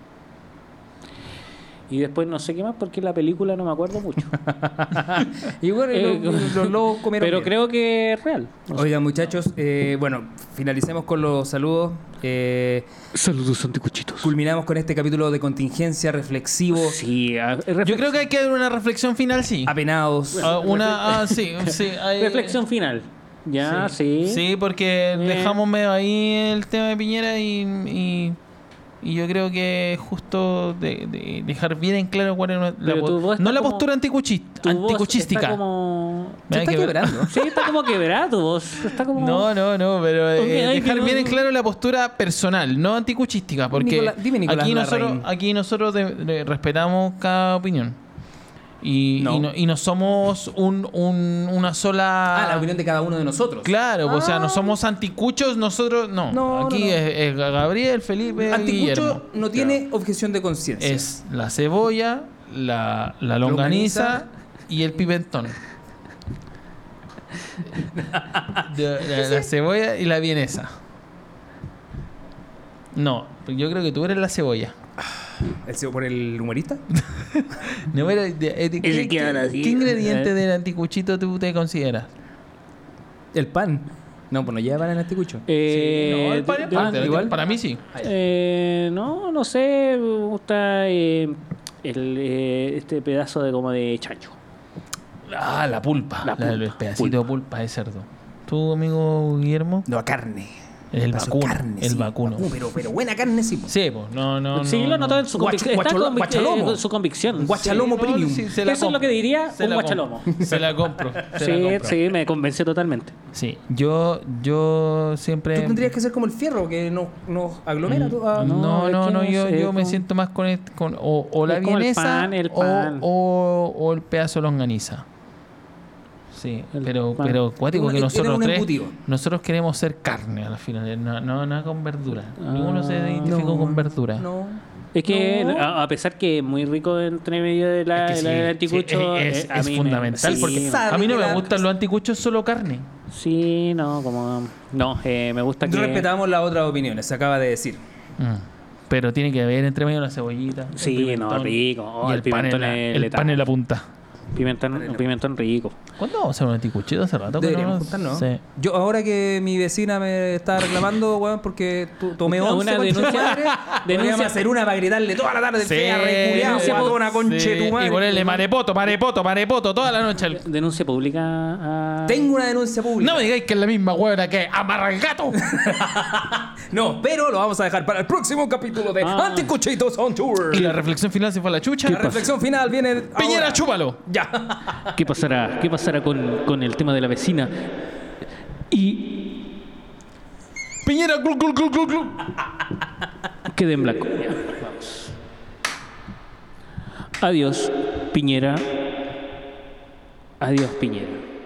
Speaker 2: Y después no sé qué más porque la película no me acuerdo mucho.
Speaker 3: Y bueno, y
Speaker 2: Eh,
Speaker 3: los, los lobos comieron.
Speaker 2: Pero
Speaker 3: bien.
Speaker 2: creo que es real.
Speaker 3: Oigan, muchachos, eh, bueno, finalicemos con los saludos. Eh,
Speaker 2: Saludos anticuchitos.
Speaker 3: culminamos con este capítulo de contingencia reflexivo,
Speaker 2: Sí, a-
Speaker 4: Oh. Yo
Speaker 2: reflex-
Speaker 4: creo que hay que haber una reflexión final, sí.
Speaker 3: apenados.
Speaker 4: Ah, una. ah, sí, sí. hay-
Speaker 2: reflexión final. Ya, sí. Eh.
Speaker 4: Sí, porque dejamos medio ahí el tema de Piñera y, y, y yo creo que es justo de, de dejar bien en claro cuál es la,
Speaker 2: Pero tu voz
Speaker 4: po-
Speaker 2: está
Speaker 4: no la
Speaker 2: como-
Speaker 4: postura anticuchista,
Speaker 2: Tu voz
Speaker 4: anticuchística.
Speaker 2: Está como...
Speaker 4: Me
Speaker 3: Se
Speaker 4: hay
Speaker 3: está
Speaker 4: que ver-
Speaker 3: quebrando.
Speaker 2: Sí, está como quebrada tu voz. Está como...
Speaker 4: No, no, no, pero eh,
Speaker 2: Ok, ay,
Speaker 4: dejar
Speaker 2: que no-
Speaker 4: bien en claro la postura personal, no anticuchística, porque
Speaker 3: Nicolás- dime, Nicolás
Speaker 4: aquí nosotros,
Speaker 3: Larraín.
Speaker 4: aquí nosotros de- de- respetamos cada opinión. Y y no.
Speaker 3: No.
Speaker 4: y no, somos un, un- una sola...
Speaker 3: Ah, la opinión de cada uno de nosotros.
Speaker 4: Claro, o sea, no somos anticuchos, nosotros no.
Speaker 3: Ah. No,
Speaker 4: aquí
Speaker 3: no, no.
Speaker 4: Es, es Gabriel, Felipe, Guillermo.
Speaker 3: Anticucho no tiene objeción de conciencia.
Speaker 4: Es la cebolla, la, la longaniza y el pimentón. De- la, la cebolla y la vienesa. No, yo creo que tú eres la cebolla.
Speaker 3: ¿El CEO por el humorista?
Speaker 4: No, pero de- de- ¿qué,
Speaker 2: que
Speaker 4: qué-
Speaker 2: habla así.
Speaker 4: qué ingrediente del anticuchito tú te consideras?
Speaker 3: El pan. No, pues no lleva pan en anticucho.
Speaker 2: Eh,
Speaker 4: Sí, no, el pan es
Speaker 2: de-
Speaker 4: parte,
Speaker 2: de-
Speaker 4: la-
Speaker 3: igual.
Speaker 4: Para mí sí.
Speaker 2: eh, no, no sé, me gusta eh, el, eh, este pedazo de como de chancho.
Speaker 4: Ah, la pulpa.
Speaker 2: La
Speaker 4: La- el
Speaker 2: pulpa,
Speaker 4: pedacito de pulpa de cerdo. ¿Tu amigo Guillermo?
Speaker 3: No, a carne.
Speaker 4: El
Speaker 3: Paso
Speaker 4: vacuno.
Speaker 3: carne,
Speaker 4: el
Speaker 3: sí.
Speaker 4: vacuno.
Speaker 3: Vacuno, pero, pero buena carne, sí. po.
Speaker 4: Sí, pues, no, no.
Speaker 2: sí,
Speaker 4: no,
Speaker 2: lo
Speaker 4: no.
Speaker 2: notó en su,
Speaker 3: Guach-
Speaker 2: convic- está
Speaker 3: guachalo-
Speaker 2: convic-
Speaker 3: guachalomo.
Speaker 2: eh, con su convicción.
Speaker 3: Guachalomo
Speaker 4: Sí, no,
Speaker 3: premium.
Speaker 4: sí, se la
Speaker 2: Eso es lo
Speaker 4: compro.
Speaker 2: que diría
Speaker 4: Se
Speaker 2: un
Speaker 4: la
Speaker 2: guachalomo.
Speaker 4: compro. Se la compro. se la
Speaker 2: Sí,
Speaker 4: compro.
Speaker 2: sí, me convenció totalmente.
Speaker 4: Sí, yo, yo siempre.
Speaker 3: Tú tendrías que ser como el fierro que nos, nos aglomera.
Speaker 4: Mm,
Speaker 3: tú, ah,
Speaker 2: no,
Speaker 4: No,
Speaker 2: es
Speaker 4: no,
Speaker 2: que
Speaker 4: no,
Speaker 2: no
Speaker 4: yo,
Speaker 2: sé,
Speaker 4: yo me
Speaker 2: como-
Speaker 4: siento más con, el- con o, o la
Speaker 2: Es como el
Speaker 4: vienesa
Speaker 2: pan, el
Speaker 4: o-
Speaker 2: pan.
Speaker 4: O, o el pedazo de longaniza. Sí,
Speaker 2: El
Speaker 4: pero,
Speaker 2: pan.
Speaker 4: pero cuático
Speaker 3: Una-
Speaker 4: que
Speaker 3: era
Speaker 4: nosotros
Speaker 3: un
Speaker 4: tres,
Speaker 3: embutido.
Speaker 4: nosotros queremos ser carne al final, eh, no, no, no con verdura.
Speaker 2: Ah,
Speaker 4: Ninguno se identificó con verdura.
Speaker 3: No.
Speaker 2: Es que
Speaker 3: No.
Speaker 2: a, a pesar que es muy rico entre medio de la,
Speaker 4: Es que
Speaker 2: de
Speaker 4: sí,
Speaker 2: la- del
Speaker 4: sí,
Speaker 2: anticucho,
Speaker 4: es,
Speaker 2: eh, a
Speaker 4: es
Speaker 2: mí me-
Speaker 4: fundamental
Speaker 2: sí,
Speaker 4: porque
Speaker 3: sabe
Speaker 4: a mí no
Speaker 3: que
Speaker 4: me
Speaker 3: la-
Speaker 4: gustan los anticuchos solo carne.
Speaker 2: Sí, no, como no, eh, me gusta
Speaker 3: No
Speaker 2: que
Speaker 3: respetamos las otras opiniones, se acaba de decir.
Speaker 4: Mm. Pero tiene que haber entre medio la cebollita. el
Speaker 2: Sí,
Speaker 4: pimentón
Speaker 2: no, rico. Oh,
Speaker 4: y
Speaker 2: el
Speaker 4: el, pan en
Speaker 2: pimentón
Speaker 4: la,
Speaker 2: es
Speaker 4: el
Speaker 2: letal.
Speaker 4: pan en la punta.
Speaker 2: pimentón, un pimentón rico.
Speaker 4: ¿Cuándo vamos a hacer un anticuchito? Hace rato que
Speaker 3: Deberíamos
Speaker 4: no-
Speaker 3: juntarnos.
Speaker 4: Sí.
Speaker 3: Yo, ahora que mi vecina me está reclamando, weón, porque tu- tomé
Speaker 2: Una
Speaker 3: once, concha
Speaker 2: denuncia-
Speaker 3: tu madre,
Speaker 2: denuncia-
Speaker 3: denuncia. hacer una para gritarle toda la tarde, fea, reculeado,
Speaker 2: denuncia-
Speaker 3: guatona, conche
Speaker 4: sí.
Speaker 3: tu madre.
Speaker 4: Y ponerle marepoto, marepoto, marepoto toda la noche. al-
Speaker 2: Denuncia pública a...
Speaker 3: Tengo una denuncia pública.
Speaker 4: No me digáis que es la misma huevona que amarra el gato.
Speaker 3: No, pero lo vamos a dejar para el próximo capítulo de
Speaker 2: Ah.
Speaker 3: Anticuchitos on Tour.
Speaker 4: y la reflexión final se fue a la chucha.
Speaker 3: La reflexión final viene. ahora.
Speaker 4: Piñera, chúpalo.
Speaker 3: Ya.
Speaker 2: ¿Qué pasará? ¿Qué pasará con, con el tema de la vecina? Y
Speaker 4: Piñera, glu, glu, glu, glu, glu.
Speaker 2: quedé en blanco. Adiós, Piñera. Adiós, Piñera.